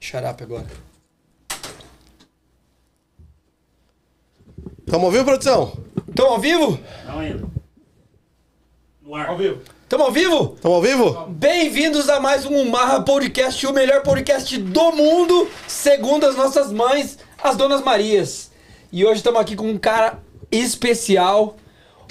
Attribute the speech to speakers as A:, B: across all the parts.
A: xarape agora.
B: Tamo ouvindo, produção?
A: Estão ao vivo?
C: Não ainda. No ar.
D: Ao vivo.
A: Estamos ao vivo?
B: Tamo ao vivo?
A: Bem-vindos a mais um Marra Podcast, o melhor podcast do mundo, segundo as nossas mães, as Donas Marias. E hoje estamos aqui com um cara especial,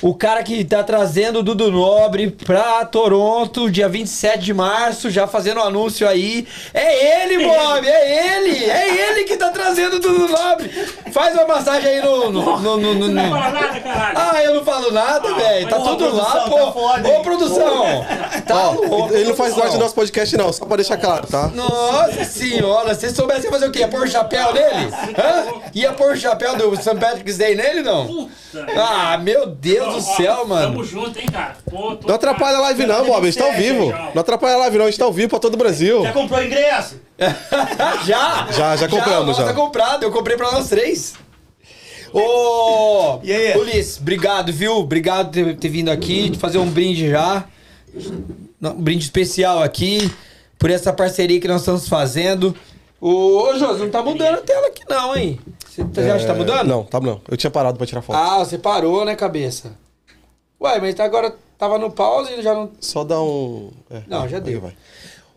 A: o cara que tá trazendo o Dudu Nobre pra Toronto, dia 27 de março, já fazendo o anúncio aí. É ele, Bob! É ele! É ele que tá trazendo o Dudu Nobre! Faz uma massagem aí no- no- no- no- no,
C: Não vai
A: no...
C: falar nada, caralho.
A: Ah, eu não falo nada, velho. Tá
D: porra,
A: tudo lá,
D: produção,
A: pô.
D: tá foda, hein?
A: Ô, produção. Tá
B: Ó,
A: louco.
B: ele não faz parte do
A: produção.
B: nosso podcast, não, só pra deixar claro, tá?
A: Nossa senhora, se vocês soubessem fazer o quê? Ia pôr o chapéu nele? Hã? Ia pôr o chapéu do St. Patrick's Day nele, não?
C: Puta.
A: Ah, meu Deus do
C: Ó, ó,
A: céu,
C: Tamo
A: mano.
C: junto, hein, cara. Pô, tô-
B: Não atrapalha a live, não, Bob. A gente tá ao vivo. Não atrapalha a live, não. A gente tá ao vivo pra todo o Brasil.
D: Já comprou ingresso?
A: Já?
B: Já, já compramos,
A: nossa,
B: já.
A: tá comprado. Eu comprei pra nós três. Ô,
D: E aí?
A: Ulisses, obrigado, viu? Obrigado por ter, ter vindo aqui, de fazer um brinde já. Um brinde especial aqui, por essa parceria que nós estamos fazendo. Ô, ô Josi, não tá mudando a tela aqui não, hein? Você tá- você acha que tá
B: É,
A: mudando?
B: Não, tá não. Eu tinha parado pra tirar foto.
A: Ah, você parou, né, cabeça? Ué, mas tá agora tava no pause e já não...
B: Só dá um. é,
A: Não, já
B: aí
A: deu.
B: vai.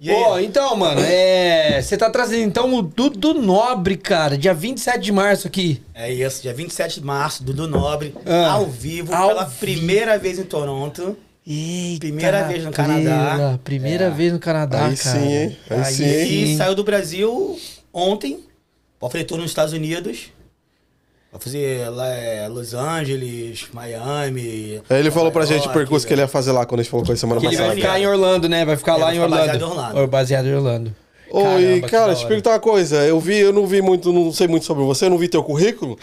D: E aí?
A: Pô, então, mano, é... Você tá trazendo, então, o Dudu Nobre, cara, dia 27 de março aqui.
D: É isso, dia 27 de março, Dudu Nobre,
A: Ah.
D: ao vivo,
A: Ao
D: pela
A: vivo.
D: primeira vez em Toronto.
A: Eita,
D: Primeira vez no Canadá.
A: Primeira
D: É.
A: vez no Canadá,
B: Aí
A: cara.
B: sim, hein? Aí sim, hein?
D: E saiu do Brasil ontem, panfletou nos Estados Unidos. Vai fazer lá, é, Los Angeles, Miami.
B: Aí ele falou pra
D: Nova
B: gente o
D: York,
B: percurso que ele é ia fazer lá quando a gente falou com ele semana
A: Que ele vai
B: passada.
A: ficar em Orlando, né? Vai ficar
D: É,
A: lá
D: vai
A: em
D: ficar
A: Orlando.
D: baseado em Orlando.
A: Ou Baseado em Orlando.
B: Oi,
A: Caramba, que da
B: cara,
A: hora.
B: te perguntar uma coisa. Eu vi, eu não vi muito, não sei muito sobre você, eu não vi teu currículo,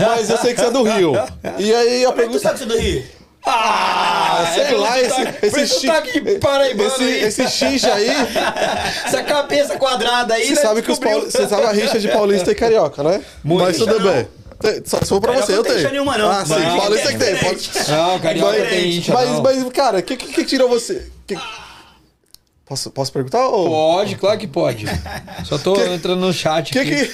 B: mas eu sei que você é do Rio. E aí a
D: Como é que tu
B: pergunta.
D: sabe isso do Rio?
A: Ah,
B: sei
A: pelo
B: lá, esse-
A: sotaque-
B: esse
A: pelo
B: chi-
A: sotaque paraibano
B: Esse,
A: tá aí.
B: esse xinge aí,
A: Essa cabeça quadrada aí,
B: você
A: né?
B: sabe que os
A: Descobriu.
B: pauli- você sabe a rixa de paulista e carioca, né?
A: Muito.
B: Mas tudo
D: Não.
B: bem. Tem- Só se for pra
D: Carioca
B: você,
D: não
B: eu
D: tem
B: tenho.
D: rixa nenhuma, não.
B: Ah, sim,
D: Não,
B: paulista que tem.
D: tem
B: pode-
A: Não, carioca
B: Mas-
A: tem incha,
B: mas,
A: não.
B: mas, cara, o que, que, que tirou você? que- Posso, posso perguntar? Ou...
A: Pode, claro que pode. Só tô entrando no chat
B: Que
A: aqui.
B: que,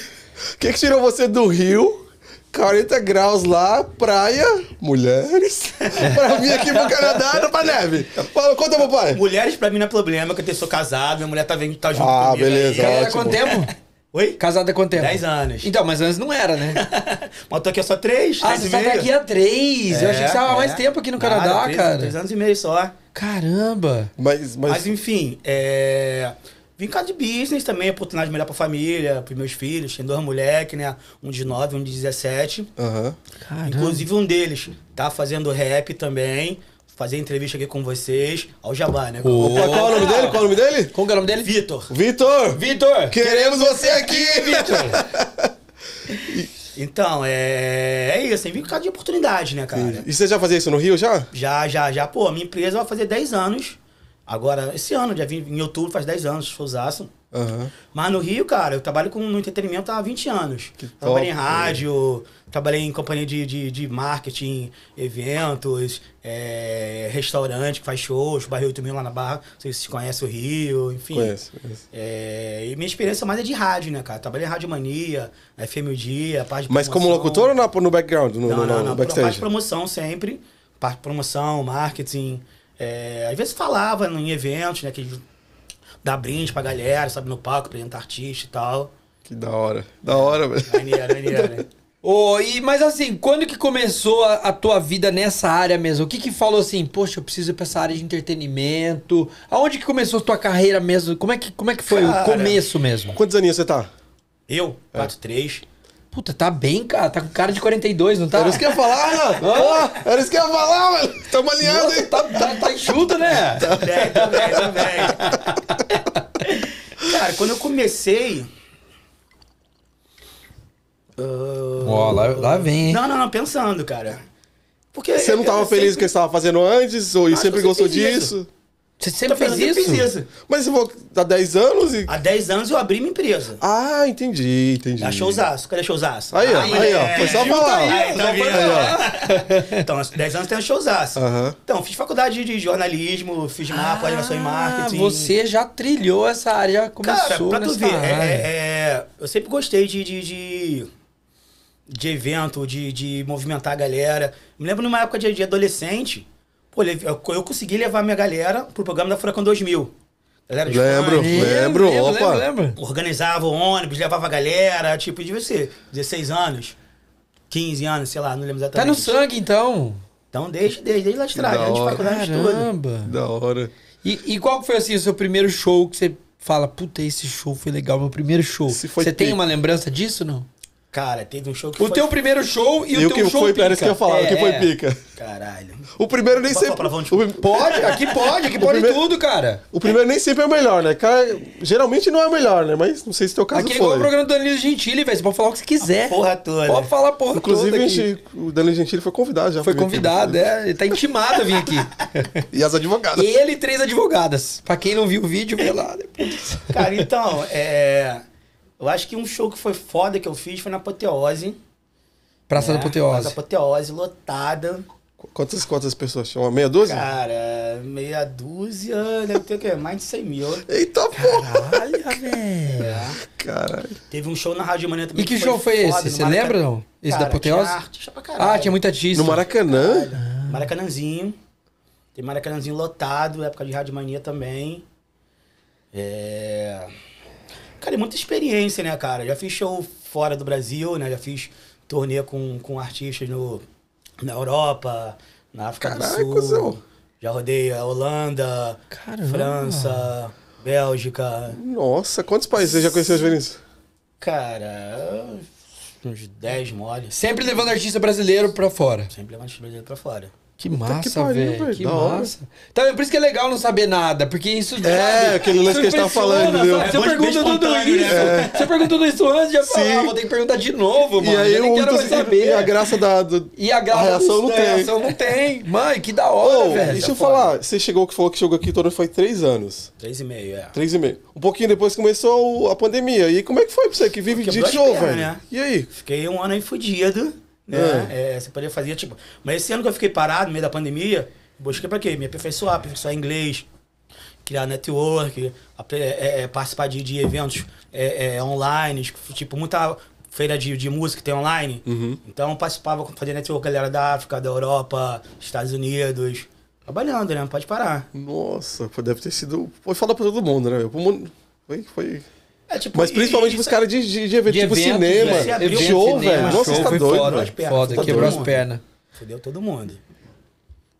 B: que que tirou você do Rio? 40 graus lá, praia, mulheres. pra mim aqui pro Canadá, não pra neve. Fala, conta, papai.
D: Mulheres pra mim não é problema, que eu sou casado, minha mulher tá, vendo, tá junto
B: Ah,
D: comigo. aí.
B: beleza.
A: Casada há
B: Ótimo.
A: quanto tempo?
D: Oi?
A: Casada há quanto tempo?
D: 10 anos.
A: Então, mas antes não era, né?
D: Mas tô aqui há só três,
A: Ah,
D: três
A: você
D: e
A: tá
D: meio.
A: aqui há três. Eu achei que você tava há
D: é.
A: mais tempo aqui no
D: Nada,
A: Canadá,
D: três-
A: cara.
D: Três anos e meio só.
A: Caramba.
B: Mas, mas,
D: Mas enfim, é... vim cá de business também, oportunidade melhor pra família, pros meus filhos. Tem dois moleques, né? Um de 9, um de 17.
B: Aham.
A: Caramba.
D: Inclusive um deles tá fazendo rap também. Fazer entrevista aqui com vocês. Ao Jabá, né?
A: Ô.
B: Opa, qual é o nome dele? Qual é o nome dele?
A: Como que é o nome dele?
D: Vitor.
B: Vitor!
A: Vitor!
B: Queremos você aqui, Vitor!
D: Então, é... é isso. hein? Vim cá de oportunidade, né, cara?
B: E você já fazia isso no Rio já?
D: Já, já, já. Pô, minha empresa vai fazer 10 anos. Agora, esse ano, já vim em outubro, faz 10 anos, Souzaço.
B: Aham.
D: Mas no Rio, cara, eu trabalho com, no entretenimento há 20 anos. trabalhei
B: top,
D: em rádio, trabalhei em companhia de, de, de marketing, eventos, é, restaurante que faz shows, Barril 8000 lá na Barra, não sei se vocês conhecem o Rio, enfim.
B: Conheço, conheço.
D: É, e minha experiência mais é de rádio, né, cara? Trabalhei em Rádio Mania, FM O Dia, parte de
B: Mas como
D: promoção.
B: locutor ou na- no background? No,
D: Não,
B: no- no
D: não, não. Pro- Parte de
B: backstage?
D: promoção sempre. Parte de promoção, marketing. é, às vezes falava em eventos, né? Que dá brinde pra galera, sabe, no palco, apresentar artista e tal.
B: Que da hora. Da hora, velho.
D: Maneiro, maneiro, né?
A: Ô, e, mas assim, quando que começou a, a tua vida nessa área mesmo? O que que falou assim, poxa, eu preciso ir pra essa área de entretenimento? Aonde que começou a tua carreira mesmo? Como é que, como é que foi
D: Cara.
A: o começo mesmo?
B: Quantos aninhos você tá?
D: Eu, 4-3.
A: Puta, tá bem, cara. Tá com cara de 42, não tá?
B: Era isso que eu ia falar, Renan. Pô, Era isso que eu ia falar, velho. Tamo alinhado,
A: Nossa,
B: hein?
A: tá, tá, tá enxuto, né?
D: Também, também, também. Cara, quando eu comecei. ah,
A: Ó, lá, lá vem, hein?
D: Não, não, não, pensando, cara. Porque
B: Você não
D: eu-
B: tava
D: eu
B: feliz com o
D: sempre-
B: que você tava fazendo antes? Ou
D: Acho que
B: sempre
D: eu
B: gostou
D: sempre fiz
B: disso?
D: Você sempre fez
A: fazendo
D: isso?
A: empresa.
B: Mas você falou há 10 anos e.
D: Há 10 anos eu abri minha empresa.
B: Ah, entendi, entendi.
D: Da Showzaço. Cadê Showzaço?
B: Aí, ó, aí, ó.
D: moleque.
B: Foi só
A: Gil tá
B: falar. ó.
A: aí,
D: Ah, então,
B: Foi só
D: viu?
B: falar.
D: Então, há 10 anos tem um showzaço.
B: Aham. Ah,
D: Então, fiz faculdade de jornalismo, fiz mapa, animação e marketing.
A: Você já trilhou essa área, já começou
D: Cara, pra tu
A: nessa
D: ver, é-
A: área.
D: é- é, eu sempre gostei de, de, de, de evento, de, de movimentar a galera. Me lembro numa época de, de adolescente, pô, leve- eu, eu consegui levar minha galera pro programa da Furacão 2000. Galera de
B: Lembro.
D: funk,
B: Lembro, opa.
A: lembro.
D: organizava o ônibus, levava a galera, tipo, devia ser 16 anos, 15 anos, sei lá, não lembro
A: Tá no
D: exatamente.
A: sangue, então.
D: Então, desde, desde, desde lá atrás,
B: da
D: antes de
B: hora.
D: faculdade de tudo.
A: Caramba.
B: Da hora.
A: E, e qual que foi, assim, o seu primeiro show que você fala, puta, esse show foi legal, meu primeiro show.
B: Se foi
A: Você tem
B: pica.
A: uma lembrança disso, não?
D: Cara, teve um show que
A: O
D: foi...
A: teu primeiro show e,
B: E,
A: o
B: o
A: teu
B: que
A: show
B: foi,
A: pica.
B: era isso que eu ia falar, o que foi
A: É, é.
B: pica.
D: Caralho.
B: O primeiro nem
D: Posso
B: sempre.
D: falar palavrão,
B: o,
D: desculpa?
A: Pode, aqui pode, aqui
B: O
A: pode
B: primeiro-
A: tudo, cara.
B: o primeiro nem sempre é o melhor, né? Cara, geralmente não é o melhor, né? Mas não sei se teu caso
A: Aqui é igual
B: foi.
A: o programa do Danilo Gentili, velho. Você pode falar o que você quiser.
D: Ah, Porra toda.
A: Pode falar a porra
B: Inclusive,
A: toda
B: a
A: aqui.
B: gente, o Danilo Gentili foi convidado já.
A: Foi
B: pra vir aqui.
A: convidado, é. Ele tá intimado a vir aqui.
B: E as advogadas.
A: Ele e três advogadas. Pra quem não viu o vídeo, vê lá depois.
D: Cara, então, é... Eu acho que um show que foi foda que eu fiz foi na Apoteose.
A: Praça
D: né?
B: É,
A: da Apoteose.
D: Praça Apoteose, lotada.
B: Quantas, quantas pessoas tinham? Uma Meia dúzia?
D: Cara, meia dúzia, deve ter o quê? Mais de 100 mil. É.
B: Eita porra!
A: Caralho, velho.
B: Caralho.
D: Teve um show na Rádio Mania também.
A: E que show foi
D: foda,
A: esse?
D: no
A: Você
D: Maraca-
A: lembra, não? Esse
D: Cara,
A: da Apoteose?
D: Tinha artista pra caralho.
A: Ah, tinha muita artista.
B: No Maracanã?
D: Maracanãzinho. Tem Maracanãzinho lotado, época de Rádio Mania também. É. Cara, é muita experiência, né, cara? Já fiz show fora do Brasil, né? Já fiz turnê com, com artistas no, na Europa, na África
B: Caraca,
D: do Sul.
B: Zão.
D: Já rodei a Holanda,
A: Caramba.
D: França, Bélgica.
B: Nossa, quantos países você já conheceu, Vinícius?
D: Cara, uns 10 moles.
A: Sempre levando artista brasileiro pra fora.
D: Sempre levando os brasileiros pra fora.
A: Que
B: que
A: massa,
B: pariu,
A: velho.
B: velho,
A: Que
B: da hora.
A: massa. Tá vendo? Por isso que é legal não saber nada, porque isso.
B: É, aquele lance que a gente tava
A: impressiona,
B: falando,
A: sabe?
B: viu?
A: Você
D: É bom de bem
A: pergunta tudo
D: espontâneo,
A: isso. Você pergunta tudo isso antes, já
B: né? É. Sim.
A: falava, "Ah, vou ter que perguntar de novo, mano.
B: e aí,
A: eu nem
B: o
A: quero mais
B: outro-
A: saber.
B: e a graça da. do-
A: E a graça
B: A reação
A: dos-
B: não
A: da
B: tem.
A: reação não tem. Mãe, que da hora,
B: Ô,
A: velho.
B: deixa eu falar, você chegou que falou que chegou aqui todo foi três anos.
D: 3,5, é.
B: Três e meio. Um pouquinho depois começou o- a pandemia. E como é que foi pra você que vive
D: Quebrou
B: de
D: as
B: show,
D: pernas,
B: velho?
D: né?
B: E aí?
D: Fiquei um ano aí fudido, né? É, você poderia fazer, tipo... Mas esse ano que eu fiquei parado, no meio da pandemia, busquei pra quê? Me aperfeiçoar, aperfeiçoar inglês, criar network, apre- é, é, participar de, de eventos é, é, online, tipo, muita feira de, de música que tem online.
B: Uhum.
D: Então, eu participava, fazia network com a galera da África, da Europa, Estados Unidos. Trabalhando, né? Não pode parar.
B: Nossa, pô, deve ter sido. Foi foda pra todo mundo, né? Pro mundo. Foi, foi.
D: É, tipo,
B: Mas
D: e-
B: principalmente
D: e-
B: pros caras de, de, de evento,
A: De
B: tipo
A: evento,
B: cinema,
A: velho.
D: se abriu um
A: Evento,
B: show,
A: cinema,
B: velho. Nossa,
A: show,
B: você tá
A: foi
B: doido,
A: foda,
B: velho.
D: velho.
A: foda,
D: Tá
A: quebrou
D: doido.
A: as pernas.
D: Fudeu todo mundo.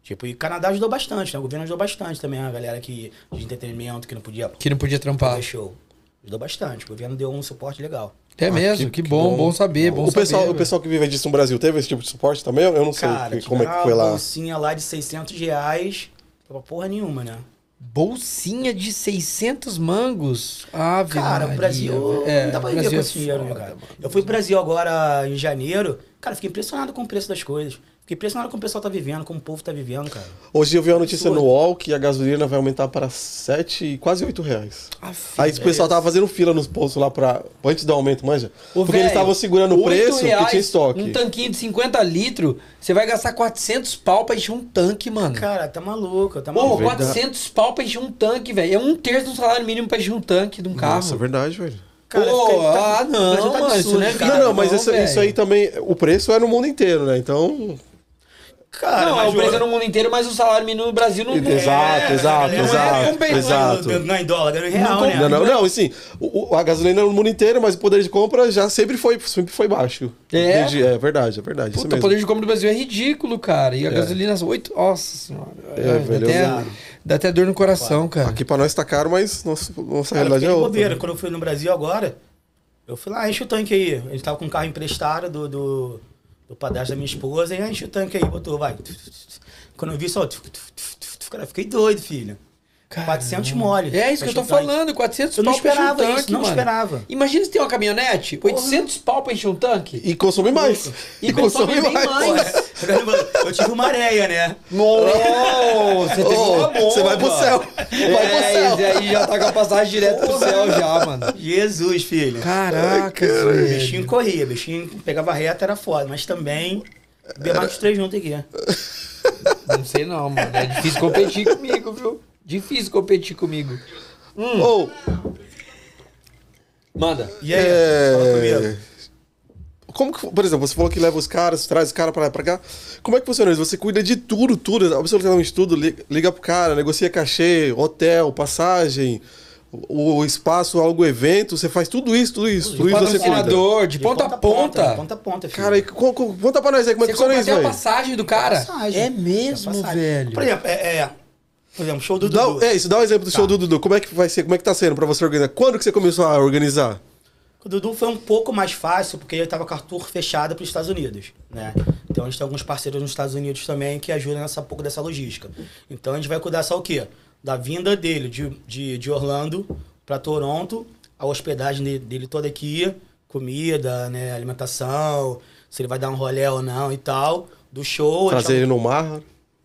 D: Tipo, e o Canadá ajudou bastante, né? O governo ajudou bastante também, a galera que, de entretenimento que não podia
A: Que não podia trampar.
D: fazer show. Ajudou bastante. O governo deu um suporte legal.
A: É mesmo, que, bom, bom, saber, bom
B: o pessoal,
A: saber.
B: o pessoal que vive disso no Brasil teve esse tipo de suporte também? Eu não sei
D: Cara,
B: que-
D: tinha
B: como é que foi
D: uma
B: lá.
D: bolsinha lá de 600 reais. Pra porra nenhuma, né?
A: Bolsinha de 600 mangos. Ave
D: Cara,
A: Maria,
D: o Brasil.
A: velho. É,
D: não dá
A: o
D: pra
A: Brasil
D: viver
A: é
D: com esse dinheiro, né,
A: foda,
D: cara?
A: mano.
D: Eu fui pro Brasil agora em janeiro. Cara, fiquei impressionado com o preço das coisas. Fiquei impressionado com o pessoal tá vivendo, como o povo tá vivendo, cara.
B: Hoje eu vi uma notícia
D: Absurdo.
B: no UOL que a gasolina vai aumentar para 7, e quase 8 reais.
A: Aff,
B: Aí o pessoal tava fazendo fila nos postos lá pra. antes do aumento, manja?
A: Ô,
B: porque eles
A: velho,
B: estavam segurando o
A: oito
B: preço que
A: reais,
B: tinha estoque.
A: Um tanquinho de 50 litros, você vai gastar 400 pau pra encher um tanque, mano.
D: Cara, tá maluco, tá
A: Porra,
D: maluco.
B: verdade.
A: 400 pau pra encher um tanque, velho. É um terço do salário mínimo pra encher um tanque de um carro.
B: Nossa, é verdade, velho.
D: Cara,
A: Pô,
D: fica- tá-
A: ah, não,
D: o Brasil tá
A: mano, isso não é
D: absurdo,
A: vida,
D: cara.
B: não, não, mas
A: não,
B: isso, isso
A: velho.
B: aí também. O preço é no mundo inteiro, né? Então.
D: Cara,
A: não, é
D: mas
A: o preço
D: eu-
A: no mundo inteiro, mas o salário mínimo no Brasil não
B: Exato, exato,
A: não é
B: exato.
A: compensado,
B: Exato.
D: um Não, não é em dólar, não é em real, né?
B: Não, não, não, assim, o- o- a gasolina é no mundo inteiro, mas o poder de compra já sempre foi, sempre foi baixo.
A: É?
B: Desde- é verdade, é verdade. isso
A: Puta, o
B: mesmo.
A: poder de compra do Brasil é ridículo, cara. E a
B: É.
A: gasolina, 8. Nossa senhora.
B: É,
A: Ai,
B: velho,
A: dá, até,
B: eu-
A: dá até dor no coração, cara.
B: Aqui pra nós tá caro, mas nossa, nossa
D: Cara, eu
B: realidade
D: fiquei
B: é
D: de
B: outra.
D: bobeira. Quando eu fui no Brasil agora, eu fui lá, enche o tanque aí. A gente tava com um carro emprestado do, do, do padrasto da minha esposa, e "Ah, enche o tanque aí, botou, vai. Quando eu vi só... Cara, eu fiquei doido, filho. 400 mole.
A: É isso que eu tô
D: Enche o tanque.
A: falando, 400
D: Eu não
A: pau pra encher um
D: esperava
A: tanque,
D: isso, não
A: mano.
D: esperava.
A: Imagina se tem uma caminhonete, 800 pau pra encher um tanque.
B: E consome mais.
A: E consome bem mais.
D: Porra, Eu tive uma areia, né?
A: Nossa, você teve é uma
B: Ô,
A: bomba.
B: Você vai pro céu.
A: É,
B: Vai pro
A: e
B: céu.
A: aí já tá com a passagem direto pro céu já, mano.
D: Jesus, filho.
A: Caraca,
D: O
A: velho.
D: bichinho corria, o bichinho pegava reta, era foda, mas também bebia mais que os três juntos aqui.
A: Não sei não, mano. É difícil competir comigo, viu? Difícil competir comigo.
B: Ô,
A: Manda.
D: E aí,
B: É.
D: fala comigo.
B: Como que, por exemplo, você falou que leva os caras, traz os caras pra, lá, pra cá. Como é que funciona isso? Você cuida de tudo, tudo, absolutamente tudo. li- Liga pro cara, negocia cachê, hotel, passagem, o, o espaço, algo, evento. Você faz tudo isso, tudo isso. Tudo
A: De
B: isso você cuida.
A: patrocinador, de ponta a
D: De
A: ponta.
D: ponta a ponta, filho.
B: Cara, e co- co- conta pra nós aí como é
A: Você
B: que funciona
A: compra até
B: isso,
A: a
B: velho.
A: passagem do cara.
D: Passagem.
A: É mesmo,
D: Passagem.
A: velho.
D: Por exemplo, é, é, por exemplo, show do
B: Dá-
D: Dudu. Tá.
B: É isso, dá um exemplo do show do Dudu. Como é que vai ser? Como é que tá sendo pra você organizar? Quando que você começou a organizar?
D: O Dudu foi um pouco mais fácil, porque eu tava com a tour fechada para os Estados Unidos, né? Então a gente tem alguns parceiros nos Estados Unidos também que ajudam nessa um pouco dessa logística. Então a gente vai cuidar só o quê? Da vinda dele de, de, de Orlando para Toronto, a hospedagem de- dele toda aqui, comida, né, alimentação, se ele vai dar um rolê ou não e tal, do show. a gente
B: Trazer
D: vai-
B: ele no mar,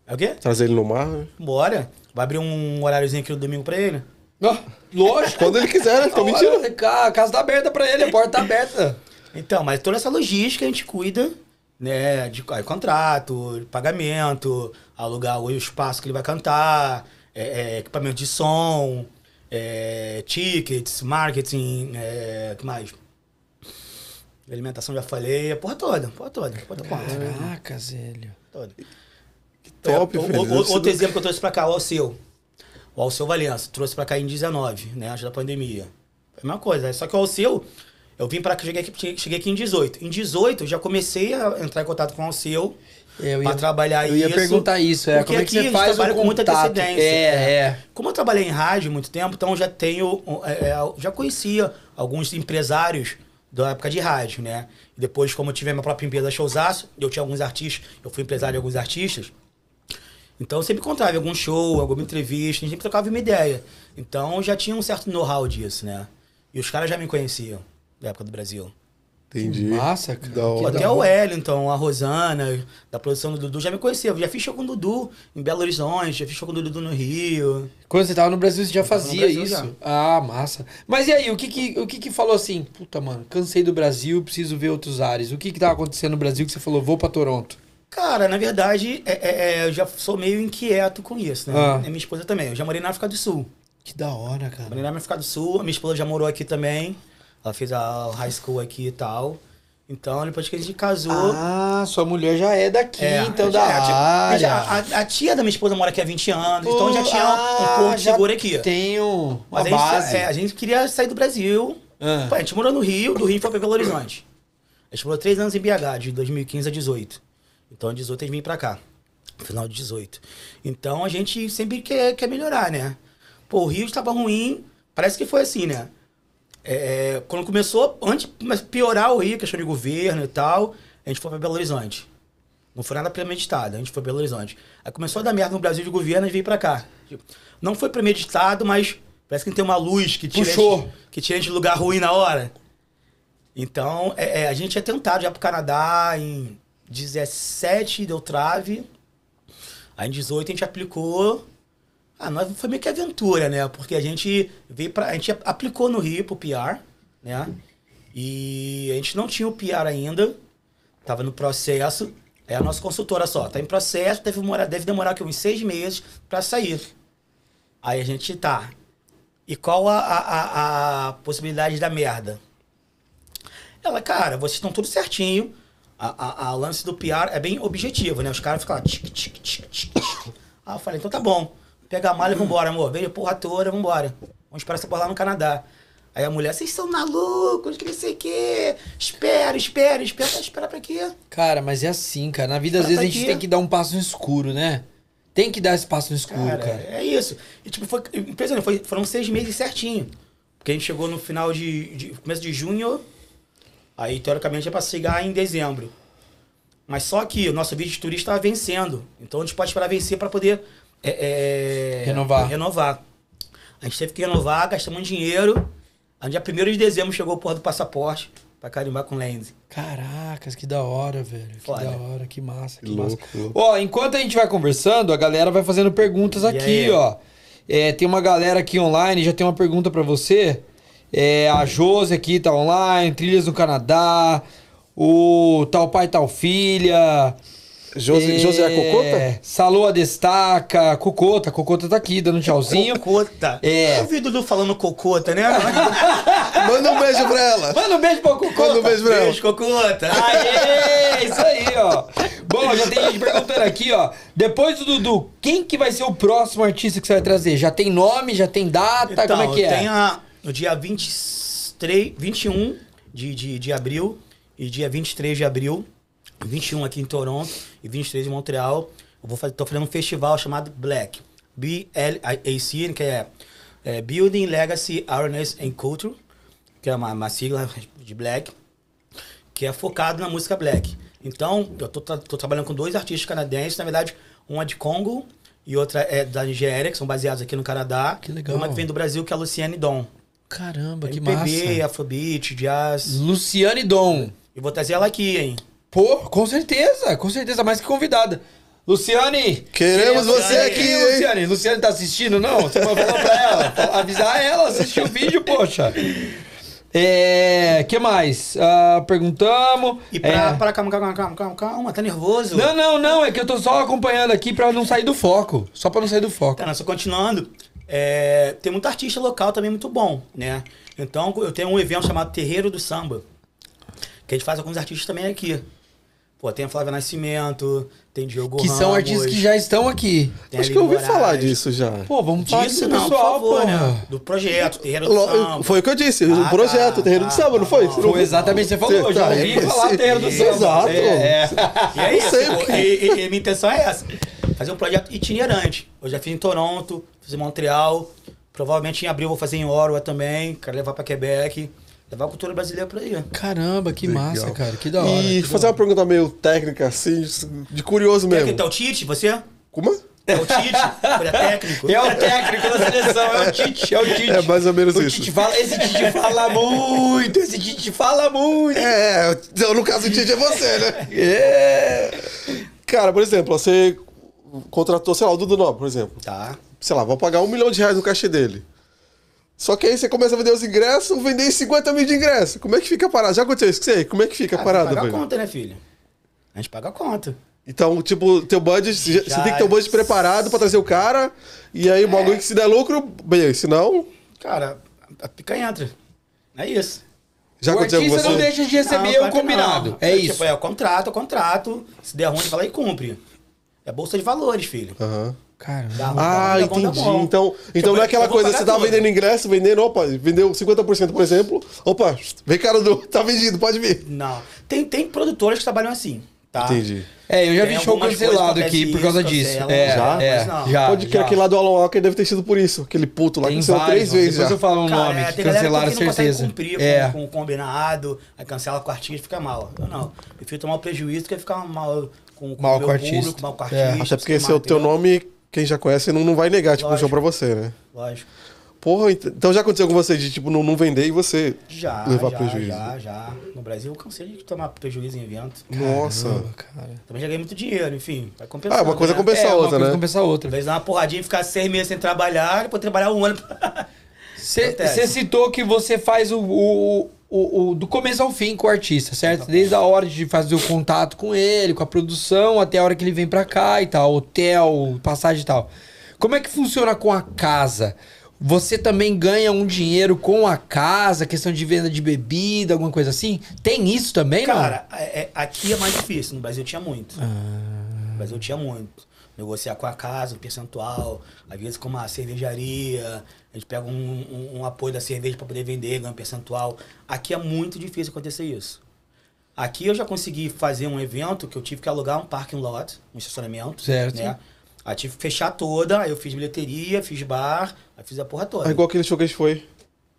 D: É o quê?
B: trazer ele no mar.
D: Bora. Vai abrir um horáriozinho aqui no domingo pra ele?
A: Ó, Lógico.
B: Quando ele quiser, né? Tô mentindo.
A: A casa tá aberta pra ele, a porta tá aberta.
D: Então, mas toda essa logística a gente cuida, né? De aí, contrato, pagamento, alugar o espaço que ele vai cantar, é, é, equipamento de som, é, tickets, marketing, é, que mais? Alimentação já falei, a porra toda, porra toda, porra toda. porra
A: Caraca, velho.
D: toda.
B: Top,
D: É, o-
B: velho.
D: o-
B: Deve ser
D: outro
B: do-
D: exemplo que eu trouxe pra cá, o Alceu. O Alceu Valença. Trouxe pra cá em 19, né? Antes da pandemia. Foi a mesma coisa. né? Só que o Alceu, eu vim pra cá, cheguei aqui, cheguei aqui em 18. Em 18, eu já comecei a entrar em contato com o Alceu
A: Eu
D: pra trabalhar
A: eu ia
D: isso.
A: perguntar isso, é.
D: Porque
A: Como é que
D: aqui a
A: você
D: gente
A: faz
D: trabalha
A: o
D: com muita
A: contato?
D: antecedência. né?
A: É, é.
D: Como eu trabalhei em rádio muito tempo, então eu já tenho. é, é, eu já conhecia alguns empresários da época de rádio, né? Depois, como eu tive a minha própria empresa Showzaço, eu tinha alguns artistas, eu fui empresário de alguns artistas. Então eu sempre encontrava em algum show, alguma entrevista, a gente sempre trocava uma ideia. Então eu já tinha um certo know-how disso, né? E os caras já me conheciam da época do Brasil.
B: Entendi.
A: Massa, cara.
B: Da hora.
D: Até o Wellington, a Rosana, da produção do Dudu, já me conhecia. Eu já fiz show com o Dudu em Belo Horizonte, já fiz show com o Dudu no Rio.
A: Quando você tava no Brasil, você já
D: tava no
A: fazia
D: Brasil
A: isso?
D: já.
A: Ah, massa. Mas e aí, o que que, o que que falou assim? Puta, mano, cansei do Brasil, preciso ver outros ares. O que que tava acontecendo no Brasil que você falou, vou pra Toronto?
D: Cara, na verdade, é- é- é, eu já sou meio inquieto com isso, né?
A: Ah.
D: E minha esposa também. Eu já morei na África do Sul.
A: Que da hora,
D: Morei
A: cara.
D: na África do Sul, a minha esposa já morou aqui também. Ela fez a high school aqui e tal. Então, depois que a gente casou.
A: Ah, sua mulher já é daqui,
D: é,
A: então
D: já-
A: da
D: é,
A: área.
D: já- a, a tia da minha esposa mora aqui há 20 anos, então já tinha
A: Ah,
D: um porto
A: já
D: seguro aqui.
A: Tenho uma
D: Mas a gente,
A: base.
D: é, a gente queria sair do Brasil.
A: Ah.
D: Pô, a gente morou no Rio, do Rio foi pra Belo Horizonte. A gente morou três anos em BH, de 2015 a 18. Então, em 18 a gente vim pra cá. Final de 18. Então, a gente sempre quer, quer melhorar, né? Pô, o Rio estava ruim. Parece que foi assim, né? É, quando começou, antes de piorar o Rio, questão de governo e tal, a gente foi pra Belo Horizonte. Não foi nada premeditado, a gente foi pra Belo Horizonte. Aí começou a dar merda no Brasil de governo e veio pra cá. Tipo, Não foi premeditado, mas parece que tem uma luz que tira, a
A: Puxou.
D: gente, que tira a gente de lugar ruim na hora. Então, é, é, a gente é tentado já pro Canadá em 17 deu trave. Aí em 18 a gente aplicou. Ah, nós foi meio que aventura, né? Porque a gente veio para a gente aplicou no Rio pro PR, né? E a gente não tinha o PR ainda. Tava no processo. É a nossa consultora só, tá em processo, deve demorar, deve demorar aqui uns seis meses para sair. Aí a gente tá. E qual a, a, a- a possibilidade da merda? Ela, cara, vocês estão tudo certinho. A, a, a lance do PR é bem objetivo, né? Os caras ficam lá. Tic, tic, tic, tic. Ah, eu falei, então tá bom. Pega a malha e vambora, amor. Veja a porra toda, vambora. Vamos esperar essa porra lá no Canadá. Aí a mulher, vocês são malucos, que não sei o quê. Espera, espera, espera. Espera pra quê?
A: Cara, mas é assim, cara. Na vida, às
D: Pra
A: vezes, a
D: pra
A: gente
D: quê?
A: tem que dar um passo no escuro, né? Tem que dar esse passo no escuro,
D: Cara,
A: cara.
D: é isso. E tipo, foi impressionante. Foi, foram seis meses certinho. Porque a gente chegou no final de, de- começo de junho. Aí, teoricamente, é pra chegar em dezembro. Mas só que o nosso vídeo de turista tá vencendo. Então a gente pode esperar vencer para poder é, é,
A: Renovar.
D: renovar. A gente teve que renovar, gastamos dinheiro. Aí, dia 1 de dezembro chegou o porra do passaporte pra pra carimbar com lens.
A: Caracas, que da hora, velho. Que
D: Foda.
A: da hora, que massa, que
B: Louco,
A: massa.
B: louco.
A: Ó, enquanto a gente vai conversando, a galera vai fazendo perguntas aqui,
D: aí?
A: ó. É, tem uma galera aqui online, já tem uma pergunta pra você. É, a Josi aqui tá online, Trilhas no Canadá, o Tal Pai Tal Filha.
D: É.
A: é,
B: José, José é a Cocota?
A: Salô a Destaca, Cocota, Cocota tá aqui, dando um tchauzinho.
D: Cocota.
A: É.
D: tá. Eu vi o Dudu falando cocota, né?
B: Manda um beijo pra ela.
A: Manda um beijo pra Cocota.
B: Manda um beijo pra ela.
D: Beijo, tá. cocota.
A: Aê, isso aí, ó. Bom, já tem gente perguntando aqui, ó. Depois do Dudu, quem que vai ser o próximo artista que você vai trazer? Já tem nome, já tem data?
D: Então,
A: Como é que é?
D: tem a, no dia 23, 21 de, de, de abril e dia 23 de abril, 21 aqui em Toronto e 23 em Montreal, eu vou fazer, tô fazendo um festival chamado Black, B-L-A-C, que é, é Building Legacy Awareness and Culture, que é uma, uma sigla de Black, que é focado na música black. Então, eu tô, tra- tô trabalhando com dois artistas canadenses, na verdade, uma é de Congo e outra é da Nigéria, que são baseados aqui no Canadá.
A: Que legal.
D: E uma que vem do Brasil, que é a Luciane Dom.
A: Caramba, que
D: MPB,
A: massa.
D: Afrobeat, Jazz.
A: Luciane Dom.
D: E vou trazer ela aqui, hein?
A: Pô, com certeza, com certeza, mais que convidada. Luciane! é
B: Queremos você aqui, hein?
A: Luciane. Luciane tá assistindo, não? Você vai falar pra ela. fala- Avisar ela, assistir o vídeo, poxa. É. que mais? Ah, perguntamos.
D: E pra,
A: é.
D: pra- calma, calma, calma, calma, calma, tá nervoso?
A: Não, não, não, é que eu tô só acompanhando aqui pra não sair do foco. Só pra não sair do foco.
D: Cara, Tá, só continuando, é, tem muito artista local também muito bom, né? Então, eu tenho um evento chamado Terreiro do Samba, que a gente faz alguns artistas também aqui. Pô, tem a Flávia Nascimento, tem Diogo
A: Que são
D: Ramos,
A: artistas que já estão aqui.
D: tem a
B: Acho que eu
D: Aline
B: ouvi falar
D: Moraes.
B: disso já.
A: Pô, vamos falar
D: Disso
A: com o
D: não,
A: pessoal,
D: por favor,
A: porra.
D: né? Do projeto, Terreiro do
B: Lo-
D: Samba.
B: Foi o que eu disse,
D: Ah,
B: o projeto,
D: tá,
B: Terreiro
D: tá,
B: do Samba, não
D: tá
B: foi?
D: bom.
B: Você não-
A: Foi exatamente o que você falou,
B: Você
A: já
B: tá
A: ouvi
B: aí,
A: falar
B: esse-
A: terra do céu.
B: Exato.
A: É, é.
D: E é
B: Eu
D: isso,
B: sei
D: pô.
B: o que-
D: E, e- e minha intenção é essa. Fazer um projeto itinerante. Eu já fiz em Toronto, fiz em Montreal. Provavelmente em abril eu vou fazer em Ottawa também. Quero levar pra Quebec. Levar a cultura brasileira pra aí.
A: Caramba, que massa, cara. Que da hora.
B: E
A: que
B: fazer
A: da
B: uma pergunta meio técnica, assim, de curioso
D: Quer que
B: mesmo.
D: tá o Tite, você?
B: Como?
D: É o Tite? Ele é técnico?
A: É o técnico da seleção, é o Tite, é o Tite.
B: É mais ou menos
A: o
B: isso.
A: Tite fala, esse Tite fala muito, esse Tite fala muito.
B: É, então no caso o Tite é você, né?
A: É.
B: Cara, por exemplo, você contratou, sei lá, o Dudu Nobre, por exemplo.
D: Tá.
B: Sei lá, vou pagar um milhão de reais no cachê dele. Só que aí você começa a vender os ingressos, vender 50 mil de ingressos. Como é que fica a parada? Já aconteceu isso com você? Como é que fica a
D: Ah,
B: parada,
D: paga a
B: velho?
D: conta, né, filho? A gente paga a conta.
B: Então, tipo, teu budget, já- você
D: Já- é
B: tem que ter o budget preparado pra trazer o cara. E aí o bagulho que se der lucro, bem, se não,
D: Cara, a pica entra. É isso.
B: já
A: o
B: aconteceu com
A: artista
B: você.
A: não deixa de receber
D: Não,
A: o
D: claro que
A: combinado.
D: não.
A: É isso.
D: Tipo, é o contrato, é o contrato. Se der ruim, vai lá e cumpre. É bolsa de valores, filho.
B: Aham.
D: Dá
A: Caramba.
D: ruim, dá
B: Ah,
D: ruim, dá é bom, dá
B: entendi.
D: bom. Tipo,
B: Então, então não é
D: eu
B: aquela
D: vou
B: coisa,
D: pagar
B: você tá
D: tudo.
B: vendendo ingresso, vendendo, opa, vendeu 50%, por exemplo. Opa, vem cara do. Tá vendido, pode vir.
D: Não. Tem, tem produtoras que trabalham assim, tá?
B: Entendi.
A: É, eu já vi
D: Tem
A: show
D: algumas
A: cancelado
D: coisas que
A: aqui por
D: acontece
A: causa
D: isso,
A: disso.
D: cancela,
A: É,
B: já,
A: é,
D: mas não.
A: já,
B: pode crer
A: já.
B: que lá do Alan Walker deve ter sido por isso. Aquele puto lá que
A: Tem
B: saiu
A: vários,
B: três
A: mano.
B: vezes
A: Depois
B: já.
A: eu falo um
D: Cara,
A: nome
D: é,
A: que
D: tem galera
A: cancelaram,
D: que não consegue
A: certeza.
D: cumprir
A: É.
D: com, com o combinado, aí cancela com o artista, fica mal. Eu não. Prefiro tomar um prejuízo que ficar mal com, com
A: Mal
D: o meu
A: com o artista.
D: público, mal com o
A: É.
D: artista.
B: Até porque
D: tudo
B: esse é o
D: mais,
B: teu
D: entendeu?
B: nome, quem já conhece não, não vai negar, tipo, um show
D: Lógico.
B: pra você, né?
D: Lógico.
B: Porra, ent- então já aconteceu com você de, tipo, não, não vender e você
D: Já,
B: levar
D: já,
B: prejuízo.
D: já, já. No Brasil eu cansei de tomar prejuízo em evento.
B: Nossa.
A: Caramba, cara.
D: Também já ganhei muito dinheiro, enfim. Vai compensar.
B: Ah, uma coisa
D: né?
B: compensa
A: é,
B: a
A: uma
B: outra,
A: coisa
B: né?
A: compensa a outra.
D: Às vezes dá uma porradinha e ficar seis meses sem trabalhar, depois trabalhar um ano. Acontece.
A: Você citou que você faz o, o, o- o- do começo ao fim com o artista, certo? Desde a hora de fazer o contato com ele, com a produção, até a hora que ele vem pra cá e tal, hotel, passagem e tal. Como é que funciona com a casa? Você também ganha um dinheiro com a casa, questão de venda de bebida, alguma coisa assim? Tem isso também, não? Ah.
D: Cara, é- é- aqui é mais difícil. No Brasil tinha muito. No Brasil tinha muito. Negociar com a casa, um percentual. Às vezes com uma cervejaria. A gente pega um, um- um apoio da cerveja para poder vender, ganha um percentual. Aqui é muito difícil acontecer isso. Aqui eu já consegui fazer um evento que eu tive que alugar um parking lot, um estacionamento.
A: Certo.
D: Né? Aí tive que fechar toda, aí eu fiz bilheteria, fiz bar, aí fiz a porra toda.
B: É igual aquele show que a gente foi. Foi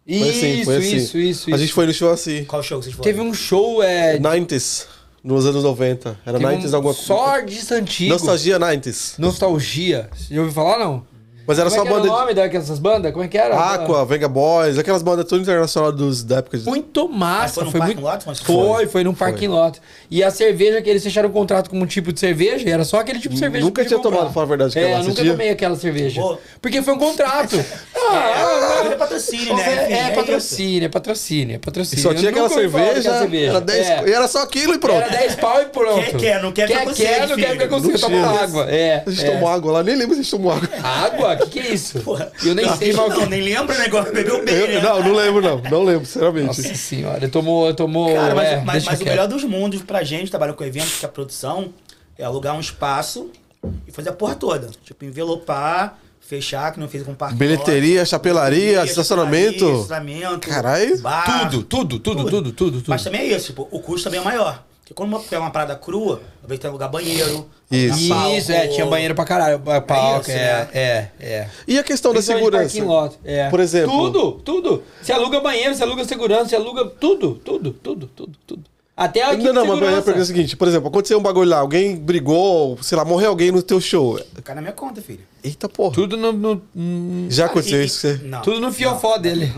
A: Isso,
B: assim, foi assim.
A: isso, isso,
B: A
A: isso.
B: gente foi no show assim.
D: Qual show que vocês foram?
A: Teve um show, é.
B: 90s, nos anos 90.
A: teve
B: Era
A: um
B: 90s alguma coisa.
A: Só artista antigo.
B: Nostalgia 90s.
A: Nostalgia. Você já ouviu falar, não?
B: Mas era
A: Como é
B: só
A: que era
B: banda Ah,
A: o nome dessas bandas? Como é que era?
B: de Aqua, Venga Boys, aquelas bandas todas internacionais dos, da época de.
A: Muito
D: Mas
A: massa.
D: foi no
A: Ah, foi
D: parking
A: muito...
D: lot, mas
A: Foi, foi num parking lot. E a cerveja que eles fecharam o contrato com um tipo de cerveja, era só aquele tipo de cerveja
B: Nunca
A: que eu podia
B: tinha tomado,
A: comprar.
B: fala a verdade,
A: É,
B: aquela,
A: eu
B: você
A: nunca
B: tinha?
A: tomei aquaquela cerveja.
D: Pô.
A: Porque foi um contrato. ah,
D: É patrocínio, né?
A: é,
D: Enfim,
A: é,
D: isso.
A: patrocínio, é patrocínio, é patrocínio.
B: E só
A: Eu
B: tinha aquela
A: nunca ouvi falar
B: cerveja,
A: daquela cerveja.
B: Era 10,
A: É.
B: e era só aquilo e pronto.
A: Era 10 pau e pronto.
D: Quer, quer, não quer,
A: quer,
D: fica com sede,
A: não quer,
D: filho.
A: fica com sede,
B: Não
A: toma
B: tinha.
A: água. É,
B: A gente
A: é.
B: tomou água lá, nem lembro se a gente tomou água.
A: Água? O que, que é isso?
D: Porra.
A: Eu nem sei mal o
D: Não,
A: que...
D: nem lembra, né? Agora bebeu bem,
B: Eu-
D: né?
B: não, não lembro, não. Não lembro, sinceramente.
A: Nossa senhora, tomou... tomou
D: Cara, mas,
A: é,
D: mas-
A: deixa
D: mas o
A: quieto.
D: melhor dos mundos pra gente, trabalhar com eventos, que a produção, é alugar um espaço e fazer a porra toda. Tipo, envelopar, fechar, que não fez com parque.
B: Bilheteria, chapelaria, estacionamento.
D: estacionamento.
B: Caralho.
D: bar.
A: Ah, Tudo, tudo, tudo, tudo, tudo, tudo.
D: Mas também é isso, tipo, o custo também é maior. Porque quando uma- é uma parada crua, vai ter que alugar banheiro.
B: Isso.
D: alugar palco.
A: Isso, é, tinha banheiro pra caralho. pa- Palco,
D: isso,
A: é,
D: né?
A: é, é.
B: E a questão da
A: Principalmente
B: segurança?
A: parking lot, é.
B: Por exemplo.
A: Tudo, tudo. Você aluga banheiro, você aluga segurança, você aluga tudo, tudo, tudo, tudo, tudo. Até a equipe
B: Não, não,
A: de
B: mas a pergunta é a
A: segurança.
B: seguinte: por exemplo, aconteceu um bagulho lá, alguém brigou, sei lá, morreu alguém no teu show.
D: Cai na minha conta, filho. Ah,
B: Eita porra.
A: Tudo no, no- no-
B: Já aconteceu
D: E-
B: isso. que você-
D: Não.
A: tudo no fiofó dele.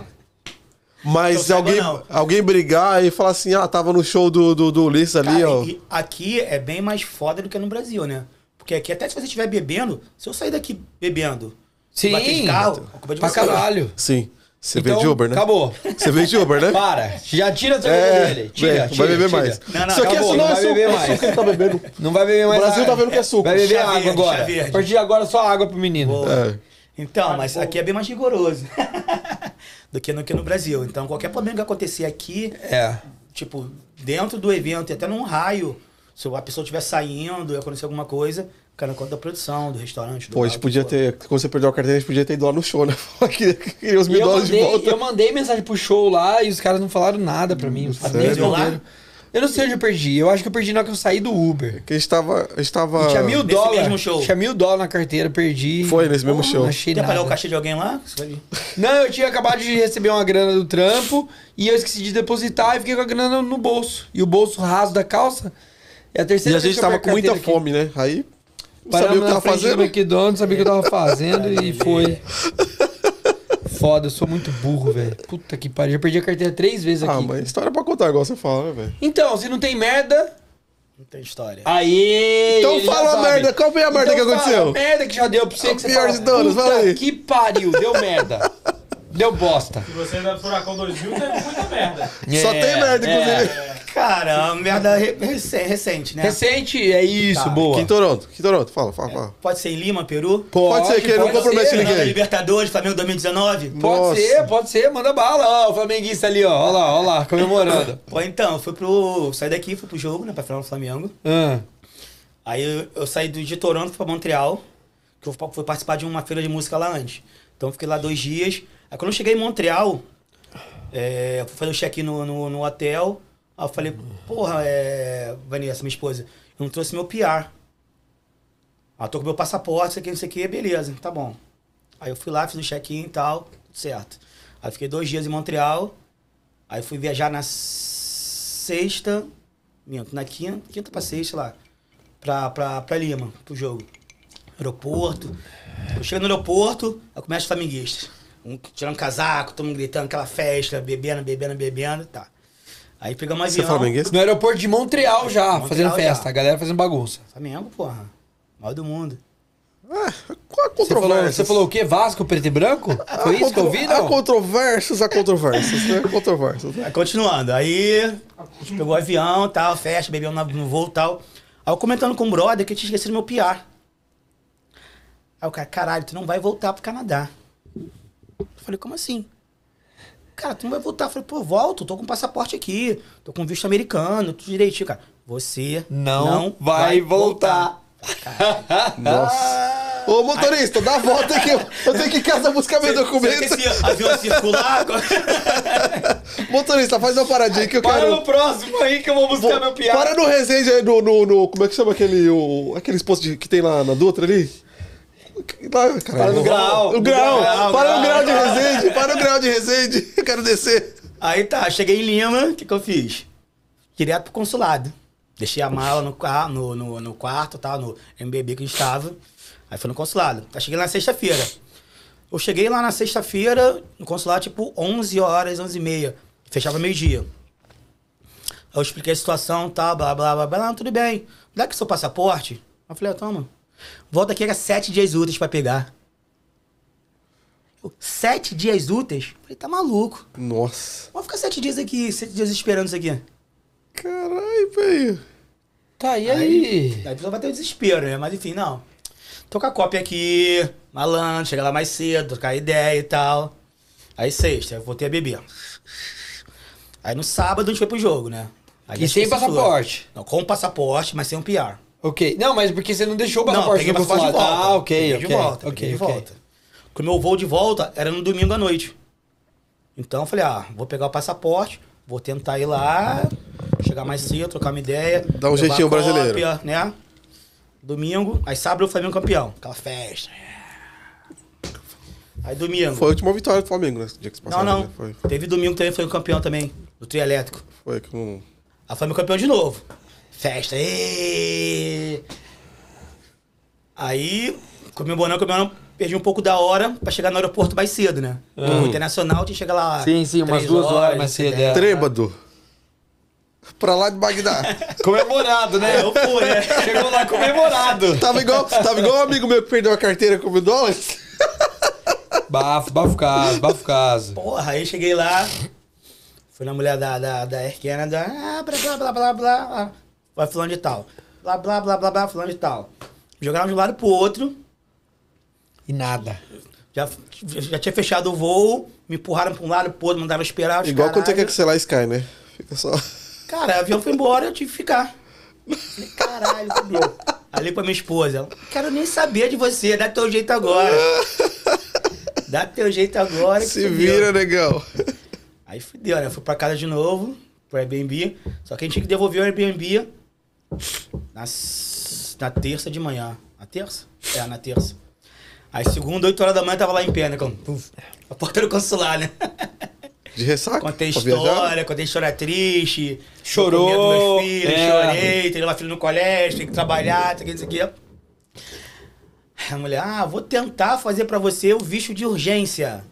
B: Mas
D: Então,
B: alguém,
D: saiba não.
B: alguém brigar e falar assim, ah, tava no show do, do, do Ulisses ali,
D: Cara,
B: ó.
D: e- e aqui é bem mais foda do que no Brasil, né? Porque aqui, até se você estiver bebendo, se eu sair daqui bebendo,
A: Sim.
D: bater de carro, a culpa é de
A: pra
D: vocês.
A: caralho.
B: Sim. Você
A: Então,
B: veio de Uber, né?
A: Acabou.
B: Você veio de Uber, né?
A: Para. Já tira a cerveja
B: É,
A: dele. Tira,
B: vem,
A: tira,
B: vai beber
A: tira.
B: mais.
D: Não, não,
B: Isso aqui
A: acabou,
B: é não
A: não
B: é
A: vai
B: suco,
A: beber
B: é
A: mais.
B: suco que tá bebendo.
A: Não vai beber mais
B: O Brasil
A: água.
B: tá vendo que é suco.
A: Vai beber
D: Chá
A: água
D: verde,
A: agora.
D: chá verde.
A: A partir de agora, só água pro menino.
D: Boa.
B: É.
D: Então, mas aqui é bem mais rigoroso do que no, que no Brasil. Então, qualquer problema que acontecer aqui,
A: É.
D: tipo, dentro do evento, e até num raio, se a pessoa estiver saindo e acontecer alguma coisa, cara, na conta da produção, do restaurante, do
B: Pô, a
D: bar,
B: gente
D: do
B: podia
D: pô.
B: ter. Quando você perdeu a carteira, a gente podia ter ido lá no show, né? Falar que queria os
A: E
B: mil
A: eu
B: dólares de
A: mandei,
B: volta. Hum,
A: eu mandei mensagem pro show lá e os caras não falaram nada pra mim. Os caras nem
B: Sério?
A: responderam. Eu não sei onde eu perdi. Eu acho que eu perdi na hora que eu saí do Uber.
B: Que a gente tava. A gente tava...
A: E tinha mil
D: nesse mesmo
A: dólares.
D: show.
A: Tinha mil dólares na carteira, perdi.
B: Ah.
A: Ah,
B: Foi nesse mesmo show.
A: Não achei
D: Quer pagar o
A: nada.
D: cachê de alguém lá?
A: Não, eu tinha acabado de receber uma grana do trampo e eu esqueci de depositar e fiquei com a grana no bolso. E o bolso raso da calça. É a
B: E
A: terceira
B: a
A: vez que
B: gente
A: eu
B: tava
A: perco
B: com muita
A: carteira aqui.
B: fome, né? Aí. Não
A: Paramos
B: sabia o que
A: na
B: tava
A: frente
B: fazendo.
A: do McDonald's, sabia o que eu tava fazendo e foi. Foda, eu sou muito burro, velho. Puta que pariu. Já perdi a carteira três vezes aqui.
B: Ah, mas história pra contar, igual você fala, né, velho?
A: Então, se não tem merda,
D: Não tem história.
A: aí.
B: Então
A: ele já
B: fala a
A: sabe. Então
B: merda, qual foi a merda que
A: fala
B: aconteceu?
A: a merda que já deu pra você
B: A
A: que você
B: pior
A: fala,
B: de todas,
A: "Puta
B: fala aí."
A: Que pariu, deu merda. Deu bosta.
C: Se você é do Furacão 2000, teve muita merda.
B: Só
A: É,
B: tem merda,
A: é.
B: inclusive.
D: Cara, merda re- rece- recente, né?
A: Recente, é isso,
D: Tá,
A: boa.
B: Aqui em Toronto, aqui em Toronto, fala, fala, fala.
D: Pode ser em Lima, Peru?
B: Pode ser que ele não
A: pode
B: compromete
A: ser,
D: Final da
B: ninguém.
D: Libertadores, Flamengo 2019?
A: Pode
B: Nossa.
A: ser, pode ser, manda bala. Ó, o flamenguista ali, ó. Ó lá, ó lá, comemorando.
D: Pô, então, eu fui pro. Saí daqui, fui pro jogo, né? Pra final do Flamengo.
A: Ah,
D: Aí eu, eu saí do, de Toronto, fui pra Montreal, que eu fui participar de uma feira de música lá antes. Então eu fiquei lá dois dias. Aí quando eu cheguei em Montreal, é, eu fui fazer o check-in no, no, no hotel. Aí eu falei, porra, é, Vanessa, minha esposa, eu não trouxe meu PR. Ah, tô com meu passaporte, isso aqui, não sei o que, beleza, tá bom. Aí eu fui lá, fiz o check-in e tal, tudo certo. Aí fiquei dois dias em Montreal. Aí fui viajar na sexta, minto, na quinta, quinta pra sexta lá, pra, pra, pra Lima, pro jogo. Aeroporto. Eu chego no aeroporto, aí começa os flamenguistas. Um tirando casaco, todo mundo gritando, aquela festa, bebendo, bebendo, bebendo, tá. Aí pegamos um
B: Você
D: avião.
B: é flamenguista?
A: no aeroporto de Montreal já,
D: Montreal
A: fazendo
D: já.
A: festa, a galera fazendo bagunça.
D: Flamengo, porra. Maior do mundo.
B: Ah, qual a
A: Você falou,
B: controvérsia?
A: você falou o quê? Vasco, preto e branco? Foi isso que eu vi,
B: Ah, Há
A: não?
B: controvérsias, há controvérsias, né? Controvérsias. né?
D: Aí, É, continuando, aí a gente pegou o avião, tal, festa, bebeu na- no voo e tal. Aí eu comentando com o brother que eu tinha esquecido meu PR. Aí o cara, caralho, tu não vai voltar pro Canadá. Eu falei, como assim? Cara, tu não vai voltar. Eu falei, pô, volto, tô com passaporte aqui, tô com visto americano, tudo direitinho, cara. Você
A: Não vai voltar.
B: Nossa. Ô, motorista, dá a volta aqui. Eu tenho que ir em casa buscar meu documento.
D: Esse avião circular.
B: Motorista, faz uma paradinha que eu
A: Para
B: quero...
A: no próximo aí que eu vou buscar
B: Vou-
A: meu piá.
B: Para no Resende aí, no, no, no- Como é que chama aquele. O, aquele posto de- que tem lá na Dutra ali? Lá, caralho.
A: Para no grau. No
B: O grau.
A: grau,
B: para no
A: grau.
B: grau de Resende. Para no grau de Resende. Eu quero descer.
D: Aí tá, cheguei em Lima, o que, que eu fiz? Direto pro consulado. Deixei a mala no, qua- no, no, no quarto, tal, no MBB que a gente tava. Aí fui no consulado. Aí cheguei lá na sexta-feira. Eu cheguei lá na sexta-feira, no consulado, tipo 11 horas, 11 e meia. Fechava meio-dia. Aí eu expliquei a situação, tá, blá, blá, blá, blá, tudo bem. Dá aqui seu passaporte. Eu falei, ó, toma. Volta aqui, era sete dias úteis pra pegar. Eu, Sete dias úteis? Eu falei, tá maluco.
B: Nossa.
D: Vamos ficar sete dias aqui, sete dias esperando isso aqui.
B: Caralho, velho.
A: Tá, e aí?
D: Aí a pessoa vai ter o desespero, né? Mas enfim, não. Tô com a cópia aqui, malandro, chega lá mais cedo, trocar ideia e tal. Aí sexta, eu voltei a beber. Aí no sábado a gente foi pro jogo, né? Aí
A: E
D: a gente
A: sem
D: processou.
A: passaporte?
D: Não, com passaporte, mas sem um PR.
A: Ok. Não, mas porque você não deixou o
D: não,
A: passaporte
D: peguei
A: do
D: passaporte de
A: consulado.
D: volta.
A: Ah, ok,
D: peguei
A: ok.
D: de volta,
A: ok,
D: peguei de
A: ok.
D: volta. Porque o meu voo de volta era no domingo à noite. Então eu falei, ah, vou pegar o passaporte, vou tentar ir lá, chegar mais cedo, trocar uma ideia.
B: Dá um
D: levar
B: jeitinho
D: a cópia,
B: brasileiro.
D: Né? Domingo, aí sábado o Flamengo campeão. Aquela festa. Aí domingo.
B: Foi a última vitória do Flamengo, né? Dia que se
D: não,
B: passaram,
D: não.
B: né? Foi,
D: Teve domingo também, foi o campeão também, do trio elétrico.
B: foi um que eu não...
D: Aí foi meu campeão de novo. Festa. ê! Aí, comemorando, comemorando, perdi um pouco da hora pra chegar no aeroporto mais cedo, né? O internacional tinha que chegar lá.
A: Sim, sim, umas
D: três né?
A: duas horas mais cedo, é.
B: Trêbado. Pra lá de Bagdá.
A: Comemorado, né?
D: É, eu fui, né?
A: Chegou lá comemorado.
B: tava, igual, tava igual um amigo meu que perdeu a carteira com mil dólares.
A: Bafo, bafo caso, bafo caso.
D: Porra, aí cheguei lá. Fui na mulher da, da, da Air Canada. Ah, blá, blá, blá, blá, blá. blá. Vai fulano de tal. Blá, blá, blá, blá, blá, fulano de tal. Jogaram de um lado pro outro.
A: E nada.
D: Já, já tinha fechado o voo. Me empurraram pra um lado, pro outro, mandaram esperar. os
B: Igual quando você
D: caralho.
B: quer cancelar Sky, né? Fica só...
D: Cara, o avião foi embora, eu tive que ficar. Falei, Caralho, fudeu. Ali pra minha esposa, ela, quero nem saber de você, dá teu jeito agora. Dá teu jeito agora. que
B: Se
D: fudeu.
B: vira, negão.
D: Aí fudeu, né? Eu Fui pra casa de novo, pro Airbnb. Só que a gente tinha que devolver o Airbnb na, s- na terça de manhã. Na terça? É, na terça. Aí segunda, 8 horas da manhã, eu tava lá em pé, né? Com, puf, a porta do consular, né?
B: De ressaca?
D: Contei
B: pra viajar?
D: história, contei história triste.
A: Chorou,
D: tô com medo dos meus filhos,
A: é.
D: chorei, tem uma filha no colégio, tem que trabalhar, tem que isso aqui. Aí a mulher, ah, vou tentar fazer pra você o visto de urgência.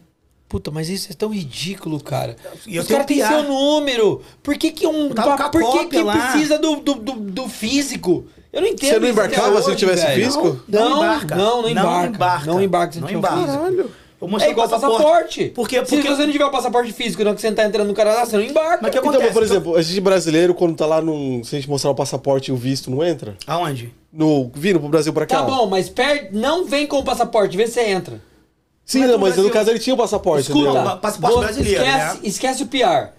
A: Puta, mas isso é tão ridículo, cara.
D: E eu
A: Os caras têm
D: tenho
A: seu
D: piar.
A: número. Por que que um...
D: Eu tava com a
A: Por que
D: cópia
A: que
D: lá.
A: precisa do, do, do, do físico? Eu não entendo
B: Você não
A: isso até
B: embarcava se
A: hoje,
B: tivesse
A: velho.
B: físico?
A: Não, não, não embarca. Não embarca se
D: não
A: tiver um
D: embarca.
A: físico.
D: Eu
A: É
D: mostrei
A: igual
D: o
A: passaporte.
D: Por quê?
A: Se
D: Porque...
A: você não tiver o passaporte físico na hora que você tá entrando no Canadá, você não embarca.
D: Mas que
B: Então, mas,
D: acontece?
B: por exemplo, a gente brasileiro, quando tá lá num. Se a gente mostrar o passaporte e o visto, não entra?
D: Aonde?
B: No, vindo pro Brasil pra cá?
A: Tá bom, mas per... não vem com o passaporte, vê se você entra.
B: Sim,
D: Mas
B: não,
D: no
B: mas no
D: Brasil-
B: caso ele tinha o passaporte,
A: Escuta,
B: entendeu?
D: pa- passaporte
A: você
D: brasileiro,
A: esquece,
D: né?
A: esquece o PR.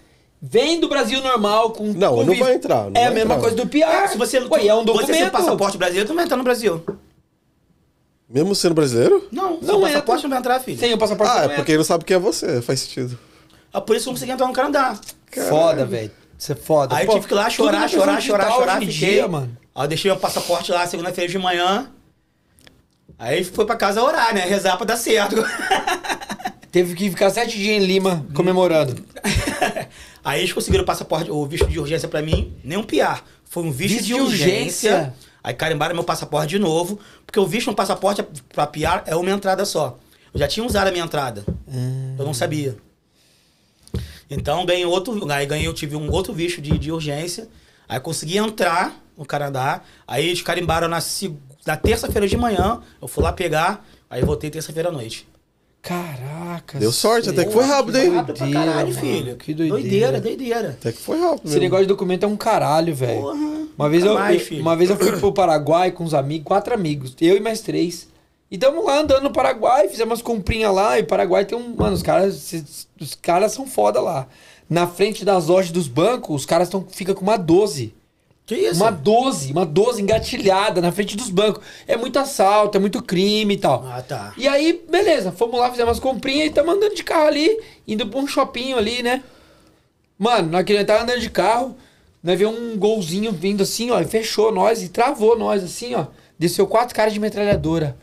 A: Vem do Brasil normal com.
B: Não,
A: com
B: não vai entrar, não
A: é a
B: vai
A: mesma
B: entrar.
A: coisa do PR.
D: Se você
A: Ué, é um documento.
D: Você sem passaporte brasileiro, tu não vai entrar no Brasil.
B: Mesmo sendo brasileiro?
A: Não
D: Não, sem passaporte
A: entra.
D: não vai entrar, filho.
A: Sem o passaporte
B: Ah,
A: não
B: é porque ele não sabe quem é você, faz sentido.
D: Ah, Por isso eu não consegui entrar no Canadá.
A: entra. Foda, velho. Isso é foda.
D: Aí eu
A: Pô,
D: tive que ir lá
A: tudo na
D: chorar,
A: questão
D: chorar,
A: digital
D: chorar, chorar,
A: um hoje em
D: fiquei.
A: dia, mano.
D: Aí eu deixei meu passaporte lá segunda-feira de manhã. Aí foi pra casa orar, né? Rezar pra dar certo.
A: Teve que ficar sete dias em Lima
D: Hum.
A: comemorando.
D: Aí eles conseguiram o passaporte, o visto de urgência pra mim, nem um piar. Foi um visto,
A: Visto
D: de
A: de
D: urgência.
A: urgência.
D: Aí carimbaram meu passaporte de novo, porque o visto no passaporte pra piar é uma entrada só. Eu já tinha usado a minha entrada.
A: Ah.
D: Eu não sabia. Então ganhei outro, aí ganhei, eu tive um outro visto de, de urgência. Aí consegui entrar no Canadá. Aí eles carimbaram na, seg- na terça-feira de manhã. Eu fui lá pegar, aí voltei terça-feira à noite.
A: Caraca.
B: Deu sorte, até É que foi rápido, hein?
D: Rápido pra
A: Doideira,
D: caralho,
A: mano.
D: filho.
A: Que doideira.
D: Doideira, doideira.
B: Até que foi rápido.
A: Esse
B: mesmo.
A: negócio de documento é um caralho, velho.
D: Porra,
A: Uma vez,
D: nunca
A: eu,
D: mais,
A: eu-
D: filho.
A: uma vez eu fui pro Paraguai com uns amigos, quatro amigos, eu e mais três. E tamo lá andando no Paraguai, fizemos umas comprinhas lá, e Paraguai tem um. Mano, os caras. se- Os caras são foda lá. Na frente das lojas dos bancos, os caras tão, fica com uma 12.
D: Que isso?
A: Uma 12, uma 12 engatilhada na frente dos bancos. É muito assalto, é muito crime e tal.
D: Ah, tá.
A: E aí, beleza, fomos lá, fizemos umas comprinhas e tamo andando de carro ali, indo pra um shopping ali, né? Mano, nós queríamos estar andando de carro, nós vimos um golzinho vindo assim, ó, e fechou nós e travou nós, assim, ó. Desceu quatro caras de metralhadora.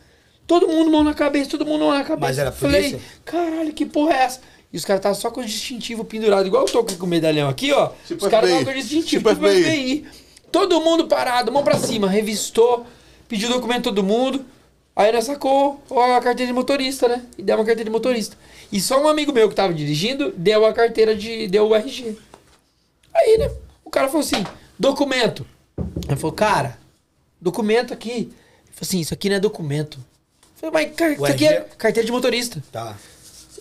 A: Todo mundo mão na cabeça, todo mundo mão na cabeça.
D: Mas era
A: Falei,
D: polícia?
A: caralho, que porra é essa? E os caras estavam só com o distintivo pendurado, igual eu tô com o medalhão aqui, ó.
B: Tipo
A: os caras
B: FBI.
A: estavam com o distintivo,
B: Tipo
A: tipo
B: FBI.
A: FBI. Todo mundo parado, mão pra cima, revistou, pediu documento todo mundo. Aí nós sacou a carteira de motorista, né? E deu uma carteira de motorista. E só um amigo meu que tava dirigindo deu a carteira de. deu o RG. Aí, né? O cara falou assim: documento. Ele falou, cara, documento aqui. Ele falou assim: isso aqui não é documento. Eu falei, mas car- isso aqui é
D: RG?
A: carteira de motorista.
D: Tá.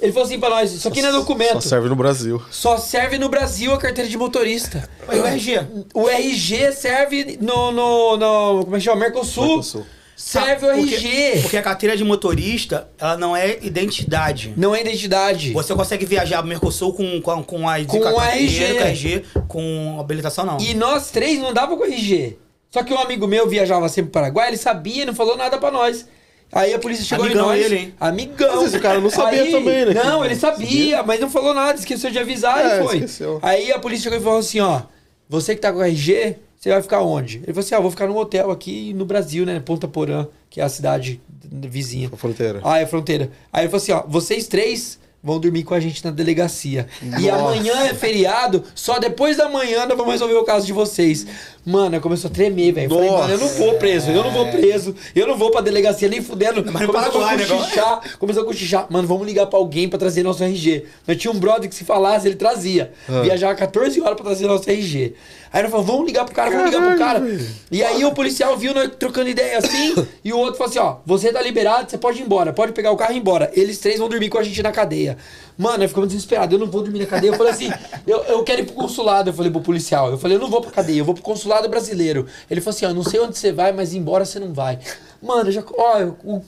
A: Ele falou assim pra nós: isso aqui não é documento.
B: Só serve no Brasil.
A: Só serve no Brasil a carteira de motorista.
D: Mas o RG,
A: O RG serve no. no, no como é que chama? Mercosul.
B: Mercosul.
A: Serve
D: Ah,
A: o
D: porque-
A: RG.
D: Porque a carteira de motorista, ela não é identidade.
A: Não é identidade.
D: Você consegue viajar pro Mercosul com, com, com a ID,
A: Com
D: a
A: o
D: carteira,
A: RG.
D: com a RG, com habilitação não.
A: E nós três não dava com o RG. Só que um amigo meu viajava sempre pro Paraguai, ele sabia e não falou nada pra nós. Aí a polícia chegou
D: Amigão
A: em nós.
D: ele, hein?
A: Amigão.
B: Às vezes o cara não sabia
A: Aí-
B: também, né, que-
A: Não, ele sabia,
B: sabia.
A: mas não falou nada, esqueceu de avisar
B: É,
A: e foi.
B: esqueceu.
A: Aí a polícia chegou e falou assim: ó, você que tá com o RG, você vai ficar onde? Ele falou assim: ah, vou ficar num hotel aqui no Brasil, né? Ponta Porã, que é a cidade vizinha.
B: A fronteira.
A: Ah, é a fronteira. Aí ele falou assim, ó, vocês três vão dormir com a gente na delegacia. E amanhã é feriado, só depois da manhã nós vamos resolver o caso de vocês. Mano, eu começou a tremer, velho. Eu Falei,
B: Nossa.
A: mano, eu não vou preso, eu não vou preso, eu não vou pra delegacia nem fudendo.
D: Mas no
A: começou a
D: Paraguai, né,
A: cochichar, começou a cochichar. Mano, vamos ligar pra alguém pra trazer nosso RG. Nós tinha um brother que se falasse, ele trazia.
B: Ah.
A: Viajava 14 horas pra trazer nosso RG. Aí nós falamos, vamos ligar pro cara, vamos ligar pro cara.
B: Caralho, velho.
A: E aí o policial viu nós trocando ideia assim, e o outro falou assim, ó, você tá liberado, você pode ir embora, pode pegar o carro e ir embora. Eles três vão dormir com a gente na cadeia. Mano, eu ficamos desesperados, eu não vou dormir na cadeia. Eu falei assim, eu, eu quero ir pro consulado, eu falei pro policial. Eu falei, eu não vou pra cadeia, eu vou pro consulado brasileiro. Ele falou assim, ó, eu não sei onde você vai, mas embora você não vai. Mano, eu já, ó, o,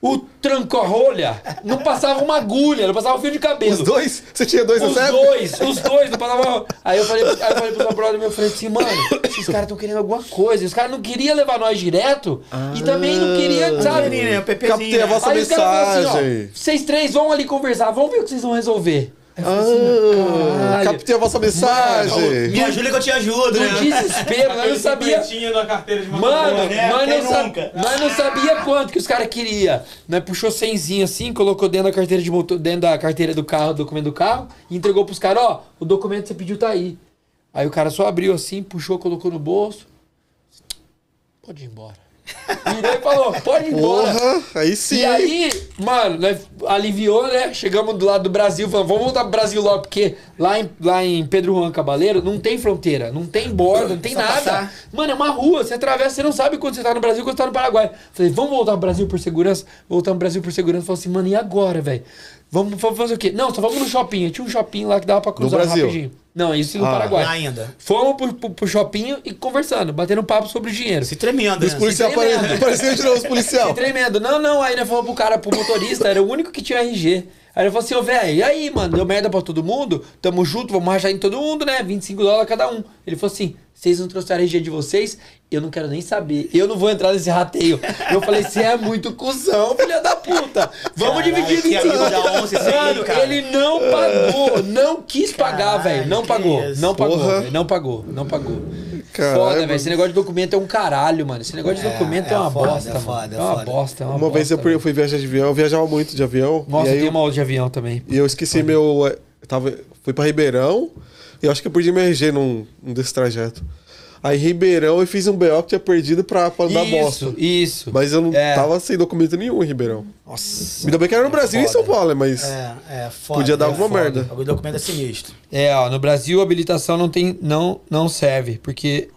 A: o tranco-rolha não passava uma agulha, não passava um fio de cabelo.
B: Os dois? Você tinha dois
A: Os
B: nessa época?
A: dois, os dois, não passava. Aí eu falei, aí eu falei pro meu brother meu, eu falei assim, mano, esses caras estão querendo alguma coisa. Os caras não queriam levar nós direto e também não queriam, sabe?
D: Pequenininho, né? O Pepezinho,
B: Captei a
D: né?
B: vossa
A: Aí os caras falaram assim,
B: Ah, mensagem.
A: ó, vocês três vão ali conversar, vamos ver o que vocês vão resolver.
B: Ah,
A: assim, caralho.
B: captei a vossa mensagem.
D: Me ajuda que eu te ajudo, né?
A: No desespero, nós não
C: Aquele
A: sabia.
C: tabletinho na carteira de
A: Mano, É.
C: motorista.
D: né?
A: nós,
D: Quem
A: não sa-
D: nunca?
A: nós não sabia quanto que os caras queriam. Nós puxou 100 assim, colocou dentro da carteira de motor, dentro da carteira do carro, documento do carro, e entregou pros caras, ó, o documento que você pediu tá aí. Aí o cara só abriu assim, puxou, colocou no bolso. Pode ir embora. Virou e falou, pode ir embora.
B: Porra, aí sim.
A: E aí, mano, nós aliviou, né? Chegamos do lado do Brasil, falamos, vamos voltar pro Brasil logo, porque lá em, lá em Pedro Juan Cabaleiro não tem fronteira, não tem borda, não tem
D: Só
A: nada.
D: passar.
A: Mano, é uma rua, você atravessa, você não sabe quando você tá no Brasil e quando você tá no Paraguai. Falei, vamos voltar pro Brasil por segurança? Voltamos pro Brasil por segurança. Falei assim, mano, e agora, velho? Vamos, vamos fazer o quê? Não, só vamos no shopping. Tinha um shopping lá que dava pra cruzar
B: Brasil?
A: rapidinho. Não, isso no
B: Ah.
A: Paraguai.
D: Lá ainda.
A: Fomos pro, pro, pro shopping e conversando, batendo papo sobre o dinheiro.
D: Se tremendo,
B: Os
D: né?
B: policiais
A: Sem
B: apare-
A: nada.
B: apareceram de novo, os policiais.
A: Que tremendo. Não, não, aí nós falamos pro cara, pro motorista, era o único que tinha RG. Aí ele falou assim, ô velho, e aí, mano, deu merda pra todo mundo? Tamo junto, vamos rachar em todo mundo, né? 25 dólares cada um. Ele falou assim, vocês não trouxeram a RG de vocês? Eu não quero nem saber. Eu não vou entrar nesse rateio. Eu falei, você é muito cuzão, filha da puta. Vamos
D: Caralho,
A: dividir
D: que
A: 25
D: amigo da onça esse aí,
A: Mano,
D: cara.
A: ele não pagou, não quis pagar,
D: Caralho,
A: velho. Não
D: que
A: pagou,
D: isso.
A: não pagou,
B: Porra.
A: velho, não pagou, não pagou.
B: Caralho,
A: foda, velho.
B: mano.
A: Esse negócio de documento é um caralho, mano. Esse negócio de
D: É,
A: documento é,
D: é
A: uma
D: foda,
A: bosta,
D: é
A: mano.
D: foda, é
A: é uma
D: foda.
A: bosta, é uma,
B: Uma vez eu
A: bosta,
B: fui- eu fui viajar de avião, eu viajava muito de avião.
A: velho. Nossa,
B: e aí
A: tem
B: eu-
A: uma outra de avião também.
B: E eu esqueci meu. eh, Tava, fui pra Ribeirão e eu acho que eu perdi meu RG num, num desse trajeto. Aí em Ribeirão eu fiz um BO que tinha perdido pra, pra andar bosta.
A: Isso, isso.
B: Mas eu não
A: É.
B: tava sem documento nenhum em Ribeirão.
A: Nossa.
B: Ainda bem que era no Brasil e em São Paulo, né? mas.
D: É, é foda.
B: Podia dar
D: é
B: alguma
D: foda.
B: merda.
D: Algum documento é sinistro.
A: É, ó, no Brasil a habilitação não tem não não serve, porque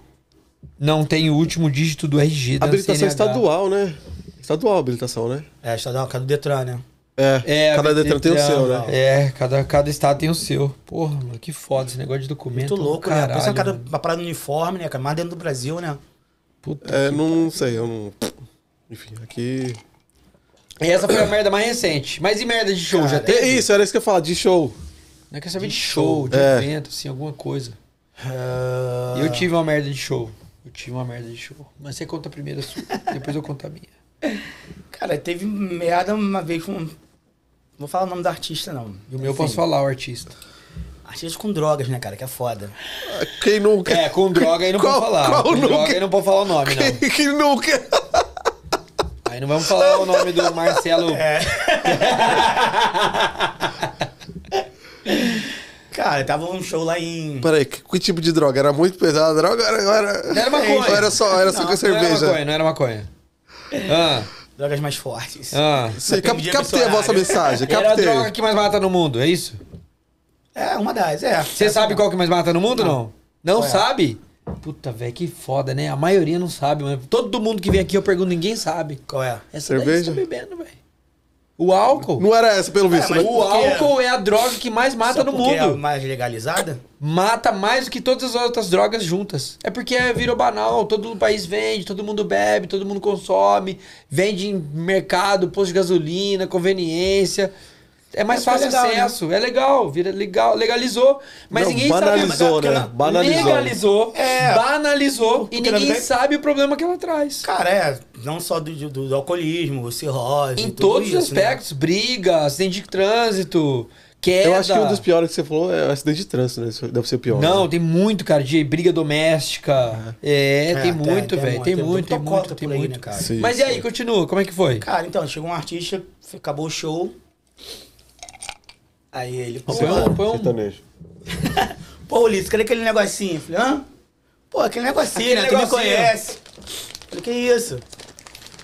A: não tem o último dígito do RG da
B: habilitação é
A: CNH.
B: estadual, né? Estadual a habilitação, né?
D: É, estadual, cara do Detran, né?
B: É,
A: É,
B: cada
A: habilita-
B: Detran tem o seu, né?
A: É, cada, cada estado tem o seu. Porra, mano, que foda esse negócio de documento.
D: Muito louco,
A: caralho,
D: né? Pensa um cara
A: mano.
D: uma parada no uniforme, né, cara? Mas dentro do Brasil, né?
A: Puta.
B: É, não, não sei, eu não. Enfim, aqui.
A: E essa foi a merda mais recente. Mas e merda de show? já
D: Cara,
A: teve?
B: É isso, era isso que eu ia falar, de show.
A: Não quer saber de show, de
B: É.
A: evento, assim, alguma coisa.
D: Ah,
A: Eu tive uma merda de show. Eu tive uma merda de show. Mas você conta a primeira sua, depois eu conto a minha.
D: Cara, teve merda uma vez com. Não vou falar o nome do artista, não.
A: E o meu eu posso falar, o artista.
D: Artista com drogas, né, cara? Que é foda.
B: Quem nunca?
A: É, com droga aí não
B: Qual-
A: pode falar.
B: qual
A: com droga
B: nunca?
A: aí não pode falar o nome, não.
B: Quem, quem nunca?
A: Aí não vamos falar o nome do Marcelo.
D: Cara, tava um show lá em.
B: Peraí, que, que tipo de droga? Era muito pesada a droga? Era, era...
A: Não era maconha.
B: Ou era só, era só
A: Não
B: com a
A: era
B: cerveja?
A: maconha, não era maconha. Ah,
D: drogas mais fortes.
A: Ah.
B: Sim, cap-
D: Entendi a
B: captei a
D: missionária.
B: vossa mensagem,
A: Era a droga
B: captei.
A: que mais mata no mundo, é isso?
D: É, uma das, é.
A: Você sabe qual que mais mata no mundo, não? Não,
D: Qual é?
A: sabe? Puta, velho, que foda, né? A maioria não sabe, mano. Todo mundo que vem aqui eu pergunto, ninguém sabe.
D: Qual é?
A: Essa daí
B: Cerveja?
A: você tá bebendo, velho. O álcool?
B: Não era essa, pelo visto,
D: mas-
B: né?
A: O
D: Porque-
A: álcool é a droga que mais mata
D: Só
A: no
D: porque É a
A: mundo.
D: mais legalizada?
A: Mata mais do que todas as outras drogas juntas. É porque é- virou banal, todo o país vende, todo mundo bebe, todo mundo consome, vende em mercado, posto de gasolina, conveniência. É mais
D: É, foi
A: fácil
D: legal, né?
A: acesso, é legal, vira legal, legalizou, mas
B: Não,
A: ninguém sabe.
B: banalizou,
D: mas é
B: né?
D: porque ela
B: Banalizou.
A: Legalizou,
D: É.
A: banalizou e
D: Porque na
A: ninguém
D: verdade-
A: sabe o problema que ela traz.
D: Cara, é. Não só do, do, do alcoolismo, cirrose.
A: em
D: tudo
A: todos os
D: isso, né?
A: aspectos, briga, acidente de trânsito, queda.
B: Eu acho que um dos piores que você falou é o acidente de trânsito, né? Isso Deve ser o pior.
A: Não,
B: né?
A: tem muito, cara, de briga doméstica. É, tem muito, velho. Tem muito, tem
D: muita
A: muito,
D: cota
A: tem
D: por aí,
A: muito.
D: né, cara?
B: Sim.
A: Mas e aí, continua, como é que foi?
D: Cara, então, chegou um artista, acabou o show. Aí ele, pô,
A: Põe um- põe um-
B: Sertanejo.
D: pô, Ulisses, cadê aquele negocinho? Eu falei, hã? Pô, aquele negocinho,
A: Aquele
D: né? Tu me
A: negocinho.
D: conhece. Eu falei, que isso?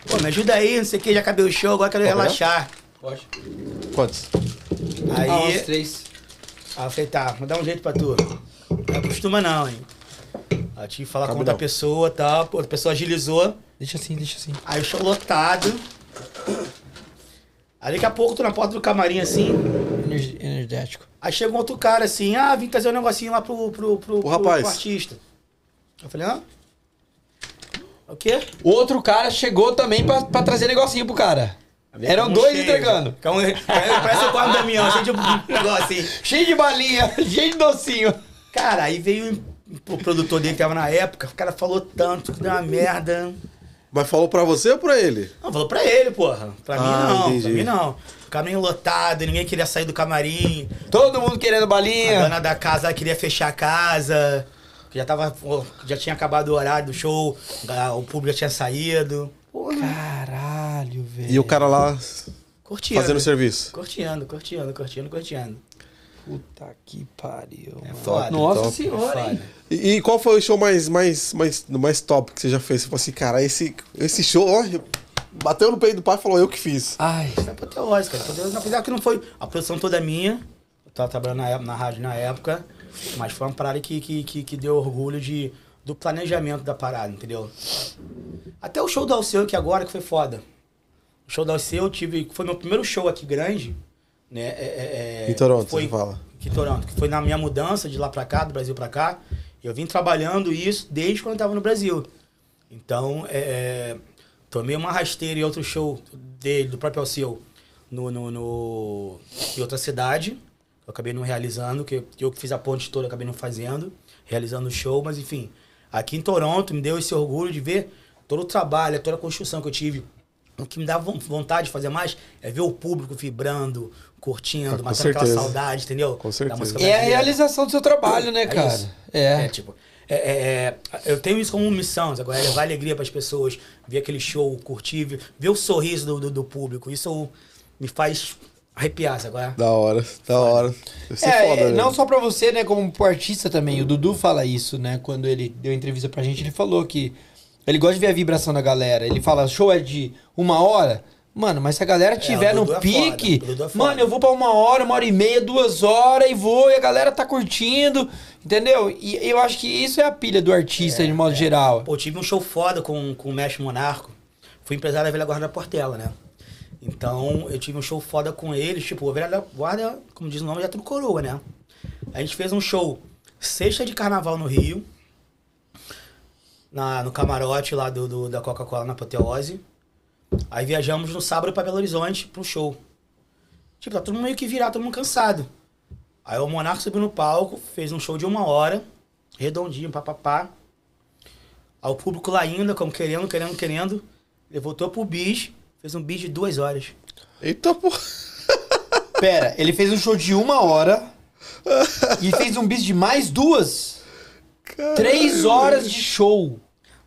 D: Pô, me ajuda aí, não sei o que, já acabei o show, agora quero
B: Pode pegar?
D: relaxar.
A: Pode.
B: Quantos?
D: Aí,
A: Ah, uns três.
D: Aí eu falei, tá, vou dar um jeito pra tu. Não acostuma não, hein? Aí tive que falar
A: Tá
B: Cabe
D: com outra
B: não.
D: pessoa e tal, pô, a pessoa agilizou.
A: Deixa assim, deixa assim.
D: Aí o show lotado. Aí daqui a pouco tô na porta do camarim assim.
A: Energi- Energético.
D: Aí chega um outro cara assim, ah, vim trazer um negocinho lá pro, pro, pro, pro-
B: rapaz.
D: pro artista. Eu falei, hã? O quê?
A: Outro cara chegou também pra, pra trazer negocinho pro cara. Eram
D: Ficamos
A: dois
D: cheios.
A: entregando.
D: Ficamos- Parece o quarto do Damião, cheio de negócio assim.
A: Cheio de balinha, cheio de docinho.
D: Cara, aí veio um, o produtor dele que tava na época, o cara falou tanto que deu uma merda.
B: Mas falou pra você ou pra ele?
D: Não, falou pra ele, porra. Pra
B: Ah,
D: mim não,
B: entendi.
D: pra mim não. Caminho lotado, ninguém queria sair do camarim.
A: Todo mundo querendo
B: É.
D: A
A: balinha.
D: dona da casa queria fechar a casa. Já tava. pô, Já tinha acabado o horário do show, a- o público já tinha saído. Pô,
A: Caralho, velho.
B: E o cara lá
D: curtindo.
A: é?
B: fazendo o serviço.
D: Curtindo, curtindo, curtindo, curtindo. É
A: Puta que pariu. mano.
D: foda, É
A: Nossa
B: top.
A: senhora, hein?
B: E, e qual foi o show mais, mais, mais, mais top que você já fez? Você falou assim, cara, esse, esse show, ó, bateu no peito do pai e falou, eu que fiz.
A: Ai,
D: Isso é apoteósico, cara. Apoteósico, Apesar que não foi. A produção toda é minha. Eu tava trabalhando na, ép- na rádio na época. Mas foi uma parada que, que, que, que deu orgulho de, do planejamento da parada, entendeu? Até o show do Alceu aqui agora, que foi foda. O show do Alceu eu tive. Foi meu primeiro show aqui grande. Né? É, é, é,
B: Em Toronto,
D: foi,
B: você fala.
D: Que Toronto, que foi na minha mudança de lá pra cá, do Brasil pra cá. Eu vim trabalhando isso desde quando eu tava no Brasil. Então, é, é, tomei uma rasteira em outro show dele, do próprio Alceu, no, no, no- em outra cidade. Eu acabei não realizando, que eu que fiz a ponte toda, eu acabei não fazendo, realizando o show, mas enfim. Aqui em Toronto me deu esse orgulho de ver todo o trabalho, toda a construção que eu tive. O que me dá von- vontade de fazer mais é ver o público vibrando, curtindo,
B: Ah, com
D: matando
B: certeza.
D: aquela saudade, entendeu?
B: Com
D: Da
B: certeza.
D: música
A: é a
D: brasileira.
A: realização do seu trabalho, né,
D: É
A: cara?
D: isso.
A: É.
D: É, tipo, é, é, é, eu tenho isso como missão, agora é levar alegria para as pessoas, ver aquele show, curtir, ver- ver o sorriso do, do, do público. Isso me faz arrepiar, agora.
B: Da hora, da hora. Deve ser
A: É,
B: foda,
A: é,
B: né?
A: não só pra você, né, como pro artista também. O Dudu fala isso, né, quando ele deu entrevista pra gente, ele falou que ele gosta de ver a vibração da galera. Ele fala, show é de uma hora. Mano, mas se a galera tiver
D: o
A: no
D: Dudu é
A: pique,
D: foda, o Dudu é foda.
A: mano, eu vou pra uma hora, uma hora e meia, duas horas e vou, e a galera tá curtindo, entendeu? E eu acho que isso é a pilha do artista, de modo geral.
D: Pô, eu tive um show foda com, com o Mestre Monarco. Fui empresário da Velha Guarda da Portela, né? Então, eu tive um show foda com eles. Tipo, a Velha Guarda, como diz o nome, já tudo coroa, né? A gente fez um show sexta de carnaval no Rio. Na, no camarote lá do, do- da Coca-Cola na Apoteose. Aí viajamos no sábado pra Belo Horizonte pro show. Tipo, tá todo mundo meio que virado, todo mundo cansado. Aí o Monarco subiu no palco, fez um show de uma hora, redondinho, papapá. Pá, pá. Ao público lá ainda, como querendo, querendo, querendo. Ele voltou pro bis, fez um bis de duas horas.
B: Eita porra.
A: Pera, ele fez um show de uma hora e fez um bis de mais duas. Três horas Ah, de show.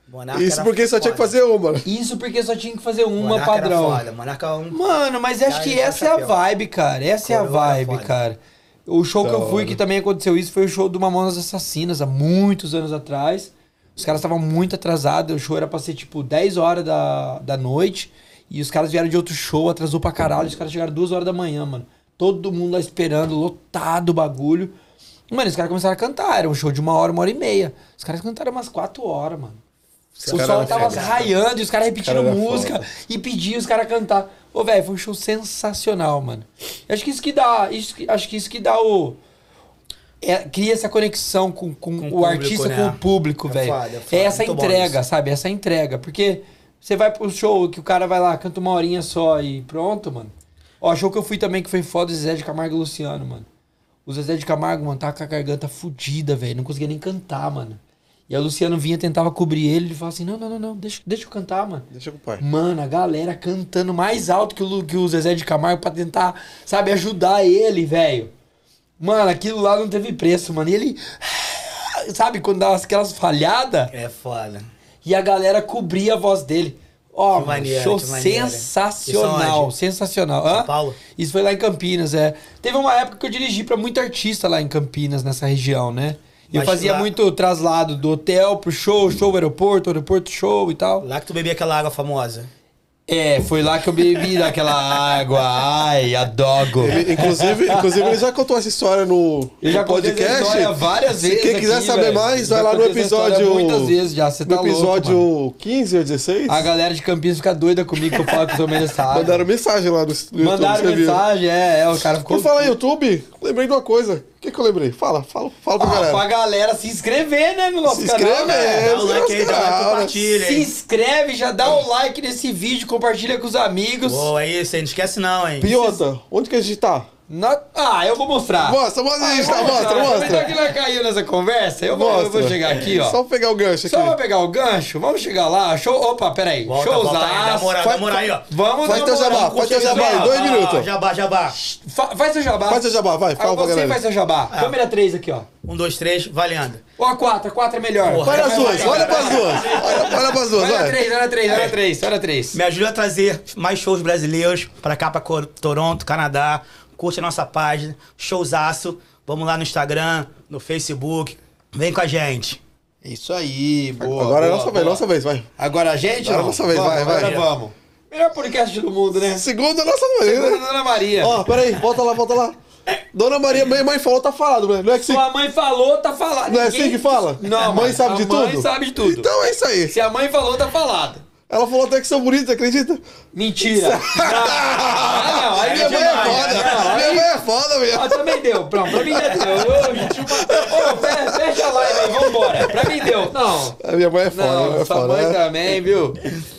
D: Monarca
B: Isso
D: era
B: porque só tinha que
D: foda.
B: fazer uma. né?
A: Isso porque só tinha que fazer uma
D: Monarca era
A: padrão.
D: foda, Monarca é um...
A: Mano, mas acho
D: Cara,
A: que
D: ele tá
A: essa é a
D: chapéu.
A: vibe, cara. Essa é a
D: Coroa era
A: vibe,
D: foda. Tá.
A: cara. O show que
B: Da
A: eu fui,
B: hora.
A: que também aconteceu isso, foi o show do Mamonas Assassinas, há muitos anos atrás. Os caras estavam muito atrasados, o show era pra ser tipo 10 horas da, da noite. E os caras vieram de outro show, atrasou pra caralho. Os caras chegaram duas horas da manhã, mano. Todo mundo lá esperando, lotado o bagulho. Mano, os caras começaram a cantar. Era um show de uma hora, uma hora e meia. Os caras cantaram umas quatro horas, mano. o
B: cara
A: sol
B: era
A: tava
D: né?
B: foda.
A: raiando e os caras repetindo
B: Cara era
A: música
B: foda.
A: e pediam os caras cantar. Ô, velho, foi um show sensacional, mano. Eu acho que isso que dá. isso que- acho que isso que dá o. é, cria essa conexão com, com,
D: o
A: o,
D: público,
A: artista,
D: né?
A: com o público,
D: É
A: velho.
D: foda, é foda,
A: É essa
D: muito bom
A: entrega,
D: isso.
A: sabe? É Essa entrega. Porque você vai pro show que o cara vai lá, canta uma horinha só e pronto, mano. Ó, show que eu fui também que foi foda, Zezé de Camargo e Luciano, mano. O Zezé de Camargo, mano, tava com a garganta fudida, velho. Não conseguia nem cantar, mano. E aí o Luciano vinha, tentava cobrir ele. Ele falava assim: não, não, não, não, deixa, deixa eu cantar, mano.
B: Deixa com o pai.
A: Mano, a galera cantando mais alto que o, Lu- que o Zezé de Camargo pra tentar, sabe, ajudar ele, velho. Mano, aquilo lá não teve preço, mano. E ele. Sabe, quando dava aquelas falhadas
D: É foda.
A: e a galera cobria a voz dele. Ó, mano,
D: Que maneiro,
A: show
D: que é maneiro. Isso
A: sensacional,
D: aonde?
A: sensacional.
D: São
A: Hã?
D: Paulo?
A: Isso foi lá em Campinas, é. Teve uma época que eu dirigi pra muito artista lá em Campinas, nessa região, né? E eu
D: Mas
A: fazia
D: lá-
A: muito traslado do hotel pro show, show aeroporto, aeroporto show e tal.
D: Lá que tu bebia aquela água famosa.
A: É, foi lá que eu bebi daquela água. Ai, adogo.
B: Ele- inclusive, inclusive, ele já contou essa história no,
A: Eu já
B: no
A: contei essa
B: podcast.
A: história várias vezes
B: Se quem quiser
A: aqui,
B: saber
A: velho.
B: mais,
A: Já
B: vai lá no
A: contei essa história
B: episódio.
A: muitas vezes já, você tá
B: No
A: louco,
B: episódio 15 ou 16?
A: A galera de Campinas fica doida comigo que eu falo que eu sou meio dessa água.
B: Mandaram mensagem lá no YouTube.
A: Mandaram
B: você viu.
A: mensagem, é, é, o cara ficou.
B: Por falar em YouTube, lembrei de uma coisa. O que, que eu lembrei? Fala, fala, fala pra
A: Ah,
B: galera.
A: pra galera se inscrever, né, no nosso
B: Se
A: canal.
B: inscreve,
A: né?
B: É,
D: Dá o like aí, dá o like,
B: cara.
D: compartilha.
A: Se
D: hein?
A: inscreve, já dá o like nesse vídeo, compartilha com os amigos.
D: Boa, é isso aí, não esquece não, hein?
B: Piota, onde que a gente tá?
A: Na- Ah, eu vou mostrar.
B: Mostra, mostra a gente
A: Eu
B: tá,
A: vou
B: mostra,
A: mostrar. Aproveitar que
B: mostra.
A: nós caiu nessa conversa, eu vou,
B: Mostra.
A: eu vou chegar aqui, ó.
B: Só um pegar o gancho
A: Só pra
B: aqui.
A: pegar o gancho, vamos chegar lá. Show. Opa, peraí.
D: Volta,
A: Showzaço.
D: volta aí, dá moral, dá moral aí, ó.
A: Vamos
B: Faz
A: dar
B: teu
A: moral.
B: jabá, faz teu jabá aí,
A: Ó,
B: dois
A: ó,
D: Ah,
B: minutos.
D: Jabá, jabá.
A: fa- Faz seu jabá.
B: Faz seu jabá, vai, fala
A: Ah,
B: pra
A: você
B: galera.
A: faz seu jabá.
D: Ah.
A: Câmera 3 aqui, ó.
D: Um, dois, três, valendo.
A: Ó, a 4, a 4 é melhor.
D: Porra.
B: Olha as
D: Vai,
B: duas,
D: vai,
B: olha
D: vai,
B: pras duas. Olha, olha pras duas,
A: Olha a
B: vai.
A: 3, olha a 3,
D: É.
A: olha a 3, olha a 3.
D: Me ajuda a trazer mais shows brasileiros pra cá, pra Cor- Toronto, Canadá. Curte a nossa página, showzaço. Vamos lá no Instagram, no Facebook. Vem com a gente.
A: Isso aí, boa.
B: Agora é
A: boa,
B: nossa vez,
A: boa.
B: nossa vez, vai.
A: Agora a gente,
B: Agora
A: não?
B: nossa vez, vai,
A: Vamos,
B: vai.
A: Agora vamos. Melhor podcast do mundo, né?
B: Segunda, nossa vez,
A: Segunda
B: né?
A: da Dona Maria.
B: Ó, peraí, volta lá, volta lá. Dona Maria, mãe, mãe falou, tá falado, né? Não é que se...
A: Sua mãe falou, tá falado.
B: Não é
A: Ninguém-
B: assim que fala?
A: Não,
B: Mãe
A: mano,
B: sabe de
A: A mãe
B: tudo?
A: sabe de tudo.
B: Então é isso aí.
A: Se a mãe falou, tá falado.
B: Ela falou até que são bonitos, acredita?
A: Mentira. Ah, não, aí
B: minha mãe é
A: demais, né? Não,
B: foda, minha
A: aí-
B: mãe é foda, minha.
A: Ah, também deu. Pronto, pra mim já deu. Ô, gente, uma- Ô, fe- fecha a live aí, vambora. Pra mim deu. Não.
B: A minha mãe é foda, minha mãe
A: Não,
B: é
A: sua
B: foda.
A: mãe tá-
B: né?
A: também, viu?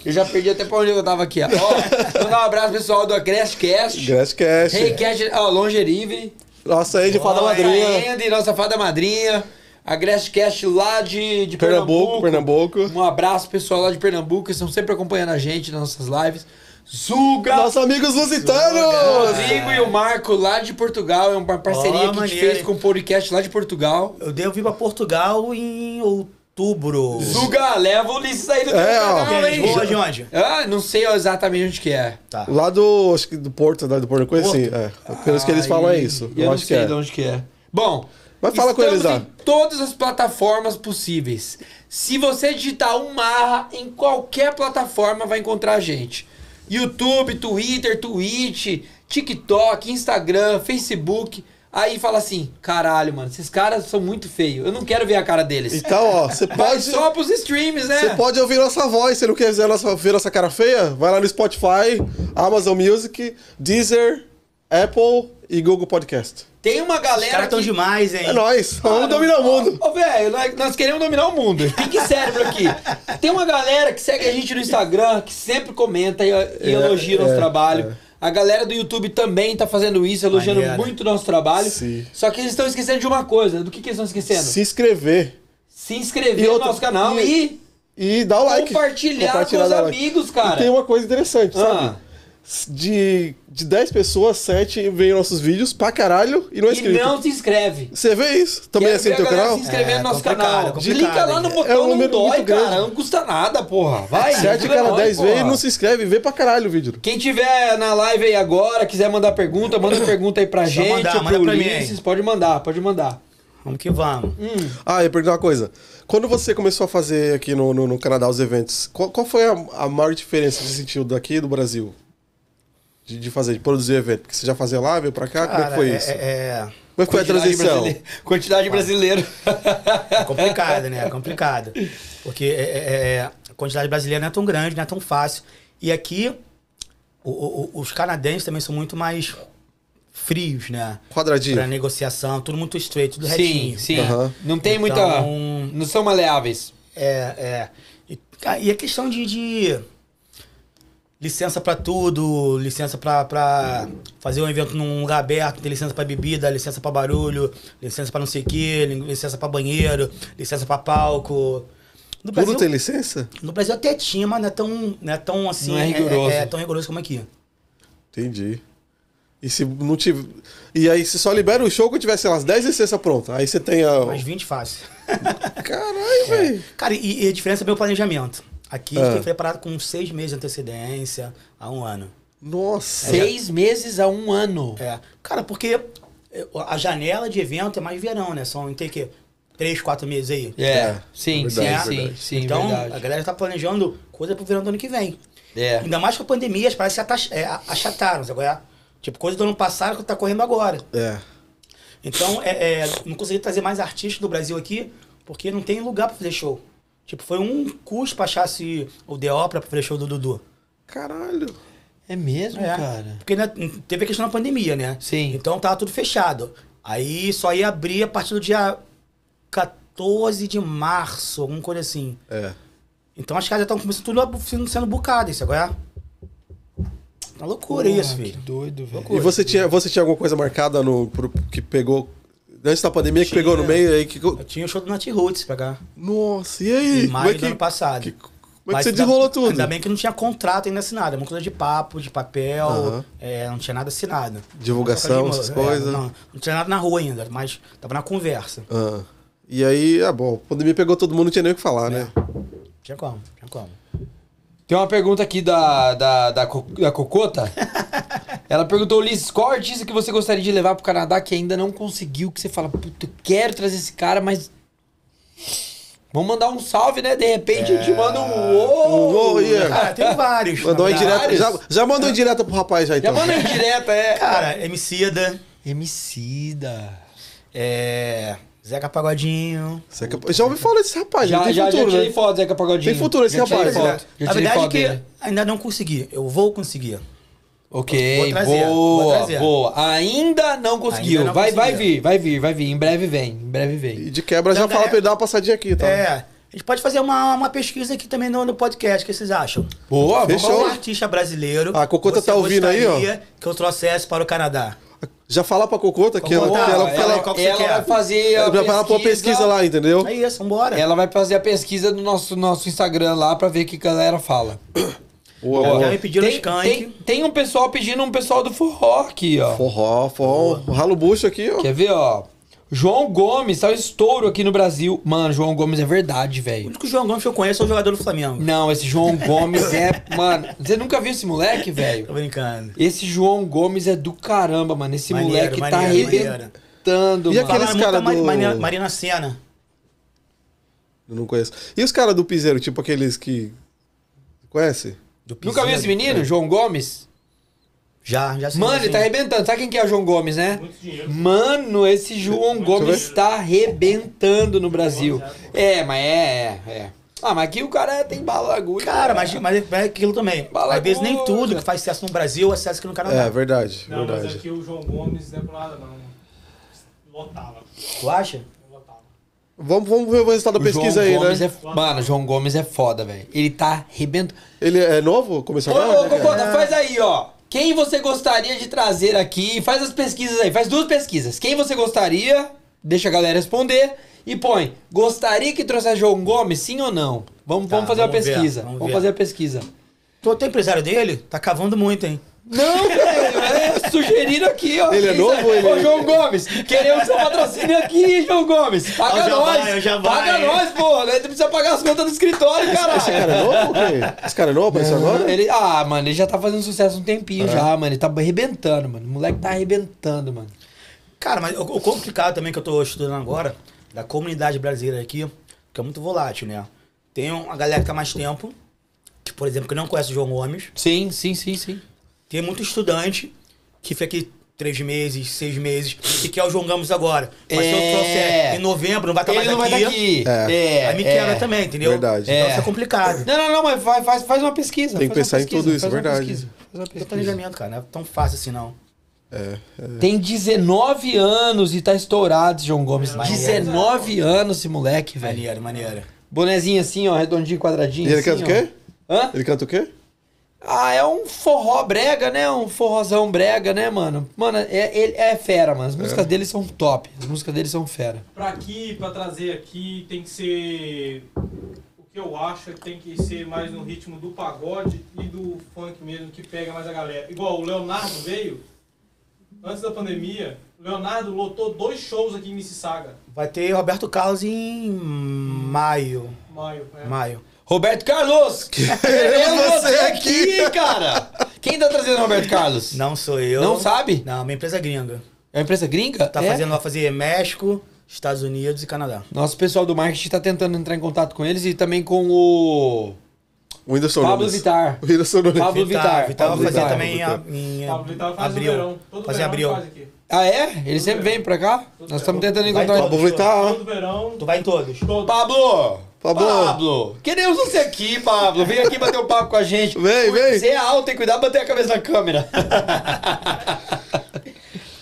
A: Eu já perdi até pra onde eu tava aqui. ó. Ó, mandar um abraço pessoal do Agresscast.
B: Grass Cash.
A: Raycast, ó, Longerive.
B: Nossa aí de fada madrinha.
A: Andy, nossa fada madrinha. Agresscast lá de, de
B: Pernambuco, Pernambuco.
A: Um abraço pessoal lá de Pernambuco, que estão sempre acompanhando a gente nas nossas lives. Zuga!
B: Nossos amigos
A: O
B: lusitanos!
A: Rodrigo e o Marco lá de Portugal, é uma parceria
D: Ó,
A: que a gente
D: maneiro,
A: fez
D: hein?
A: com o podcast lá de Portugal.
D: Eu devo vir pra Portugal em outubro.
A: Zuga, leva o Ulisses aí do teu
B: É, ó.
A: canal, hein?
D: Lisboa de onde?
A: Ah, não sei exatamente onde que é.
D: Tá.
B: Lá do. Acho que do Porto, né? Do Porto, coisa assim. É. Pelos que eles falam é isso.
A: Eu,
B: Eu,
A: não
B: acho que
A: sei
B: é.
A: de onde que é. Bom,
B: Mas fala com
A: estamos
B: eles lá.
A: em todas as plataformas possíveis. Se você digitar um Marra em qualquer plataforma, vai encontrar a gente. YouTube, Twitter, Twitch, TikTok, Instagram, Facebook. Aí fala assim, caralho, mano, esses caras são muito feios. Eu não quero ver a cara deles.
B: Então, ó, você
A: é. Vai
B: pode.
A: só pros streams, né?
B: Você pode ouvir nossa voz, se não quer ver nossa, ver nossa cara feia, vai lá no Spotify, Amazon Music, Deezer, Apple e Google Podcast.
A: Tem uma
D: Os
A: galera
D: caras tão
A: que...
D: demais, hein?
B: É nóis, vamos dominar o mundo.
A: Ô, velho, nós, nós queremos dominar o mundo. Pique cérebro aqui. Tem uma galera que segue a gente no Instagram, que sempre comenta e,
B: É,
A: e elogia o nosso trabalho. A galera do YouTube também tá fazendo isso, elogiando
D: Maneiro.
A: muito o nosso trabalho.
B: Sim.
A: Só que eles estão esquecendo de uma coisa. Do que, que eles estão esquecendo?
B: Se inscrever
A: Se inscrever
B: E
A: no
B: outra-
A: nosso canal e,
B: e dar o like.
A: compartilhar, com os
B: dar like.
A: amigos,
B: E tem
A: cara.
B: uma coisa interessante,
A: Ah.
B: sabe? De, de 10 pessoas, 7 veem nossos vídeos pra caralho e não é
A: E
B: inscrito.
A: não se inscreve.
B: Você vê isso? Também
A: Quero
B: é
A: ver
B: assim no teu
A: a galera
B: canal?
A: Se inscrever
D: É,
A: no nosso
D: complicado,
A: canal.
D: complicado,
A: Clica lá no
D: hein?
A: botão,
B: É um
A: não
B: número
A: dói,
B: muito
A: cara.
B: grande.
A: Não custa nada, porra. Vai.
B: 7
A: ajuda
B: cara
A: nós,
B: 10 vê e
A: porra.
B: não se inscreve, vê pra caralho o vídeo.
A: Quem tiver na live aí agora, quiser mandar pergunta, manda pergunta aí pra gente,
D: mandar,
A: pro
D: manda pra mim
A: Ulisses, pode mandar, Hum, pode mandar.
D: Vamos que vamos.
B: Ah, eu ia perguntar uma coisa. Quando você começou a fazer aqui no, no, no Canadá os eventos, qual, qual foi a, a maior diferença que você sentiu daqui e do Brasil? De, de fazer, de produzir evento? Porque você já fazia lá, veio pra cá? Como é que
D: Cara,
B: foi
D: é-
B: isso?
D: é-
B: Como é que foi a transição?
A: brasile- Quantidade de brasileiro.
D: é complicado, né? É complicado. Porque é- é- é, a quantidade brasileira não é tão grande, não é tão fácil. E aqui, o- o- o- os canadenses também são muito mais frios, né?
B: Quadradinho.
D: Pra negociação, tudo muito straight, tudo
A: Sim,
D: retinho.
A: sim.
B: Aham.
A: Não tem muita.
D: Então-
A: Não são maleáveis.
D: É, é. E, ca- e a questão de, de licença pra tudo, licença pra- pra fazer um evento num lugar aberto, tem licença pra bebida, licença pra barulho, licença pra não sei o quê, li- licença pra banheiro, licença pra palco. No
B: Tudo
D: Brasil,
B: tem licença?
D: no Brasil até tinha, mas não é tão, não é tão assim.
A: Não é rigoroso.
D: É, tão rigoroso como aqui.
B: Entendi. E se não tiver. E aí você só libera o show quando tiver, sei lá, as 10 licenças prontas. Aí você tem a.
D: Mas É. 20 fácil.
B: Caralho, velho.
D: Cara, e, e a diferença é meu planejamento. Aqui a
B: Ah.
D: gente tem preparado com seis meses de antecedência a um ano.
B: Nossa.
A: É. Seis meses a um ano.
D: É. Cara, porque é, a janela de evento é mais verão, né? São tem que três, quatro meses aí.
A: É.
B: É,
A: Sim,
B: verdade,
A: sim,
B: verdade.
A: sim, sim,
D: então, a
A: verdade.
D: galera tá planejando coisa pro verão do ano que vem.
A: É.
D: Ainda mais com a pandemia, as paradas se atas- é, a- achataram, sabe? qual é? Tipo, coisa do ano passado que tá correndo agora.
B: É.
D: Então, é, é, não consegui trazer mais artistas do Brasil aqui, porque não tem lugar pra fazer show. Tipo, foi um custo pra achar se o The Opera pra fazer show do Dudu.
B: Caralho.
A: É mesmo,
D: É,
A: cara.
D: Porque né, teve a questão da pandemia, né?
A: Sim.
D: Então tava tudo fechado. Aí só ia abrir a partir do dia 14 de março, alguma coisa assim.
B: É.
D: Então as casas estão começando tudo a bu- sendo- sendo bucadas, isso agora. é Uma loucura isso,
A: Porra,
D: filho.
A: Que doido, velho.
B: E você tinha, você tinha alguma coisa marcada no, pro- que pegou. Antes da pandemia, que
D: Tinha.
B: pegou no meio aí que.
D: Eu tinha o show do Nat Roots pra cá.
B: Nossa, e aí?
D: Em
B: Como é
D: maio do
B: que,
D: ano passado.
B: que- como é que
D: Mas
B: você
D: ainda-
B: desenrolou tudo?
D: Ainda bem que não tinha contrato ainda assinado. é Uma coisa de papo, de papel,
B: Aham.
D: é, não tinha nada assinado.
B: Divulgação,
D: Só que,
B: essas
D: é,
B: coisas.
D: Não, não tinha nada na rua ainda, mas tava na conversa.
B: Ah. E aí, ah, bom, a pandemia pegou todo mundo, não tinha nem o que falar, né?
D: É. Tinha como, tinha como.
A: Tem uma pergunta aqui da, da, da, Co- da Cocota. Ela perguntou, Ulisses, qual artista que você gostaria de levar pro Canadá que ainda não conseguiu? Que você fala, puta, eu quero trazer esse cara, mas. Vamos mandar um salve, né? De repente a gente manda um.
B: Um
A: Ô!
B: ô, yeah.
D: né? Cara, tem vários.
B: Mandou
D: na
B: aí
D: verdade.
B: direto. Já, já mandou
D: É.
B: aí direto pro rapaz já,
A: Já
B: então.
A: manda em direta, é.
D: Cara, Emicida,
A: Emicida.
D: é... Zeca Pagodinho.
B: Você é capaz- Já ouvi falar desse rapaz, já,
A: Já,
B: tem
A: já, já
B: futuro,
A: tirei
B: né?
A: foto, Zeca Pagodinho.
B: Tem futuro esse
A: Já tirei
B: rapaz,
A: foto.
B: né?
A: Já tirei
D: A verdade é
A: foto
D: que
A: dele.
D: ainda não consegui. Eu vou conseguir.
A: Ok,
D: Vou trazer,
A: boa,
D: vou trazer.
A: boa. Ainda não conseguiu.
D: Ainda não
A: vai, vai
D: conseguiu.
A: vir, vai vir, vai vir. Em breve vem, em breve vem.
B: E de quebra já
D: Não,
B: fala
D: não, é-
B: pra ele dar uma passadinha aqui, tá?
D: É, a gente pode fazer uma, uma pesquisa aqui também no, no podcast, o que vocês acham?
A: Boa, vamos
B: Fechou.
D: Qual
A: lá.
D: artista brasileiro
B: Ah, a Cocota
D: você
B: tá ouvindo aí, ó.
D: gostaria que eu trouxesse para o Canadá?
B: Já fala pra Cocota que ela,
D: Cocota,
B: que ela,
D: é,
B: que ela,
D: qual que você
A: Tá ela
D: quer?
A: vai fazer a
B: ela, vai falar pra uma pesquisa lá, entendeu?
D: É isso, vambora.
A: Ela vai fazer a pesquisa do nosso, nosso Instagram lá pra ver o que a galera fala.
B: Boa,
D: Já
B: boa.
D: me pediram
A: tem,
D: Skank.
A: tem, tem um pessoal pedindo um pessoal do forró aqui, ó.
B: Forró, forró. um Ralo bucho aqui, ó.
A: Quer ver, ó? João Gomes, tá um estouro aqui no Brasil. Mano, João Gomes é verdade,
D: O
A: velho.
D: único João Gomes que eu conheço é o jogador do Flamengo.
A: Não, esse João Gomes é. Mano, você nunca viu esse moleque, velho?
D: Tô brincando.
A: Esse João Gomes é do caramba, mano. Esse
D: Maneiro,
A: moleque tá
D: maneiro, maneiro.
A: arrebentando,
B: E
A: mano.
B: aqueles
D: Falaram muito
B: cara
D: da Mari-
B: do-
D: Marina, Marina Senna.
B: Eu não conheço. E os caras do piseiro, tipo aqueles que. Conhece?
D: do
A: Nunca viu
D: Piseiro.
A: esse menino, João Gomes?
D: Já, já sei.
A: Mano,
D: sim.
A: ele tá arrebentando. Sabe quem que é o João Gomes, né?
C: Muito dinheiro.
A: Mano, esse João Gomes
B: ver.
A: tá arrebentando no Brasil. É, mas é, é, é. Ah, mas aqui o cara tem bala agulha.
D: Cara, mas, mas é aquilo também.
A: Bala
D: Às vezes nem
A: gorda.
D: tudo que faz sucesso no Brasil é sucesso aqui no
B: É,
D: Canadá.
B: verdade.
C: Não, mas
B: verdade.
C: aqui o João Gomes não é por nada, não. Lotava.
D: Tu acha?
C: Lotava.
B: Vamos, vamos ver o resultado da
A: O João
B: pesquisa aí,
A: Gomes
B: né?
A: é f- Mano, João Gomes é foda, velho. Ele tá arrebentando.
B: Ele é novo?
D: Tá
B: Começou
A: Ô, ô,
B: agora?
A: Cocota,
D: Ah.
A: faz aí, ó. Quem você gostaria de trazer aqui? Faz as pesquisas aí, faz duas pesquisas. Quem você gostaria, deixa a galera responder e põe. Gostaria que trouxesse João Gomes, sim ou não? Vamos,
D: Tá,
A: vamos fazer uma
D: vamos ver,
A: pesquisa.
D: vamos
A: Vamos,
D: ver.
A: fazer a pesquisa.
D: Tu tem empresário dele? Tá cavando muito, hein?
A: Não, velho, é sugeriram aqui, ó.
B: Ele
A: Isso
B: é
A: aí.
B: novo, ele-
A: Ô, João Gomes, queremos seu patrocínio aqui, João Gomes. Paga
D: Ó, já
A: nós.
D: vai, ó, já
A: paga
D: vai.
A: nós, pô. Nós precisa pagar as contas do escritório, caralho.
B: Esse cara é novo? o quê? Esse cara é novo? Apareceu agora?
A: Ele, ah, mano, ele já tá fazendo sucesso um tempinho já, mano. Ele tá arrebentando, mano. O moleque tá arrebentando, mano.
D: Cara, mas o, o complicado também que eu tô estudando agora, da comunidade brasileira aqui, que é muito volátil, né? Tem uma galera que tá mais tempo, que, por exemplo, que não conhece o João Gomes.
A: Sim, sim, sim, sim.
D: Tem muito estudante que fica aqui três meses, seis meses, e quer o João Gomes agora. Mas se
A: É.
D: eu trouxer em novembro, não vai estar
A: Ele
D: mais
A: não vai
D: Ah, tá, aqui.
A: estar aqui.
B: É.
D: Aí me quebra também, entendeu?
B: Verdade.
D: Então
A: É.
D: isso é complicado.
A: Não, não, não, mas vai- faz, faz uma pesquisa.
B: Tem que
A: faz uma
B: pensar em
A: pesquisa,
B: tudo isso,
A: faz uma
B: verdade.
A: pesquisa, faz uma
D: É
A: pesquisa.
D: planejamento, cara, não é tão fácil assim não.
A: Tem 19 anos e tá estourado esse João Gomes.
D: Maneiro.
A: 19 anos esse moleque, velho.
D: Maneiro, maneiro.
A: Bonezinho assim, ó, redondinho, quadradinho.
B: E ele
A: assim,
B: canta o
A: ó.
B: quê?
A: Hã?
B: Ele canta o quê?
A: Ah, é um forró brega, né? Um forrozão brega, né, mano? Mano, é, ele é fera, mano. As músicas dele são top. As músicas dele são fera.
C: Pra aqui, pra trazer aqui, tem que ser. O que eu acho é que tem que ser mais no ritmo do pagode e do funk mesmo, que pega mais a galera. Igual o Leonardo veio, antes da pandemia, o Leonardo lotou dois shows aqui em Mississauga,
D: Vai ter Roberto Carlos em maio.
C: maio. né?
D: Maio.
A: Roberto Carlos! Queremos
B: você aqui.
A: cara! Quem tá trazendo o Roberto Carlos?
D: Não sou eu.
A: Não sabe?
D: Não, minha empresa é gringa.
A: É uma empresa gringa?
D: Tá
A: É?
D: fazendo, vai fazer México, Estados Unidos e Canadá.
A: Nosso pessoal do marketing tá tentando entrar em contato com eles e também com o
B: O Whindersson
A: Pablo
B: Nunes.
A: Vittar.
B: O Whindersson Nunes.
A: Pablo Vittar,
D: Vital
A: Pablo
D: tá- vai fazer
A: Vittar.
D: também
B: Pablo
D: em, em
C: Pablo Vittar faz
D: abril.
C: no verão. Todo
D: fazer
C: verão
D: abril.
C: faz aqui.
A: Ah, é? Ele sempre vem pra cá? Nós estamos tentando
D: Vai
A: encontrar.
D: todo.
B: Pablo Vittar.
C: Todo verão,
D: Tu vai em todos.
C: todo.
A: Pablo!
B: Pablo!
A: Pablo! Queremos você aqui, Pablo! Vem aqui bater um papo com a gente.
B: Vem,
A: Cuida-
B: vem.
A: Você é alto, tem que cuidar de bater a cabeça na câmera.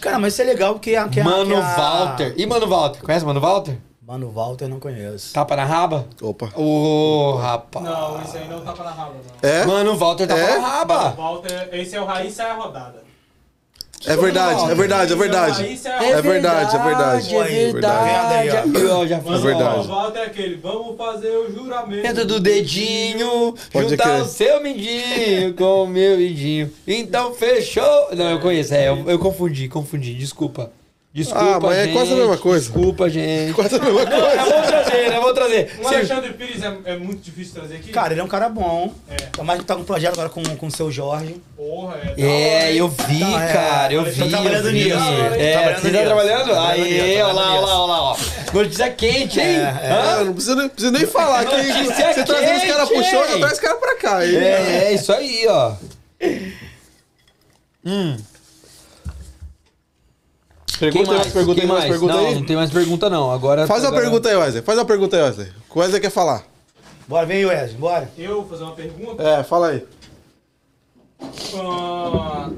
D: Cara, mas isso é legal porque a. Que a-
A: Mano
D: que a-
A: Walter. E Mano Walter? Conhece Mano Walter?
D: Mano Walter eu não conheço.
A: Tapa na raba?
B: Opa.
A: Ô, rapaz.
C: Não, esse aí não tapa na raba, não.
B: É?
A: Mano Walter tapa
B: É?
A: na raba.
C: Walter, esse é o Raiz Sai a Rodada.
B: É verdade, é verdade, é
C: Esse é o
B: verdade.
C: Raiz Sai a Rodada.
B: É verdade, é verdade.
A: É verdade.
D: Olha aí,
A: Aí, ó, já foi.
C: Mano,
B: verdade.
C: o Walter é aquele, vamos fazer o juramento.
A: Dentro do dedinho,
B: Pode
A: juntar
B: crer.
A: o seu mindinho com o meu mindinho. Então fechou. Não, eu conheço. É, eu, eu confundi, confundi. Desculpa. Desculpa,
B: Ah, mas é
A: gente.
B: quase a mesma coisa.
A: Desculpa, gente.
B: Quase a mesma coisa.
A: Eu vou trazer, eu vou trazer.
C: O
A: Sim.
C: Alexandre Pires é, é muito difícil trazer aqui.
D: Cara, ele é um cara bom.
C: É.
D: Tá mais que tá com um projeto agora com, com o seu Jorge.
C: Porra, é. da hora,
A: É,
C: hein?
A: eu vi,
D: Tá, é,
A: cara, eu
D: eu
A: vi.
D: tô trabalhando
A: eu vi. É,
D: nisso, tô trabalhando
A: você tá
D: nisso,
A: trabalhando?
D: tô trabalhando nisso,
A: Aí,
D: tô
A: olha lá, olha
D: trabalhando
A: lá, olha lá. ó. Notícia quente, hein?
B: Ah,
A: Hã?
B: não precisa, nem- precisa nem falar. Que
A: Notícia
B: você trazendo os caras pro
A: quente,
B: show,
A: hein?
B: já traz os caras pra cá. hein?
A: É, é isso aí, ó. Hum.
B: Pergunta,
A: Quem
B: mais, pergunta,
A: Quem
B: mais,
A: mais?
B: pergunta
A: não,
B: aí.
A: não tem mais pergunta não. Agora
B: Faz uma
A: agora-
B: pergunta aí, Wesley. Faz uma pergunta aí, Wesley. O que o Wesley quer falar.
D: Bora, vem, Wesley, bora.
C: Eu vou fazer uma pergunta.
B: É, fala aí.
D: É.
C: Ah,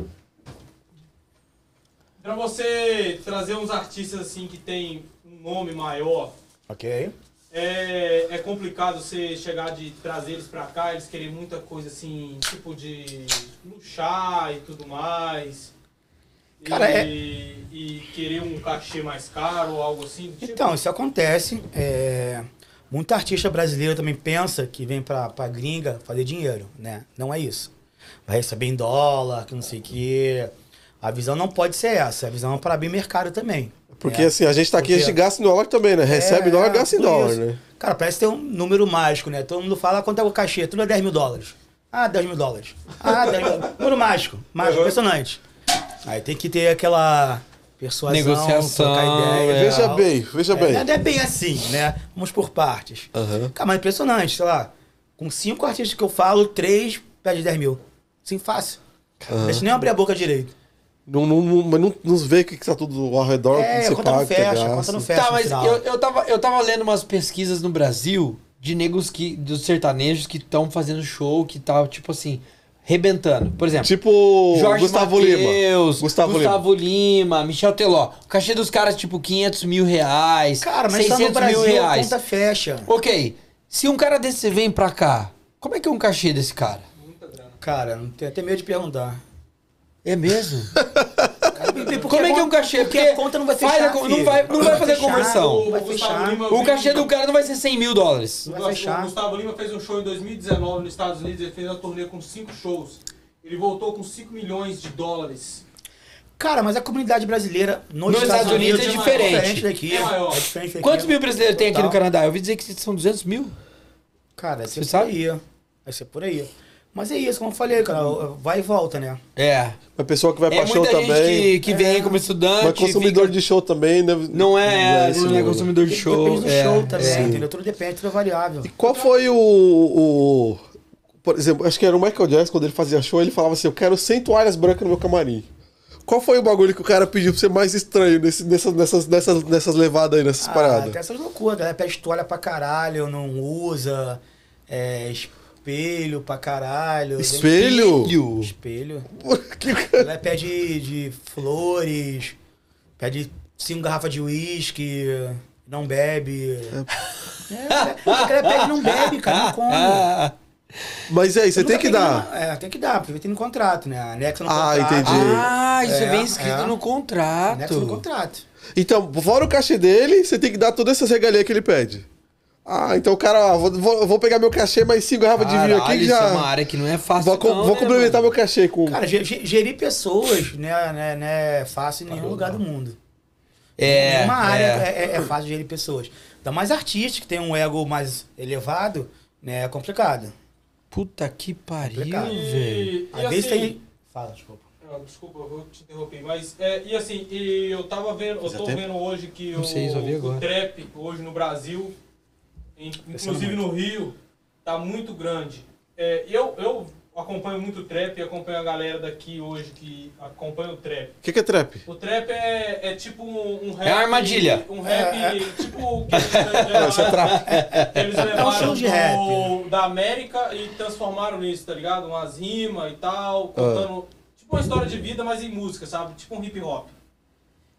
C: Pra você trazer uns artistas assim que tem um nome maior,
D: Ok.
C: é, é complicado você chegar de trazer eles pra cá, eles querem muita coisa assim, tipo de luxar e tudo mais. e,
D: Cara, é-
C: e querer um cachê mais caro ou algo assim. do Tipo,
D: Então, isso acontece. É... Muita artista brasileira também pensa que vem pra, pra gringa fazer dinheiro, né? Não é isso. Vai receber em dólar, que não sei o quê. A visão não pode ser essa. A visão é para abrir mercado também.
B: Porque
A: É.
D: né?
B: assim, a gente tá aqui, a gente
D: Porque-
B: gasta em dólar também, né? Recebe em dólar,
D: é,
B: gasta em
D: tudo
B: dólar,
D: isso.
B: né?
D: Cara, parece ter um número mágico, né? Todo mundo fala quanto é o cachê, tudo é 10 mil dólares. Ah, 10 mil dólares. Ah, 10 mil dólares. Número mágico, mágico, impressionante. Aí tem que ter aquela persuasão,
A: Negociação,
D: trocar ideia.
A: É.
D: e
B: Veja
D: tal.
B: bem, veja
D: É,
B: bem.
D: nada é bem assim, né? Vamos por partes.
B: Aham.
D: Cara, mas é impressionante, sei lá. Com cinco artistas que eu falo, três pede 10 mil. Sim, fácil. Não Deixa nem abrir a boca direito.
B: Ah. Não, não, não, mas não, não vê o que, que tá tudo ao redor, o que
D: É,
B: você
D: a conta não
B: paga, que é
D: fecha, a
B: gasto.
D: conta não fecha.
A: Tá,
D: no
A: mas
D: final.
A: eu, eu, tava, eu tava lendo umas pesquisas no Brasil de negros que, dos sertanejos que estão fazendo show, que tá, tipo assim, rebentando. Por exemplo,
B: Tipo
A: Jorge
B: Gustavo
A: Mateus,
B: Lima. Gustavo, Lima.
A: Lima. Michel Teló. O cachê dos caras, tipo, 500 mil reais,
D: Cara, mas tá
A: 600
D: no Brasil,
A: mil
D: a
A: reais.
D: conta fecha.
A: Ok, se um cara desse vem pra cá, como é que é um cachê desse cara?
C: muita grana.
D: Cara, não tenho até medo de perguntar.
A: É mesmo?
D: Cara, porque
A: como é que é
D: a
A: um cachê?
D: Porque a conta não vai
A: faz
D: fechar,
A: a con- não
D: filho.
A: vai, não vai fazer
D: fechar.
A: conversão.
D: Vai
C: Gustavo
D: fechar.
C: Lima
A: O
C: veio-
A: cachê do cara não vai ser 100 mil dólares.
D: Vai
C: O Gustavo-
D: fechar.
C: O Gustavo Lima fez um show em 2019 nos Estados Unidos, ele fez uma turnê com 5 shows. Ele voltou com 5 milhões de dólares.
D: Cara, mas a comunidade brasileira nos,
A: Nos
D: Estados, Unidos,
A: é
D: maior.
A: diferente.
D: daqui.
C: É maior.
D: É diferente daqui.
A: Quantos mil brasileiros tem aqui
D: Total.
A: no Canadá? Eu ouvi dizer que são 200 mil.
D: Cara, vai ser
A: Você
D: por
A: sabe?
D: aí. Vai ser por aí. Mas é isso, como eu falei, cara, vai e volta, né?
A: É.
B: Mas pessoal que vai
A: É
B: pra show
A: muita gente
B: também.
A: que, que vem como estudante.
B: Mas consumidor
A: fica-
B: de show também, né?
A: Não é, é,
B: isso,
A: não é consumidor de show.
D: Depende do
A: é,
D: show também,
A: é.
D: entendeu? Tudo depende, tudo é variável.
B: E qual foi o, o- Por exemplo, acho que era o Michael Jackson, quando ele fazia show, ele falava assim: Eu quero 100 toalhas brancas no meu camarim. Qual foi o bagulho que o cara pediu pra ser mais estranho nesse, nessas, nessas, nessas, nessas levadas aí, nessas
D: Ah,
B: paradas?
D: tem essas loucuras, a galera pede toalha pra caralho, não usa, é, espelho pra caralho. vem-
A: É.
B: Espelho?
D: Espelho. A
B: Que-
D: galera pede de flores, pede cinco garrafas de uísque, não bebe. É, a galera pede e não bebe, cara, não come.
A: Ah,
B: Mas é isso, você
D: Nunca
B: tem que
D: peguei
B: dar.
D: uma- É, tem que dar, porque tem no contrato, né? Anexa no
B: Ah,
D: contrato.
B: entendi.
A: ah, isso
D: É,
A: vem escrito
D: é.
A: no
D: Anexa no
A: contrato.
D: contrato.
B: Então, fora o cachê dele, você tem que dar todas essas regalias que ele pede. Ah, então o cara, ó, vou, vou- vou pegar meu cachê, mais 5 garrafas de vinho aqui
A: Caralho,
B: que
A: isso é uma
B: já.
A: área que não é fácil
B: Vou, co-
A: não,
B: vou
A: né,
B: complementar
A: mano?
B: meu cachê com.
D: Cara, ge- ge- gerir pessoas né, né, né, é fácil em nenhum lugar do mundo.
A: É,
D: Nenhuma área
A: é.
D: é, é- é fácil gerir pessoas. Ainda mais artista, que tem um ego mais elevado, né, é complicado.
A: Puta que pariu,
D: Complicado.
A: velho.
C: E,
D: Às
C: e
D: vezes
C: assim,
D: tem... Fala, desculpa.
C: Ah, Desculpa, eu vou te interromper, mas é, e assim, e eu tava vendo, eu
B: Fazia
C: tô
B: tempo?
C: vendo hoje que
A: Não
C: o,
A: sei, só vi
C: o
A: agora.
C: trap hoje no Brasil, in- inclusive no Rio, tá muito grande. É, eu, eu acompanho muito o trap e acompanho a galera daqui hoje que acompanha o trap.
B: O que, que é trap?
C: O trap é, é tipo um, um rap.
A: uma armadilha.
C: Um rap
D: É,
C: tipo o que eles levaram,
B: Isso é trap.
C: que eles
D: É um
C: levaram
D: estilo de rap,
C: do- da América e transformaram nisso, tá ligado? Umas rimas e
A: Ah.
C: tal, contando. Tipo uma história de vida, mas em música, sabe? Tipo um hip hop.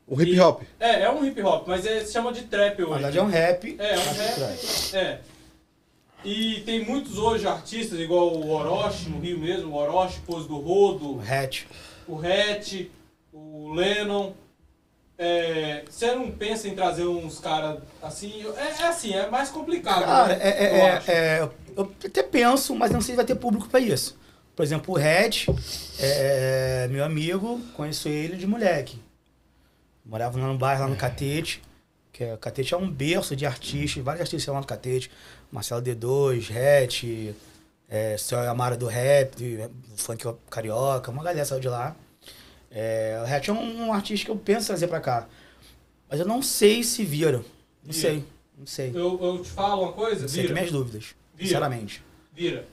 B: O hip hop.
C: É, é um hip hop, mas é, se chama de trap
D: Na
C: hoje.
D: verdade é um rap.
C: É, é um rap. É. E tem muitos hoje artistas, igual o Orochi, no Rio mesmo, o Orochi, Pose do Rodo,
D: Um rap.
C: o Hatch, o Lennon. É, você não pensa em trazer uns caras assim? É, é assim, é mais complicado.
D: Cara,
C: né?
D: é, é-
C: Eu
D: é-
C: acho.
D: é, eu até penso, mas não sei se vai ter público pra isso. Por exemplo, o Red, é, é, meu amigo, conheço ele de moleque. Morava lá no bairro, lá
C: É.
D: no Catete. Que é, Catete é um berço de artistas, vários artistas lá no Catete. Marcelo D2, Red, é, Céu Amara do Rap, do funk carioca, uma galera saiu de lá. É, o Red é um, um artista que eu penso em trazer pra cá. Mas eu não sei se viram. Não
C: Vira.
D: sei, não sei.
C: Eu, eu te falo uma coisa,
D: Você tem
C: vira.
D: minhas dúvidas,
C: Vira.
D: sinceramente.
C: Vira.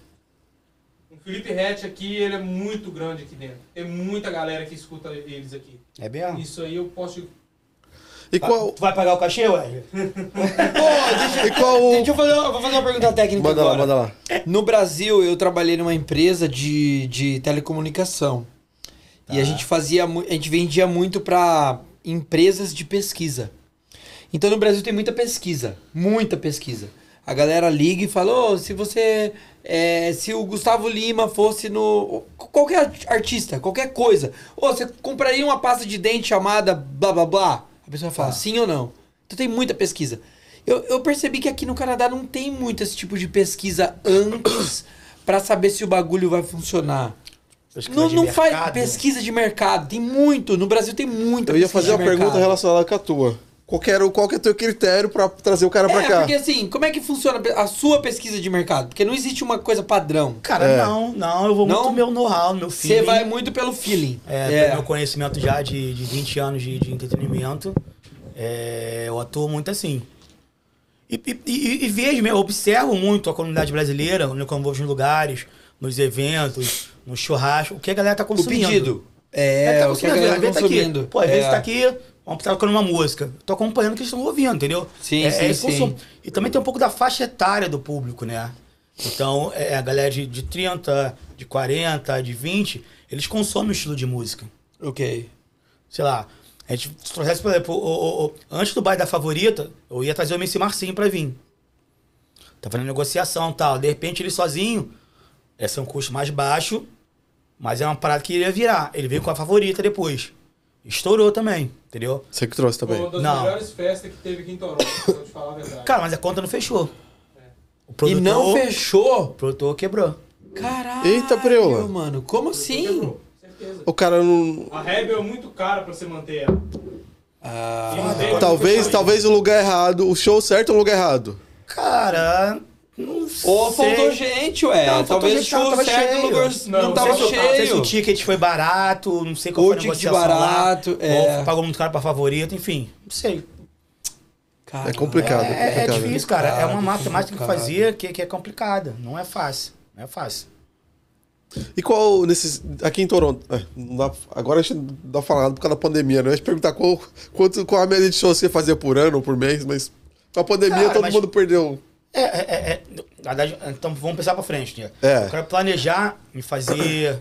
C: O Felipe Rett aqui, ele é muito grande aqui dentro. Tem muita galera que escuta eles aqui.
D: É mesmo?
C: Isso aí eu posso.
B: E qual.
D: tá. Tu vai pagar o cachê, ué?
B: E qual o.
A: Deixa eu fazer, eu vou fazer uma pergunta técnica
B: Manda
A: agora.
B: lá, manda lá.
A: No Brasil, eu trabalhei numa empresa de, de telecomunicação. E a gente fazia, mu- a gente vendia muito para empresas de pesquisa. Então no Brasil tem muita pesquisa, muita pesquisa. A galera liga e fala, "Ô, se você, é, se o Gustavo Lima fosse no qualquer art- artista, qualquer coisa, ou você compraria uma pasta de dente chamada blá blá blá? A pessoa
B: Tá.
A: fala, sim ou não. Então tem muita pesquisa. Eu, eu percebi que aqui no Canadá não tem muito esse tipo de pesquisa antes para saber se o bagulho vai funcionar.
D: Pesquisa
A: Não,
D: de
A: não faz
D: mercado.
A: pesquisa de mercado. Tem muito. No Brasil tem muita
B: Eu ia
A: Então, pesquisa
B: fazer
A: de
B: uma pergunta
A: mercado.
B: relacionada com a tua. Qual que, era, o- qual que é o teu critério pra trazer o cara pra
A: É,
B: cá?
A: porque assim, como é que funciona a sua pesquisa de mercado? Porque não existe uma coisa padrão.
D: Cara,
B: É.
D: não, não. Eu vou
A: Não?
D: muito no meu know-how, no meu filho.
A: Você vai muito pelo feeling.
D: É, pelo meu conhecimento já de, de 20 anos de, de entretenimento, é, eu atuo muito assim. E, e- e- e vejo, eu observo muito a comunidade brasileira, quando eu vou nos lugares, nos eventos, no churrasco, o que a galera tá
A: o
D: consumindo.
A: pedido. É,
D: É,
A: o
D: tá
A: que a
D: consumindo,
A: galera
D: às vezes tá
A: consumindo.
D: aqui. Pô, às vezes
A: É.
D: tá aqui, vamos estar tocando uma música. Tô acompanhando o que eles estão ouvindo, entendeu?
A: Sim,
D: é,
A: sim,
D: esse
A: sim.
D: consumo. E também tem um pouco da faixa etária do público, né? Então, é, a galera de, de 30, de 40, de 20, eles consomem o estilo de música.
A: Ok.
D: Sei lá, a gente se trouxesse, por exemplo, o- o- o- antes do baile da favorita, eu ia trazer o MC Marcinho pra vir. Tava na negociação e tal. De repente, ele sozinho, esse é um custo mais baixo, mas é uma parada que iria virar. Ele veio com a favorita depois. Estourou também, entendeu?
B: Você que trouxe
C: Foi
B: também.
C: uma das
D: Não.
C: melhores festas que teve aqui em Toronto, se eu te falar a verdade.
D: Cara, mas a conta não fechou. O
A: E
D: produtor,
A: não fechou?
D: o produtor quebrou.
A: Caralho,
B: Eita, preola.
A: mano. Como assim?
C: Quebrou, certeza.
B: O cara não.
C: A Rebel é muito cara pra você manter ela.
A: Ah,
C: E não tem-
D: Tá.
B: Talvez, talvez o lugar errado, o show certo é o lugar errado.
D: Cara, Não
A: Ou
D: sei.
A: faltou gente, ué.
D: Não, faltou
A: Talvez
D: gente, tava-
A: o
D: tava
A: certo
D: cheio.
A: lugar não,
C: Não,
D: Não
A: tava
D: sei se- Não sei se
A: cheio.
D: o ticket foi barato, não sei qual
A: Ou
D: foi a
A: o ticket
D: negociação
A: barato,
D: lá.
A: é.
D: Ou pagou muito caro pra favorito, enfim. Não sei.
A: Caralho.
B: É complicado.
D: É, é
B: complicado.
D: difícil, cara. É uma
A: Complicado,
D: matemática que
A: complicado.
D: fazia que, que é complicada. Não é fácil. Não é fácil.
B: E qual nesses. Aqui em Toronto. é, não dá- agora a gente não dá pra falar nada por causa da pandemia, né? Eu ia te perguntar qual, quanto, qual a média de shows que você fazia por ano ou por mês, mas com a pandemia
D: Cara,
B: todo
D: mas-
B: mundo perdeu.
D: É, é, é, é. Na verdade, então vamos pensar pra frente, né?
B: É.
D: Eu quero planejar e fazer.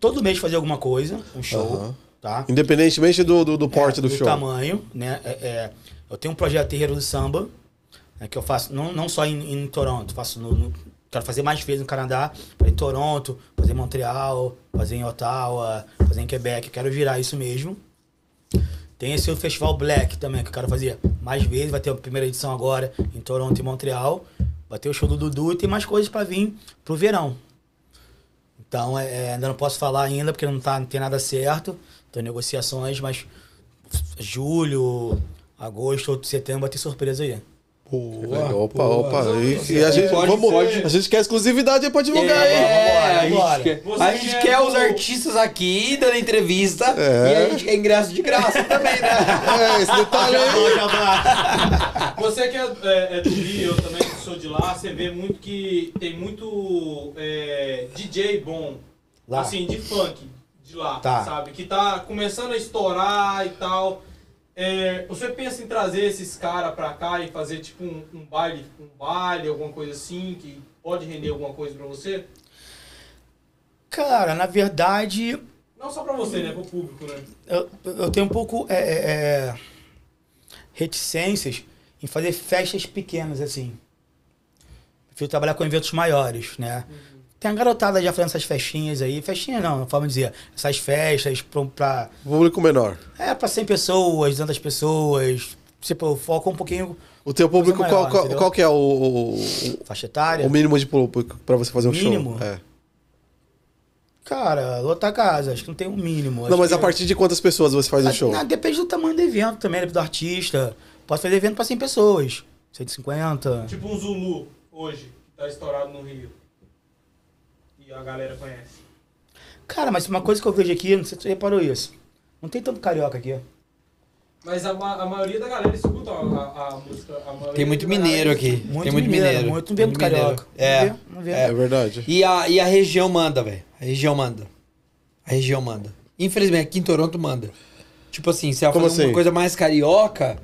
D: Todo mês fazer alguma coisa, um show,
B: Aham.
D: tá?
B: Independentemente do, do, do porte
D: É,
B: do show.
D: tamanho, né? É, é, eu tenho um projeto Terreiro do Samba, né, que eu faço não, não só em, em Toronto, faço no, no- quero fazer mais vezes no Canadá, fazer em Toronto, fazer em Montreal, fazer em Ottawa, fazer em Quebec, quero virar isso mesmo. Tem esse festival Black também, que eu quero fazer mais vezes, vai ter a primeira edição agora em Toronto e Montreal, vai ter o show do Dudu e tem mais coisas pra vir pro verão. Então, é, é, ainda não posso falar ainda, porque não, tá, não tem nada certo. Tem negociações, mas julho, agosto, setembro vai ter surpresa aí.
A: Boa,
B: Opa,
A: boa.
B: opa. E, e
C: É,
B: a gente.
A: pode
B: vamos,
C: ser.
B: a gente quer exclusividade aí pra divulgar, hein?
A: É,
D: Vambora, vambora,
A: a gente quer, é
C: vambora.
A: a gente
C: Você
A: quer
C: quer
A: os
C: o-
A: artistas aqui dando entrevista
B: É.
A: e a gente quer ingresso de graça também, né?
B: É, esse detalhe aí.
C: Você que é, é- é do Rio, eu também que sou de lá, você vê muito que tem muito é, DJ bom,
D: Lá.
C: assim, de funk de lá,
D: Tá.
C: sabe? Que tá começando a estourar e tal. É, você pensa em trazer esses caras pra cá e fazer tipo um, um baile, um baile, alguma coisa assim, que pode render alguma coisa pra você?
D: Cara, na verdade,
C: Não só pra você, né? Pro público, né?
D: eu, eu tenho um pouco é, é, é, reticências em fazer festas pequenas, assim. Prefiro trabalhar com eventos maiores, né? Tem a garotada já fazendo essas festinhas aí. Festinha não, forma de dizer. Essas festas pra, pra
B: Público menor.
D: É, pra 100 pessoas, 200 pessoas. Tipo, eu foco um pouquinho
B: O teu público,
D: maior,
B: qual, qual,
D: entendeu?
B: qual que é o, o,
D: faixa etária.
B: o mínimo de público pra você fazer um
D: Mínimo?
B: show? É.
D: Cara, lotar casa, acho que não tem um mínimo.
B: Não, mas a
D: partir
B: partir de quantas pessoas você faz um
D: Ah,
B: show?
D: não, depende do tamanho do evento também, depende do artista. Posso fazer evento pra 100 pessoas, 150.
C: Tipo um Zulu hoje, que tá estourado no Rio. E a galera conhece.
D: Cara, mas uma coisa que eu vejo aqui, não sei se você reparou isso. Não tem tanto carioca aqui.
C: Mas a, ma- a maioria da galera escuta a, a- a música. a maioria
A: Tem muito
C: da galera
A: mineiro aqui.
D: Muito
A: tem muito mineiro.
D: mineiro, muito-
A: Tem
D: não vê muito carioca.
A: É.
D: Não vê, não vê.
B: É verdade.
A: E a, e a região manda, velho. A região manda. A região manda. Infelizmente, aqui em Toronto manda. Tipo assim, você vai
B: Como
A: fazer uma
B: assim?
A: coisa mais carioca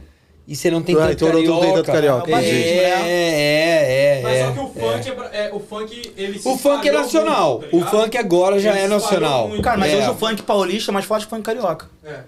A: e você não tem
B: Ah,
A: tanto
B: em Toronto
A: carioca.
B: não tem tanto carioca,
A: É,
D: entendi.
A: é, é, é.
C: Mas só
A: é.
C: que o funk é. pra- é- o funk, ele se
A: O funk é
C: espalhou
A: nacional.
C: muito, tá
A: o
C: ligado?
A: funk agora já
C: Ele
A: é
C: espalhou
A: nacional.
C: muito.
D: Cara, mas
A: É.
D: hoje o funk paulista é mais forte que o funk carioca.
C: É.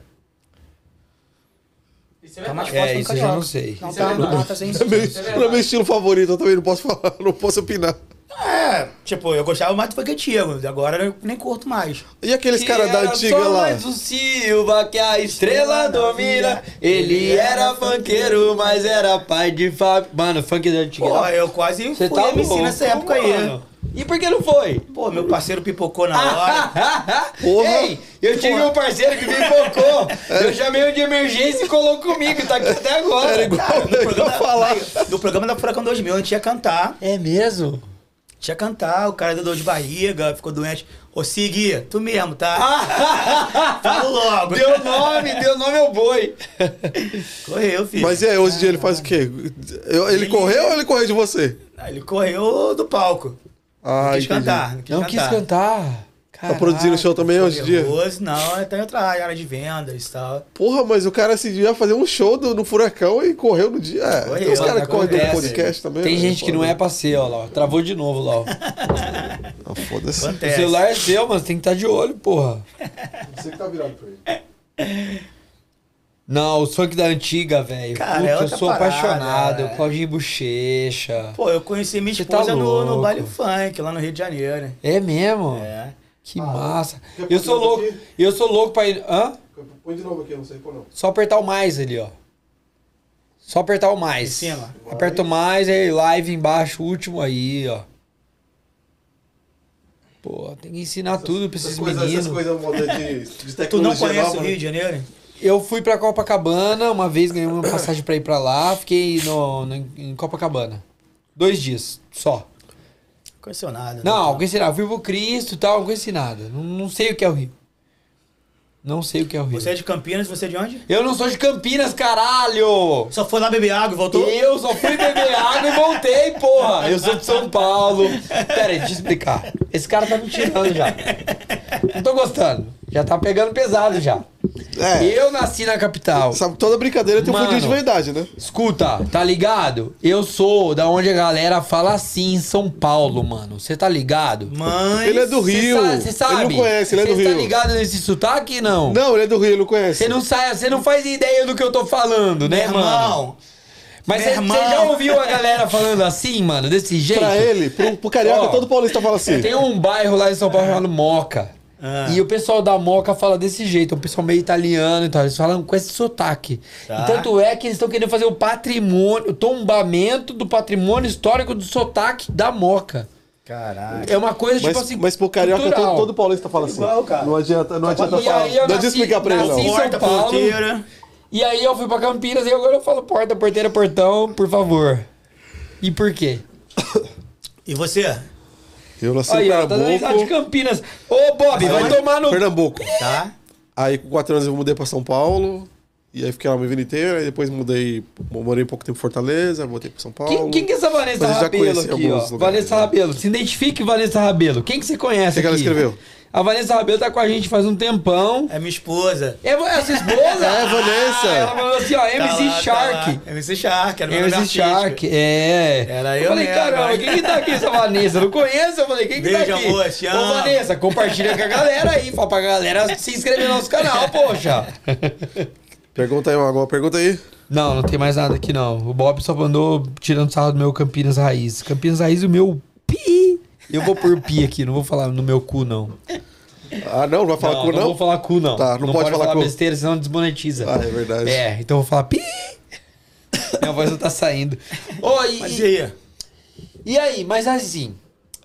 C: Isso é
D: Tá mais
C: verdade.
A: É,
D: forte que o
A: isso eu
D: funk
A: já
D: carioca.
A: não sei.
D: Não,
C: Isso
D: tá,
C: é
D: não,
C: verdade.
D: tá sem
B: É meu, não é meu estilo favorito, eu também não posso falar, não posso opinar.
D: É, tipo, eu gostava mais do funk antigo, agora eu nem curto mais.
B: E aqueles
A: Que
B: caras da
A: era
B: antiga
A: só
B: lá?
A: mais um o Silva que a estrela domina. Ele era funkeiro, mas era pai de Fábio. Mano, funk da antiga.
D: Pô, eu quase
A: Você
D: fui
A: tá
D: MC
A: louco,
D: nessa época aí.
A: mano. E por que não foi?
D: Pô, meu parceiro pipocou na hora.
B: Porra. É.
A: Ei, eu tive
D: Porra.
A: um parceiro que me focou. Eu chamei o de emergência e colou comigo, tá aqui até agora.
B: Igual eu ia falar.
D: No programa da Furacão 2000, a gente ia cantar.
A: É mesmo?
D: Tinha que cantar, o cara deu dor de barriga, ficou doente. Ô, Sigui, tu mesmo, tá? Falo logo.
A: Deu nome, deu nome ao boi.
D: Correu, filho.
B: Mas e aí, hoje em dia ele faz o quê? Eu- ele
D: Ele-
B: correu ou ele correu de você?
D: Aí Ele correu do palco.
B: Ah,
D: Não quis
B: entendi.
D: cantar. Não quis
A: Não
D: cantar.
A: quis cantar.
B: Tá produzindo show também hoje em dia?
D: Nervoso, não, tá em outra área área de vendas e tal.
B: Porra, mas o cara se ia fazer um show do- no Furacão e correu no dia. É,
D: Correu,
B: então os caras
D: acontece.
B: correm do podcast também.
A: Tem
B: né?
A: gente que não é
B: Foda.
A: pra ser, ó lá. ó. Travou de novo lá, ó.
B: Ah, Foda-se.
A: O
D: Acontece.
A: celular é seu, mas tem que estar de olho, porra.
B: Você que tá virado pra ele.
A: Não, o funk da antiga, velho.
D: Cara,
A: Puta,
D: é
A: eu
D: outra
A: sou
D: parada,
A: apaixonado.
D: é.
A: Claudinho Bochecha.
D: Pô, eu conheci minha
A: Você tá
D: esposa no,
A: louco.
D: no baile funk, lá no Rio de Janeiro. né?
A: É mesmo?
D: É.
A: Que massa.
B: Ah. Quer
A: Eu sou
B: pôr de novo
A: louco. Eu sou louco pra ir. Hã?
B: Põe de novo aqui, eu não sei qual não.
A: Só apertar o mais ali, ó. Só apertar o mais.
D: Em cima.
A: Aperta o mais, aí live embaixo, último aí, ó. Pô, tem que ensinar tudo pra esses meninos.
B: moda de, né? de
D: Tu não conhece o Rio de Janeiro?
A: Eu fui pra Copacabana, uma vez ganhei uma passagem pra ir pra lá, fiquei no, no- em Copacabana. Dois dias, só.
D: Conheceu nada. né?
A: Não, não conheci nada. Fui pro Cristo e tal, não conheci nada. Não, não sei o que é o Rio. Não sei o que é o Rio.
D: Você é de Campinas, você é de onde?
A: Eu não sou de Campinas, caralho!
D: Só foi lá beber água e voltou?
A: Eu só fui beber água e voltei, porra! Eu sou de São Paulo. Pera aí, deixa eu explicar. Esse cara tá me tirando já. Não tô gostando. Já tá pegando pesado já.
B: É.
A: Eu nasci na capital.
B: Sabe, toda brincadeira tem um
A: Mano.
B: fundinho de verdade, né?
A: Escuta, tá ligado? Eu sou da onde a galera fala assim em São Paulo, mano. Você tá ligado?
D: Mãe.
B: Ele é do Rio.
A: Você sabe?
B: Ele não conhece, ele é do
A: Cê tá
B: Rio.
A: ligado nesse sotaque, não?
B: Não, ele é do Rio, ele não conhece.
A: Você não sai, você não faz ideia do que eu tô falando, né, mano?
D: Irmão.
A: Mas
D: meu
A: você
D: irmão.
A: já ouviu a galera falando assim, mano, desse jeito?
B: Pra ele, pro, pro carioca,
A: Ó.
B: todo paulista fala assim.
A: Tem um bairro lá em São Paulo chamado Moca.
D: Ah.
A: E o pessoal da Moca fala desse jeito, o pessoal meio italiano e tal. Eles falam com esse sotaque.
D: Tá.
A: E tanto é que eles estão querendo fazer o patrimônio, o tombamento do patrimônio histórico do sotaque da Moca.
D: Caralho.
A: É uma coisa
B: Mas,
A: tipo assim.
B: mas pro carioca,
A: cultural.
B: todo, todo paulista fala assim.
D: Igual, cara.
B: Não adianta, não adianta
A: E
B: falar.
A: aí eu
B: Não adianta
A: nasci-
B: explicar pra ele, não.
A: nasci- Em São
D: Porta,
A: Paulo.
D: porteira.
A: E aí eu fui pra Campinas e agora eu falo porta, porteira, portão, por favor. E por quê?
D: E você?
B: Eu nasci em
A: Aí, ó, tá dando risada de
B: Pernambuco.
A: Campinas. Ô, Bob, vai tomar no.
B: Pernambuco.
D: Tá?
B: Aí com 4 anos eu mudei pra São Paulo. E aí fiquei lá minha vida inteira. E depois mudei, morei um pouco tempo em Fortaleza, voltei pra São Paulo.
A: Quem, quem que é essa Vanessa
B: Mas eu já
A: Rabelo
B: conheci
A: aqui, ó?
B: alguns lugares,
A: Vanessa
B: né?
A: Rabelo. Se identifique, Vanessa Rabelo. Quem que você conhece
B: Quem que ela
A: aqui?
B: escreveu?
A: A Vanessa Rabelo tá com a gente faz um tempão.
D: É minha esposa.
A: É, é a sua esposa?
B: É, Vanessa.
A: Ah, ela falou assim, ó,
D: Tá
A: MC
D: lá, tá
A: Shark.
D: lá. MC Shark, era o meu nome
A: MC
D: artístico.
A: Shark, é.
D: Era eu
A: falei,
D: mesmo,
A: caramba,
D: hein?
A: quem que tá aqui essa Vanessa? Eu Não conheço, eu falei, quem que
D: Beijo,
A: tá aqui?
D: amor, te
A: Ô,
D: amo.
A: Vanessa, compartilha com a galera aí, fala pra galera se inscrever no nosso canal, poxa.
B: Pergunta aí, Mago, pergunta aí.
A: Não, não tem mais nada aqui não. O Bob só mandou tirando sarro do meu Campinas Raiz. Campinas Raiz, o meu pi. Eu vou pôr pi aqui, não vou falar no meu cu não.
B: Ah, não, não vai falar
A: não,
B: cu,
A: não
B: não?
A: vou falar cu não.
B: Tá, não pode falar cu.
A: besteira, senão desmonetiza.
B: Ah, é verdade.
A: É, então eu vou falar pi. Minha voz não tá saindo. Ô, e-
D: Mas e aí?
A: e aí, mas assim,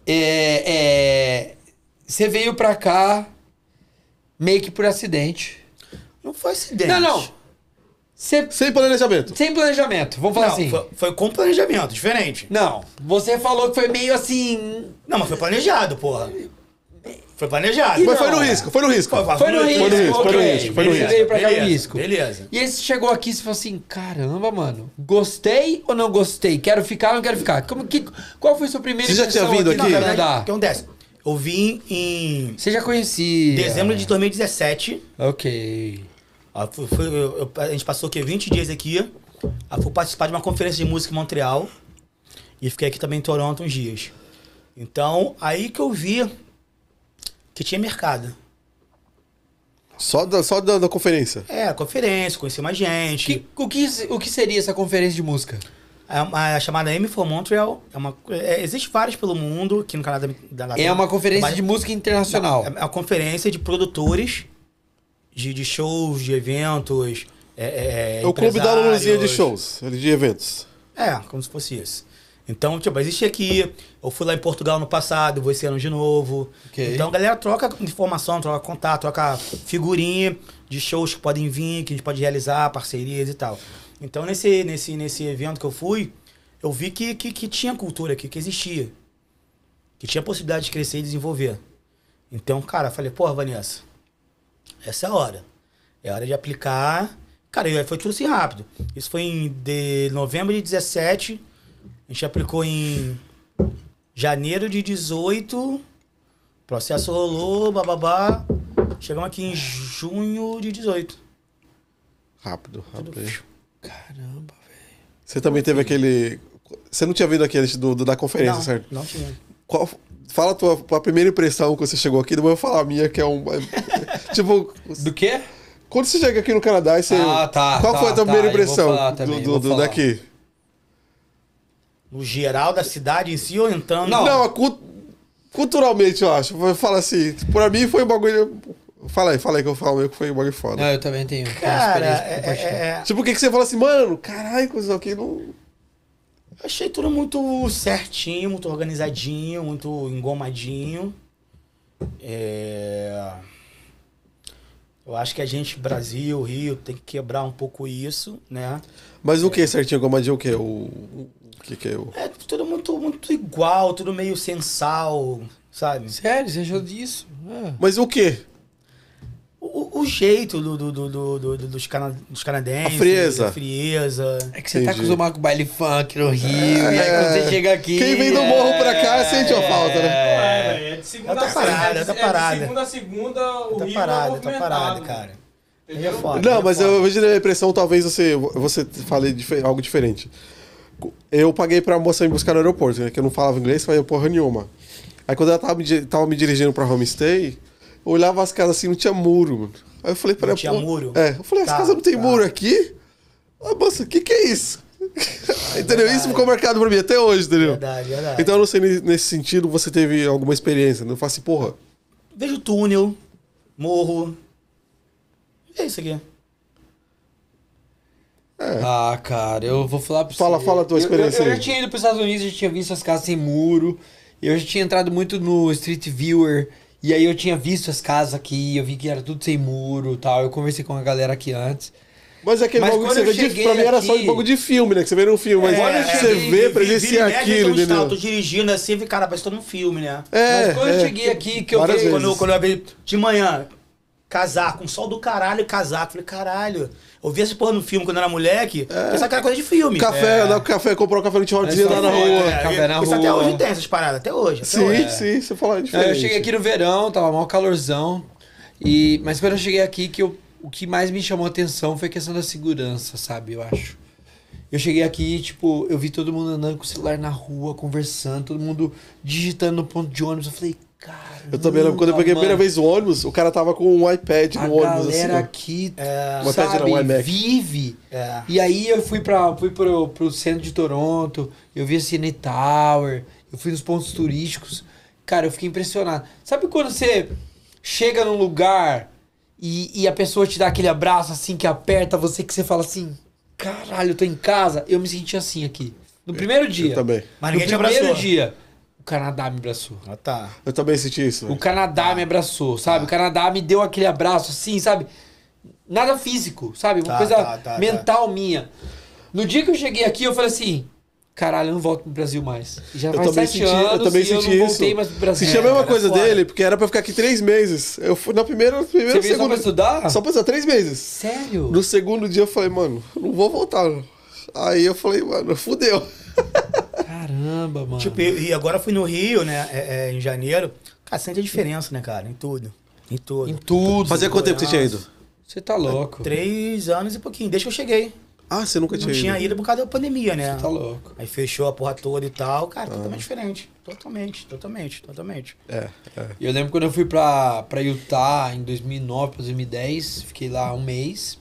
A: é, é, você veio pra cá meio que por acidente.
D: Não foi acidente.
A: Não, não. Você-
B: Sem planejamento.
A: sem planejamento, vamos falar
D: Não,
A: assim.
D: foi, foi com planejamento, diferente.
A: Não, você falou que foi meio assim.
D: Não, mas foi planejado, porra. Foi
B: Mas
D: planejado.
A: não,
B: foi no
A: é.
B: risco, foi no risco.
D: Foi-
A: Foi no risco,
B: risco, foi no
A: ok.
B: risco, foi no
A: Você
B: risco.
A: veio pra cá no
D: Beleza,
A: risco.
D: beleza.
A: E aí você chegou aqui e você falou assim: caramba, mano, gostei ou não gostei? Quero ficar ou não quero ficar? Como, que, qual foi a sua primeira
B: Você já tinha
A: impressão
B: vindo
A: no
B: aqui?
D: Na verdade,
A: Canadá?
D: O que acontece? Eu vim em
A: Você já conhecia.
D: dezembro de 2017.
A: Ok.
D: Ó, fui- fui- eu- eu- a gente passou o quê? 20 dias aqui. Aí fui participar de uma conferência de música em Montreal. E fiquei aqui também em Toronto uns dias. Então, aí que eu vi que tinha mercado.
B: Só da, só da, da conferência.
D: É, conferência, conheci mais gente.
A: Que- o, que, o que seria essa conferência de música?
D: É uma- a chamada M4 Montreal. É uma, é, existe várias pelo mundo, aqui no Canadá. Da, da-
A: É uma conferência
D: Mas-
A: de música internacional.
D: É uma conferência de produtores de, de shows, de eventos. É, é,
B: É o clube da Luluzinha de
D: empresários.
B: shows, de eventos.
D: É, como se fosse isso. Então, tipo, existe aqui. Eu fui lá em Portugal no passado, vou esse ano de novo.
A: Ok.
D: Então, a galera troca informação, troca contato, troca figurinha de shows que podem vir, que a gente pode realizar, parcerias e tal. Então, nesse, nesse, nesse evento que eu fui, eu vi que, que, que tinha cultura aqui, que existia. Que tinha possibilidade de crescer e desenvolver. Então, cara, eu falei, porra, Vanessa, essa é a hora. É hora de aplicar. Cara, e aí foi tudo assim rápido. Isso foi em de novembro de 17. A gente aplicou em janeiro de 18. O processo rolou, bababá. Chegamos aqui em junho de 18.
B: Rápido, rápido.
A: Caramba.
B: Você também teve aquele. Você não tinha vindo aqui antes do, do- da conferência,
D: não,
B: certo?
D: não tinha.
B: Qual, fala a tua, tua primeira impressão quando você chegou aqui, depois eu vou falar a minha, que é um. tipo,
A: Do quê?
B: quando você chega aqui no Canadá e você.
A: Ah, tá,
B: Qual
A: tá,
B: foi a tua
A: tá,
B: primeira
A: eu vou
B: impressão
A: falar também,
B: do,
A: vou
B: do, do-
A: falar.
B: daqui?
D: No geral da cidade em si ou entrando.
A: Não.
B: Não, a cu- culturalmente, eu acho. Fala assim, pra mim foi um bagulho. Fala aí, fala aí que eu falo meio que foi um bagulho foda.
A: Não, eu também tenho. tenho
D: Cara,
A: experiência pra
D: é-
A: compartilhar.
D: é- é-
B: Tipo, o que, que você fala assim, mano? Caralho, coisa aqui não.
D: é, Achei tudo muito certinho, muito organizadinho, muito engomadinho. É... Eu acho que a gente, Brasil, Rio, tem que quebrar um pouco isso, né?
B: Mas o que certinho? Gomadinho, o que? O, o que que é o...
D: É tudo muito, muito igual, tudo meio sensal, sabe?
A: Sério, você achou disso? Ah.
B: Mas o que?
D: O, o jeito do, do, do- do- do- do- dos, cana, dos canadenses.
B: A frieza.
D: A frieza.
A: É que você tá
B: Entendi.
A: acostumado com baile funk no Rio, e aí quando você chega aqui.
B: Quem vem do
A: é-
B: morro pra cá sente a falta, né?
C: É, velho, é de segunda
D: Tá
C: a
D: parada,
C: sexta, é de-
D: tá
C: é
D: parada.
C: De segunda a segunda, o
D: Tá
C: Rio
D: parado,
C: tá
D: tá parado,
C: movimentado,
D: cara. Aí é
C: Entendeu?
D: foda. aí
B: Não,
D: é
B: mas
D: foda.
B: eu vejo a impressão, talvez você, você fale dife- algo diferente. Eu paguei pra moça me buscar no aeroporto, né? Que eu não falava inglês, falei porra nenhuma. Aí quando ela tava me, di- tava me dirigindo pra homestay, eu olhava as casas assim, não tinha muro, mano. Aí eu falei pra
D: Não
B: ela,
D: tinha
B: pô-
D: muro?
B: É, eu falei, as
D: Tá,
B: casas não tem
D: tá.
B: muro aqui? Ah, moça, o que que é isso? entendeu? Isso ficou marcado pra mim até hoje, entendeu?
D: Verdade, verdade.
B: Então eu não sei ne- nesse sentido você teve alguma experiência, não faço assim, porra.
D: Vejo túnel, morro. É isso aqui.
A: Ah, cara, eu vou falar pra
B: Fala-
A: você.
B: fala a tua
A: Eu- eu-
B: experiência
A: Eu,
B: aí.
A: já tinha ido pros Estados Unidos, já tinha visto as casas sem muro. Eu já tinha entrado muito no Street Viewer. E aí eu tinha visto as casas aqui, eu vi que era tudo sem muro e tal. Eu conversei com a galera aqui antes.
B: Mas é aquele
A: Mas
B: bagulho que você
A: quando
B: vê
A: eu
B: de
A: cheguei
B: Pra mim era só
A: aqui-
B: um bagulho de filme, né? Que você vê num filme, mas
A: É,
B: você
A: é,
B: vê,
D: Vira
B: presencia
D: e mexe,
B: aquilo,
D: tem um estalo,
B: entendeu?
D: Tô dirigindo assim, vi, cara, parece que tô num filme, né?
B: É,
A: Mas quando eu
B: é.
A: cheguei aqui, que eu
B: Várias
A: vi.
B: vezes.
D: Quando, eu- quando eu abri de manhã, casaco, um sol do caralho, casaco. Falei, caralho. Eu vi essa porra no filme quando eu era moleque. Pensava que era coisa de filme.
B: É. Um Café, dá o café, comprar o café no tiozinho
A: É. Mas
B: lá na
A: só
B: rua.
A: é. café na
D: Isso até
A: rua.
D: hoje tem essas paradas, até hoje. até
B: Sim,
D: hoje.
B: sim, você fala é
A: Não,
B: diferente.
A: eu cheguei aqui no verão, tava mal calorzão. E, mas quando eu cheguei aqui, que eu- o que mais me chamou a atenção foi a questão da segurança, sabe? Eu acho. Eu cheguei aqui, tipo, eu vi todo mundo andando com o celular na rua, conversando, todo mundo digitando no ponto de ônibus. Eu falei, cara.
B: Eu também lembro, quando eu peguei a primeira vez o ônibus, o cara tava com um iPad
A: a
B: no ônibus, assim.
A: galera
B: ó.
A: aqui,
B: Uma tarde
A: sabe,
B: não, um iMac.
A: vive.
D: É.
A: E aí eu fui para fui pro, pro centro de Toronto, eu vi a Cine Tower, eu fui nos pontos turísticos. Cara, eu fiquei impressionado. Sabe quando você chega num lugar e, e a pessoa te dá aquele abraço assim que aperta você, que você fala assim, caralho, eu tô em casa? Eu me senti assim aqui. No primeiro dia.
B: Eu também.
D: Mas
A: no
D: ninguém te
A: primeiro
D: abraçou.
A: dia, o Canadá me abraçou.
D: Ah, tá.
B: Eu também senti isso.
A: O
B: velho.
A: Canadá me abraçou, sabe? O Canadá me deu aquele abraço assim, sabe? Nada físico, sabe? Uma
D: Tá,
A: coisa
D: tá, tá,
A: mental minha. No dia que eu cheguei aqui, eu falei assim: caralho, eu não volto pro Brasil mais. E Já
B: Eu
A: faz
B: também
A: sete
B: senti,
A: anos
B: eu também
A: e
B: senti
A: eu não
B: isso.
A: voltei mais pro Brasil.
B: Senti a mesma
D: era
B: coisa
D: foda.
B: dele, porque era pra ficar aqui três meses. Eu fui na primeira, no
A: Você
B: primeiro
A: veio só pra
B: segundo.
A: estudar?
B: Só pra estar três meses.
A: Sério?
B: No segundo dia eu falei, mano, eu não vou voltar. não. Aí eu falei, mano, fudeu.
A: Caramba, mano.
D: Tipo, e e agora eu fui no Rio, né? é- é, em janeiro. Cara, sente a diferença, né, cara? Em tudo. Em tudo.
A: em tudo.
B: Fazia quanto tempo que você tinha ido?
A: Você tá louco.
D: Três anos e pouquinho, desde que eu cheguei.
B: Ah, você nunca
D: Não
B: tinha ido.
D: tinha ido por causa da pandemia, né?
A: Tá louco.
D: Aí fechou a porra toda e tal. Cara,
B: Ah.
D: totalmente diferente. Totalmente, totalmente, totalmente.
B: É, é.
A: Eu lembro quando eu fui pra, pra Utah em 2009 pra 2010, fiquei lá um mês.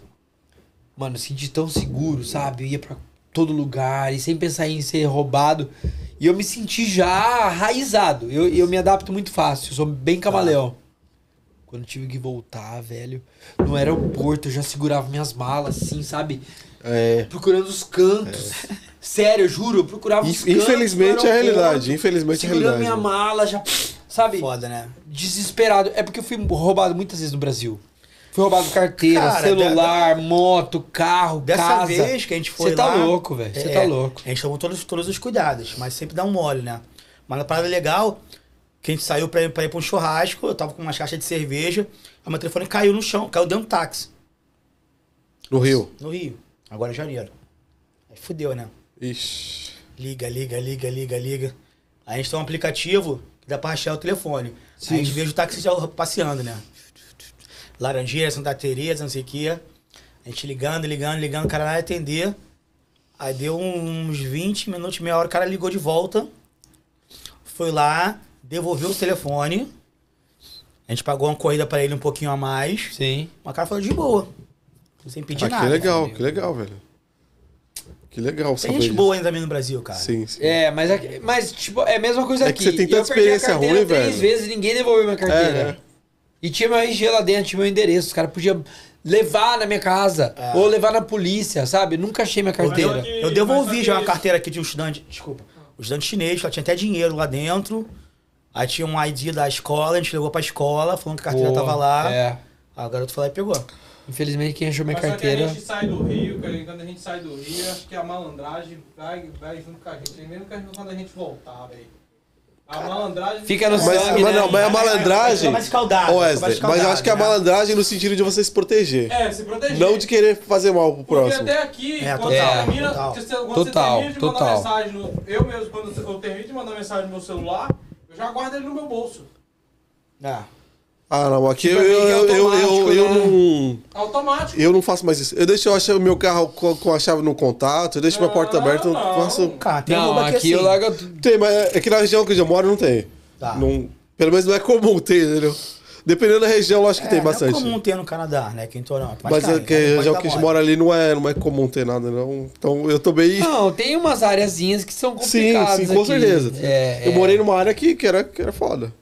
A: Mano, eu senti tão seguro, sabe? Eu ia pra todo lugar e sem pensar em ser roubado. E eu me senti já arraizado. Eu, eu me adapto muito fácil, eu sou bem
B: Tá.
A: camaleão. Quando eu tive que voltar, velho, no aeroporto eu já segurava minhas malas assim, sabe?
B: É.
A: Procurando os cantos. Sério, eu juro, eu procurava os
B: Inf-
A: cantos. no
B: É. Infelizmente é a
A: aeroporto,
B: realidade. Infelizmente é a
A: Segurando
B: realidade.
A: minha mala, já. Sabe?
D: Foda, né?
A: desesperado. É porque eu fui roubado muitas vezes no Brasil. Fui roubado carteira,
D: Cara,
A: celular, moto, carro,
D: Dessa
A: casa.
D: vez que a gente foi
A: Você tá
D: lá-
A: louco, velho. Você tá
D: É,
A: louco.
D: A gente tomou todos, todos os cuidados, mas sempre dá um mole, né? Mas na parada legal, que a gente saiu pra ir pra, ir pra um churrasco, eu tava com umas caixas de cerveja, aí meu telefone caiu no chão, caiu dentro do táxi,
B: No Rio.
D: no Rio, agora em janeiro. Aí fudeu, né?
B: Ixi.
D: Liga, liga, liga, liga, liga. Aí a gente tem um aplicativo que dá pra rachar o telefone.
A: Sim.
D: Aí a gente veja o taxista passeando, né? Laranjeira, Santa Teresa, não sei o quê. A gente ligando, ligando, ligando, o cara lá ia atender. Aí deu uns 20 minutos, meia hora, o cara ligou de volta. Foi lá, devolveu o telefone. A gente pagou uma corrida pra ele um pouquinho a mais.
A: Sim.
D: Mas o cara falou de boa. Sem pedir
B: Ah,
D: nada.
B: que legal, que legal, velho. Que legal
D: Tem
B: saber.
D: gente
B: disso.
D: boa ainda também no Brasil, cara.
B: Sim, sim.
A: É, mas, aqui- mas tipo, é a mesma coisa
B: É que
A: aqui.
B: você tem
A: E eu
B: tanta
A: perdi a
B: experiência
A: carteira
B: ruim,
A: três
B: velho.
A: vezes e ninguém devolveu minha carteira.
B: É, é.
A: E tinha meu RG lá dentro, tinha meu endereço. Os caras podiam levar na minha casa.
D: É.
A: Ou levar na polícia, sabe? Nunca achei minha carteira.
C: aqui-
D: Eu devolvi
C: Mas
D: já uma
C: aqui-
D: carteira aqui de um estudante, desculpa, um estudante chinês, lá tinha até dinheiro lá dentro. Aí tinha um ID da escola, a gente levou pra escola, falando que a carteira
A: Boa,
D: tava lá.
A: É.
D: Aí Aí o garoto foi lá e pegou.
A: Infelizmente, quem achou minha
C: Mas só que a
A: carteira.
C: gente sai do Rio, cara, e quando a gente sai do Rio, eu acho que a malandragem vai, vai junto com a gente. Mesmo que a gente- quando a gente voltar, velho. A malandragem. é,
A: Fica no
B: Mas,
A: sangue,
B: mas
A: né?
B: não, mas a malandragem.
D: Vai mais escaldado,
B: Ô,
D: vai mais
B: Wesley, mas eu
D: escaldado,
B: acho que é a
D: né?
B: malandragem no sentido de você se proteger.
C: É, se proteger.
B: Não de querer fazer mal pro
C: Porque
B: próximo.
C: até aqui,
D: É,
C: quando,
A: total,
C: você termina,
D: total.
C: você-
A: Total,
C: quando você termina de
A: total.
C: mandar mensagem no. Eu mesmo, quando eu termino de mandar mensagem no meu celular, eu já guardo ele no meu bolso.
D: É.
B: Ah, não, aqui eu,
A: Tipo, é
B: eu, eu,
A: meio
B: eu,
A: que automático,
B: eu
A: né?
B: não.
C: Automático.
B: Eu não faço mais isso. Eu deixo eu achar o meu carro co- com a chave no contato, eu deixo minha porta
C: Não,
B: aberta, eu não
C: não.
B: faço.
D: Cara, tem
A: Não,
D: uma
A: aqui
D: que assim,
A: eu largo. tudo.
B: Tem, mas aqui na região que eu moro não tem.
D: Tá.
B: Não, pelo menos não é comum ter, entendeu? Dependendo da região, eu acho que
D: é,
B: tem
D: não é
B: bastante.
D: comum ter no Canadá, né? Aqui em Toronto.
B: Mas
D: tem,
B: é que a
D: né? Depois
B: região
D: da
B: que a gente
D: morte.
B: mora ali não é, não é comum ter nada, não. Então eu tô bem.
D: Ah,
A: Não, tem umas areazinhas que são
B: Sim,
A: complicadas.
B: sim, com
A: aqui.
B: certeza.
A: É,
B: eu
A: é.
B: morei numa área que, que, era, que era foda.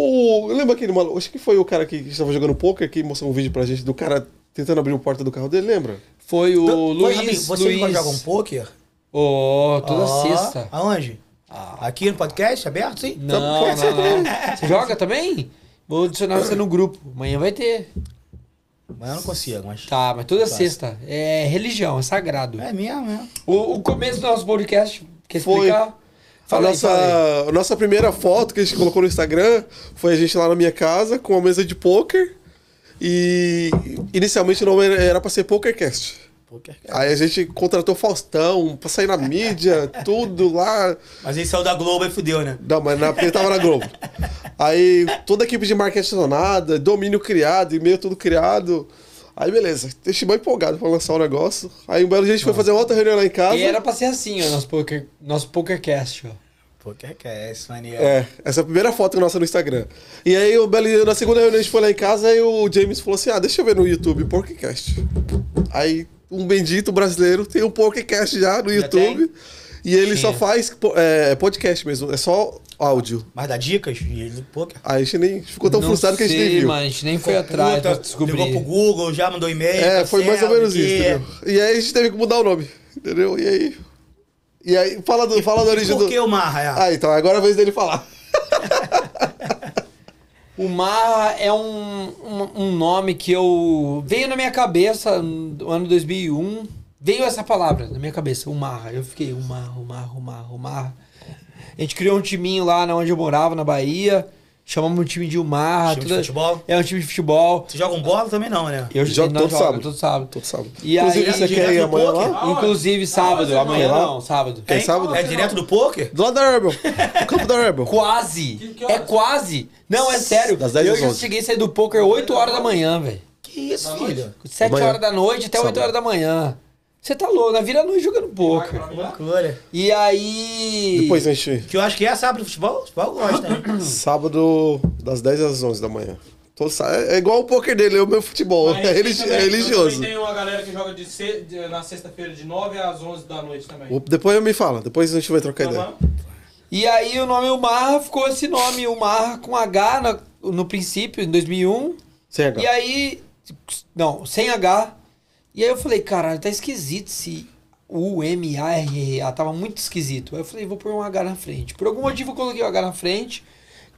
B: O, lembra aquele maluco? Acho que foi o cara que estava jogando poker que mostrou um vídeo pra gente do cara tentando abrir a porta do carro dele, lembra?
A: Foi o
D: Ô,
A: Luiz.
D: Rabinho, Você
A: Luiz.
D: nunca joga um pôquer?
A: Ô, toda
D: Ó,
A: sexta.
D: Aonde? Ah, Aqui no podcast, aberto, sim?
A: Não, não, não. é Você joga também? Vou adicionar você no grupo. Amanhã vai ter.
D: Mas eu não consigo, mas...
A: Tá, mas toda sexta. É religião, é sagrado.
D: É minha, mesmo.
A: O, o começo do nosso podcast, quer
B: Foi.
A: explicar?
B: A
A: Fala aí,
B: nossa,
A: fala aí.
B: a nossa primeira foto que a gente colocou no Instagram foi a gente lá na minha casa com uma mesa de poker. E inicialmente o nome era- era pra ser PokerCast.
D: Pôquer.
B: Aí a gente contratou Faustão pra sair na mídia, tudo lá.
D: Mas ele saiu da Globo e fudeu, né?
B: Não, mas na, ele tava na Globo. Aí toda a equipe de marketing é acionada, domínio criado, e-mail tudo criado. Aí beleza, deixei bem empolgado pra lançar o negócio. Aí um belo dia a gente foi fazer outra reunião lá em casa.
A: Ah. E era pra ser assim, ó, nosso, poker, nosso pokercast, ó.
D: Pokercast, maneiro.
B: É, essa é a primeira foto nossa no Instagram. E aí, o Belo, dia- na segunda reunião a gente foi lá em casa e o James falou assim: Ah, deixa eu ver no YouTube, Porkcast. Aí, um bendito brasileiro tem um Porkcast já no YouTube. E ele só
A: Tinha.
B: faz po- é, podcast mesmo, é só áudio.
D: Mas dá dicas e ele é poker.
B: Aí a gente nem ficou tão
A: Não
B: frustrado que a gente nem
A: sei,
B: viu.
A: mano, a gente nem foi atrás pra
D: Puta, tá? Ligou pro
A: descobrir.
D: Google, já mandou e-mail.
B: né?
D: tá
B: É, foi mais ou
D: cancela,
B: menos
D: que-
B: isso, né? entendeu? E aí a gente teve que mudar o nome, entendeu? E aí. E aí, fala, do, fala da
D: E
B: origem
D: Por
B: do.
D: que o Marra? é?
B: Ah, então, agora é a vez dele falar.
A: O Marra é um, um, um nome que eu... Veio na minha cabeça no ano 2001. Veio essa palavra na minha cabeça, o Marra. Eu fiquei, o Marra, o Marra, o Marra, o Marra. A gente criou um timinho lá na onde eu morava, na Bahia. Chamamos o time de
B: Ah,
A: Umarra.
D: Time de
A: tudo-
D: futebol?
A: É um time de futebol.
D: Você joga um bola também não, né?
A: Eu
B: Joga
A: nós
B: todo
A: joga,
B: sábado.
A: Todo sábado.
B: Todo sábado.
A: E
B: Inclusive,
A: aí,
B: você quer ir
D: direto pro
B: amanhã
D: poker?
B: lá?
C: Ah,
A: Inclusive sábado,
C: Ah,
A: amanhã
B: lá?
A: não, sábado.
B: Tem
D: Hein?
B: sábado?
D: É direto do poker?
B: Do lado da Rebel. O campo da Rebel.
A: Quase!
C: Que- que
A: é
C: horas?
A: quase! Não, é sério.
B: Das 10
A: eu
B: às
A: já
B: 11.
A: cheguei a sair do poker 8 horas da manhã, velho.
D: Que isso,
C: Da
D: filho?
A: 7
B: Amanhã.
A: horas da noite até 8
B: Sábado.
A: horas da manhã. Você tá louco, na vira noite jogando
C: Vai
A: poker.
C: pra mim lá?
D: Loucura.
A: E aí.
B: Depois a gente.
D: Que eu acho que é sábado de futebol? Futebol gosta, né?
B: Sábado, das 10 às 11 da manhã. Todo sá- É é igual o poker dele, é o meu futebol.
C: Mas
B: É, religi-
C: também-
B: é religioso.
C: Também tem uma galera que joga de se- de- na sexta-feira de 9 às 11 da noite também. Tá
B: O- Depois eu me fala, depois a gente vai trocar
A: Tá
B: ideia.
C: Aham.
A: E aí o nome Umarra ficou esse nome, Umarra com H no, no princípio, em 2001.
B: Sem
A: E
B: H.
A: aí. Não, sem H. E aí eu falei, caralho, tá esquisito esse U-M-A-R-R-A. Tava muito esquisito. Aí eu falei, vou pôr um H na frente. Por algum motivo eu coloquei o H na frente.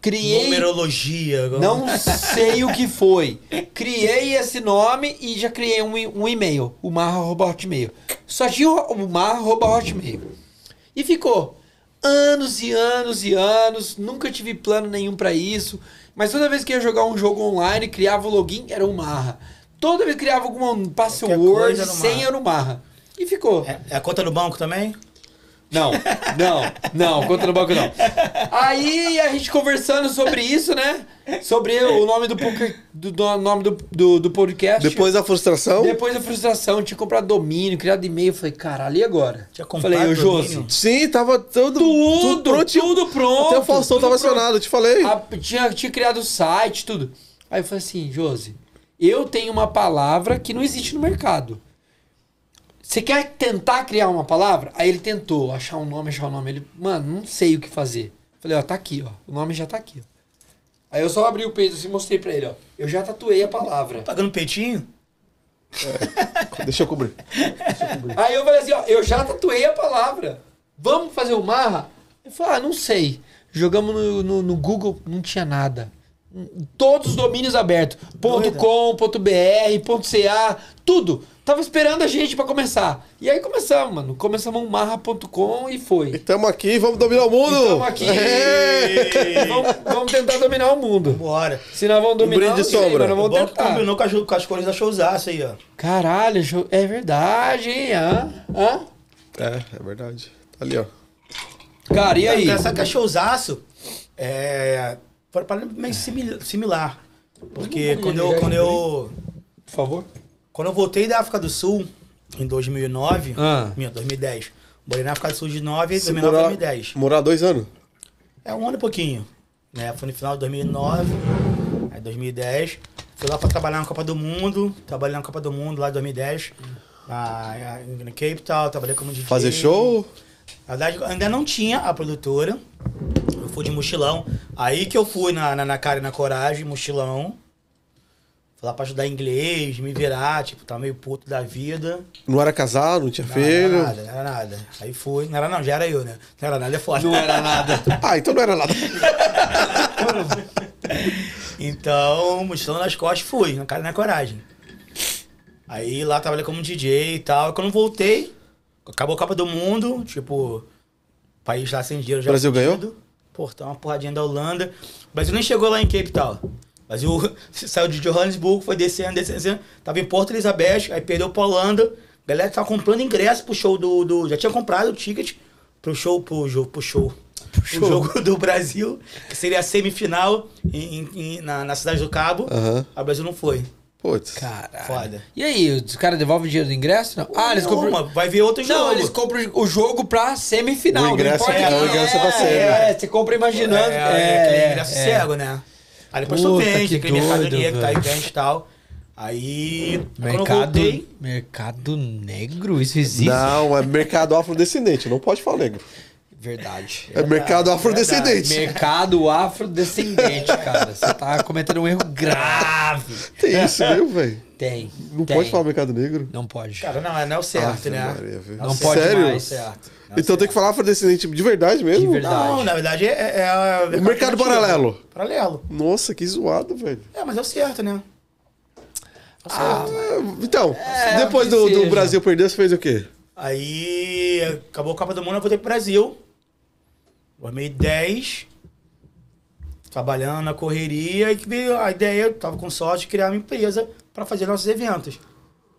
A: Criei.
D: Numerologia.
A: Não sei o que foi. Criei esse nome e já criei um, e- um e-mail. O marra.hotmail. Só tinha o marra.hotmail. E ficou. Anos e anos e anos. Nunca tive plano nenhum pra isso. Mas toda vez que ia jogar um jogo online, criava o login, era o marra. Toda vez que criava alguma um password,
D: coisa era o Marra.
A: senha era o marra. E ficou.
D: É, é a conta do banco também?
A: Não, não, não, conta no banco não. Aí a gente conversando sobre isso, né? Sobre o nome do poker, do, do nome do, do, do podcast.
B: Depois da frustração.
A: Depois da frustração, tinha comprado domínio, criado e-mail, falei, caralho, e agora?
D: Tinha comprado
A: falei, o Josi.
D: domínio?
B: Sim, tava tudo,
A: Tudo,
B: prontinho.
A: tudo pronto.
B: Até o Faustão
A: tudo
B: tava
A: pronto. Ah,
B: acionado, eu te falei.
A: A- tinha, tinha criado o site, tudo. Aí eu falei assim, Josi, eu tenho uma palavra que não existe no mercado. Você quer tentar criar uma palavra? Aí ele tentou achar um nome, achar um nome. Ele, mano, não sei o que fazer. Falei, ó, tá aqui, ó. O nome já tá aqui, ó. Aí eu só abri o peito assim e mostrei pra ele, ó. Eu já tatuei a palavra.
D: Tá Pagando peitinho?
B: Deixa eu cobrir.
A: Aí eu falei assim, ó, eu já tatuei a palavra. Vamos fazer o marra? Ele falou, ah, não sei. Jogamos no, no, no Google, não tinha nada. Todos os domínios abertos. Ponto
D: Doida.
A: .com, ponto .br, ponto .ca, tudo. Tava esperando a gente pra começar. E aí começamos, mano. Começamos um marra.com e foi.
B: E tamo aqui, vamos dominar o mundo!
A: Estamos aqui.
D: É.
A: Vamos, vamos tentar dominar o mundo.
D: Bora.
A: Se nós vamos dominar,
B: brinde
A: não sei,
B: sobra.
A: mas nós vamos
D: Bom que
A: tentar.
D: combinou com as, com as cores da showzaça aí, ó.
A: Caralho, show- é verdade, hein? Hã? Hã?
B: É, é verdade. Tá ali, ó.
A: Cara, e aí?
D: Essa que é showzaço é. Foi para meio simil- similar. Porque
A: Vamos
D: quando
A: ligar
D: eu, quando,
A: isso
D: eu,
A: Por favor.
D: quando eu voltei da África do Sul, em 2009,
A: Ah.
D: minha, 2010, morei na África do Sul de 9 e
B: Você
D: 2009
B: morar,
D: 2010.
B: morar dois anos?
D: É um ano e pouquinho. Né? Foi no final de 2009, aí 2010. Fui lá pra trabalhar na Copa do Mundo. Trabalhei na Copa do Mundo lá em 2010. Na, em Cape Town, trabalhei como DJ.
B: Fazer show?
D: Na verdade, ainda não tinha a produtora. Eu fui de mochilão. Aí que eu fui na, na, na cara e na coragem, mochilão. Fui lá pra ajudar inglês, me virar, tipo, tava meio puto da vida.
B: Não era casado, não tinha
D: Não,
B: filho?
D: era nada, não era nada. Aí fui. Não era não, já era eu, né? Não era nada, é foda.
A: Não era nada.
B: Ah, então não era nada.
D: Então, mochilão nas costas, fui, na cara e na coragem. Aí lá trabalhei como DJ e tal. Quando voltei, acabou a Copa do Mundo, tipo, país lá sem dinheiro já.
B: Brasil
D: fudido.
B: ganhou?
D: Pô, tá uma porradinha da Holanda. O Brasil nem chegou lá em Cape Town. O Brasil saiu de Johannesburgo, foi descendo, descendo, descendo. Tava em Porto Elizabeth, aí perdeu pra Holanda. A galera tava comprando ingresso pro show do. do- já tinha comprado o ticket pro show, pro jogo, pro show. O jogo do Brasil, que seria a semifinal em- em- em- na, na Cidade do Cabo.
B: Aham.
D: Aí o Brasil não foi.
B: Putz.
A: Caralho.
D: Foda.
A: E aí, os caras devolvem o dinheiro do ingresso? Não. Ah, eles compram.
D: Uma, vai ver outro jogo.
A: Não, eles compram o jogo pra semifinal.
B: O
A: não
B: ingresso
A: importa
B: é-
A: quem
B: o ingresso é pra semi.
A: É, você compra imaginando.
D: É, é, aquele ingresso cego, né? Aí depois tu
A: Puta, que
D: vende, aquele mercadoria
A: doido,
D: que tá aí
A: velho.
D: vende e tal. Aí. aí Quando eu
A: Mercado,
D: voltei.
A: mercado negro? Isso existe?
B: Não, é mercado afrodescendente, não pode falar negro.
A: Verdade.
B: É mercado afrodescendente.
A: Mercado afrodescendente, cara. Você tá cometendo um erro grave.
B: Tem isso mesmo, velho.
A: Tem.
B: Não
A: tem.
B: pode falar mercado negro.
A: Não pode.
D: Cara, não, não é o certo,
B: Ave
D: né?
B: Maria, velho.
A: não pode
B: Sério?
A: mais. é.
D: Certo.
B: então tem que falar afrodescendente de verdade mesmo? Ah,
A: De verdade.
D: Não, na verdade é. é, é
B: O mercado paralelo.
D: Paralelo.
B: Nossa, que zoado, velho.
D: É, mas é o certo, né? Ah,
B: É, Então,
A: Ah, É,
B: depois
A: que
B: do, do
A: seja.
B: Brasil perder, você fez o quê?
D: Aí acabou a Copa do Mundo, eu voltei pro Brasil. 2010. Trabalhando na correria e que veio a ideia, eu tava com sorte, de criar uma empresa pra fazer nossos eventos.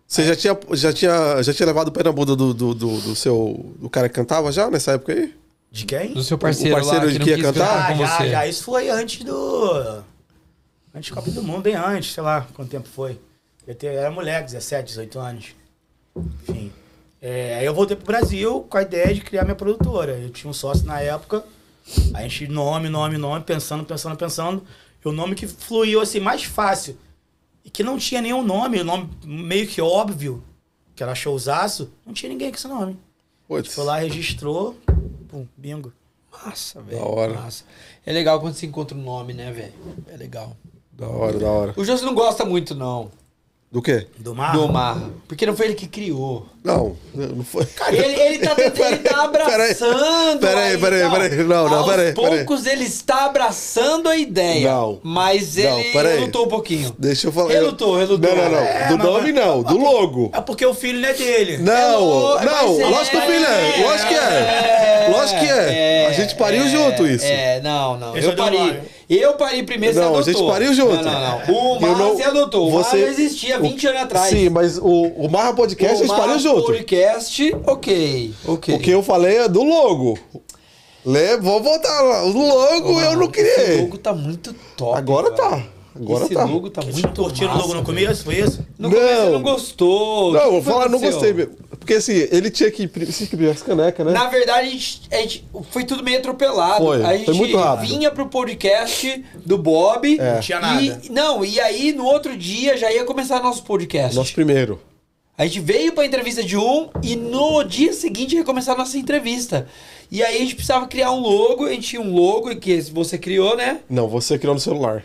B: Você já tinha, já tinha, já tinha levado o pé na bunda do, do, do, do seu. do cara que cantava já nessa época aí?
D: De quem?
A: Do seu parceiro,
B: O parceiro
A: lá,
B: de
A: que não
B: que ia
A: quis
B: cantar?
A: cantar
D: Ah,
A: com
D: já,
A: você.
D: já. Isso foi antes do. Antes da Copa do Mundo, bem antes, sei lá quanto tempo foi. Eu te- era moleque, 17, 18 anos. Enfim. É, aí eu voltei pro Brasil com a ideia de criar minha produtora. Eu tinha um sócio na época. Aí a gente, nome, nome, nome, pensando, pensando, pensando. E o nome que fluiu assim mais fácil. E que não tinha nenhum nome, um nome meio que óbvio, que era showzaço, não tinha ninguém com esse nome.
B: Putz.
A: Tipo
D: Foi lá, registrou, pum, bingo.
A: Massa, velho.
B: Da hora.
A: Massa. É legal quando se encontra um nome, né, velho? É legal.
B: Da hora, da hora.
A: O José não gosta muito, não,
B: Do quê?
D: Do mar?
A: do Marra. Porque não foi ele que criou.
B: Não, não foi.
A: Ele, ele tá, ele tá
B: Peraí,
A: abraçando.
B: peraí,
A: a-
B: peraí, peraí. Não, não,
A: Aos
B: peraí, peraí.
A: poucos ele está abraçando a ideia.
B: Não.
A: Mas
B: Não,
A: ele
B: peraí.
A: lutou um pouquinho.
B: Deixa eu falar. eu-
A: Relutou, relutou.
B: Não, não, não.
A: É,
B: do
D: mas-
B: nome não, do logo.
D: É porque o filho não é dele.
B: Não,
A: É,
B: não,
A: mas é,
B: lógico que o filho é, lógico que é. Lógico que é. A gente pariu
A: é,
B: junto isso.
A: É, não, não.
D: Esse
A: eu
D: é do
A: parei.
D: Mário.
A: Eu parei primeiro,
B: Não,
A: você
B: a
A: adotou.
B: gente pariu junto.
A: Não, não, não. O
B: Eu
A: Marra
B: não-
A: você adotou. O Marra existia
B: o-
A: 20 anos atrás.
B: Sim, mas o, o Marra Podcast a
A: o
B: gente pariu
A: Marra
B: junto.
A: Podcast, ok, ok.
B: O que eu falei é do logo. Le... Vou voltar lá. O logo eu não
A: Esse
B: criei.
A: logo tá muito top.
B: Agora
A: velho.
B: tá. Agora
A: Esse
B: tá.
A: logo tá
D: Vocês não
A: muito
D: curtiram
A: massa,
D: logo no
A: velho.
D: começo? Foi isso?
A: No
B: Não.
A: começo ele não gostou. O
B: Não,
A: que
B: eu vou
A: foi que
B: falar, não
A: aconteceu?
B: gostei mesmo. Porque assim, ele tinha que imprimir se imprimir as canecas, né?
A: Na verdade, a gente, a gente- foi tudo meio atropelado.
B: Foi,
A: a gente
B: foi muito rápido.
A: vinha pro podcast do Bob.
B: É.
D: Não tinha nada.
A: E, não, e aí no outro dia já ia começar nosso podcast.
B: Nosso primeiro.
A: A gente veio pra entrevista de um e no dia seguinte ia começar a nossa entrevista. E aí a gente precisava criar um logo, a gente tinha um logo que você criou, né?
B: Não, você criou no celular.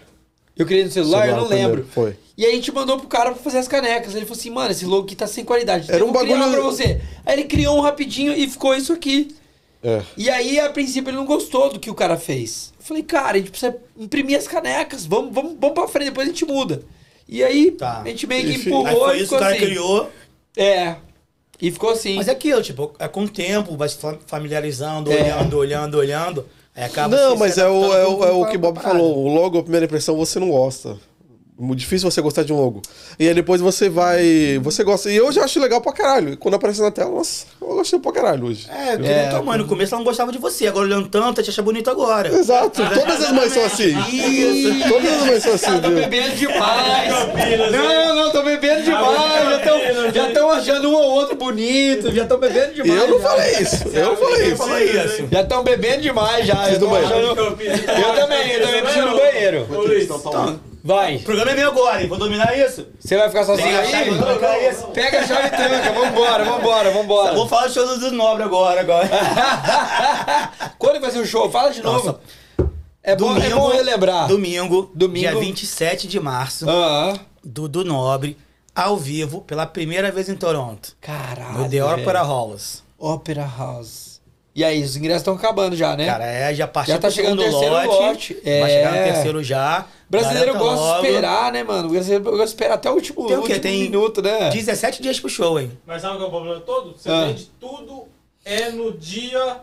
A: Eu criei no celular, eu não
B: primeiro,
A: lembro.
B: Foi.
A: E aí a gente mandou pro cara pra fazer as canecas. Ele falou assim, mano, esse logo aqui tá sem qualidade.
B: Era
A: Eu
B: um
A: vou criar
B: bagulho-
A: pra você. Aí ele criou um rapidinho e ficou isso aqui.
B: É.
A: E aí, a princípio, ele não gostou do que o cara fez. Eu falei, cara, a gente precisa imprimir as canecas, vamos, vamos, vamos pra frente, depois a gente muda. E aí,
D: Tá.
A: a gente meio que
B: Enfim.
A: empurrou
D: Aí foi
A: e
D: isso,
A: ficou
D: o cara
A: assim.
D: criou.
A: É. E ficou assim.
D: Mas é aquilo, tipo, é com o tempo, vai se fa- familiarizando,
A: É.
D: olhando, olhando, olhando. Aí acaba
B: Não,
D: se
B: mas é o, é, o, é o que
D: adaptando
B: Bob
D: tá pra parada.
B: falou. O logo, a primeira impressão, você não gosta. Muito difícil você gostar de um logo. E aí depois você vai. Você gosta. E eu já acho legal pra caralho. E quando aparece na tela, nossa, eu gostei pra caralho hoje.
D: É, que nem tua mãe. No começo ela não gostava de você, agora olhando tanto, ela te acha bonito agora.
B: Exato. Todas as mães são assim.
A: Ih,
B: Todas as mães são assim,
A: cara, "Ah, tô
B: viu?
A: bebendo
D: É
A: demais.
C: Campinas,
A: Não, não, tô bebendo demais. Já tão- Já estão achando um ou outro bonito. Já estão bebendo
B: E
A: demais.
B: eu não
A: já.
B: falei isso. Eu não falei
D: Ninguém
B: isso.
D: falou isso.
A: Já estão bebendo demais já. Eu,
B: do
A: tô
B: banheiro.
A: achando- eu também, eu também preciso ir no banheiro.
C: Ô, né, Luiz,
A: um
C: Tá.
A: Vai,
D: O programa é meu agora, hein? Vou dominar isso.
A: você vai ficar sozinho
D: Pega a chave, vou
A: aí?
D: trancar isso.
A: Pega a chave e tranca. Vambora, vambora, vambora.
D: Vou falar do show do Nobre agora, agora.
A: Quando vai ser o show? Fala de novo.
D: Nossa.
A: É, bom, é bom
B: Ah.
A: relembrar.
D: Domingo,
A: Domingo.
D: dia 27 de março,
A: Aham.
D: Dudu Nobre, ao vivo, pela primeira vez em Toronto.
A: Caralho.
D: No The
A: Ah, velho.
D: Opera Halls.
A: Opera House. E aí, os ingressos estão acabando já, né?
D: Cara, é, já partiu
A: Já tá
D: pro
A: chegando o
D: segundo
A: terceiro lote.
D: Vai
A: É.
D: chegar no terceiro já.
A: Brasileiro
D: Garanta
A: gosta
D: logo.
A: de esperar, né, mano? O brasileiro gosta de esperar até tá o último,
D: Tem o quê?
A: último
D: Tem
A: minuto, né?
D: 17 dias pro show, hein?
C: Mas sabe qual é o problema todo? Você
A: Ah.
C: vende tudo é no dia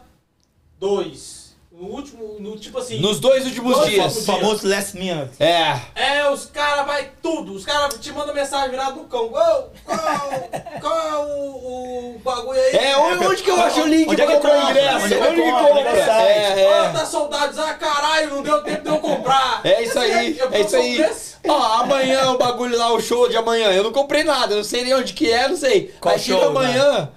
C: 2. No último, no tipo assim.
A: Nos dois últimos
C: Dois
A: dias.
D: O
C: Sim.
D: famoso last minute.
A: É.
C: É, os caras vai tudo. Os caras te mandam mensagem virada do cão. Ô, qual, qual é o, o bagulho aí?
A: É, onde, onde que eu acho o link
D: Onde
A: pra
D: é que
A: comprar o
D: compra?
A: ingresso? Onde,
D: Onde é que
A: que
D: compra?
A: compra?
D: Onde é que sai?
A: É,
C: Ah,
A: é.
C: tá soldados. Ah, caralho, não deu tempo de eu comprar.
A: É isso
C: Esse
A: aí,
C: eu
A: é isso aí.
C: compro esse.
A: Ó, amanhã é o bagulho lá, o show de amanhã. Eu não comprei nada, eu não sei nem onde que é, não sei.
D: Qual
A: Mas chega
D: show, né?
A: amanhã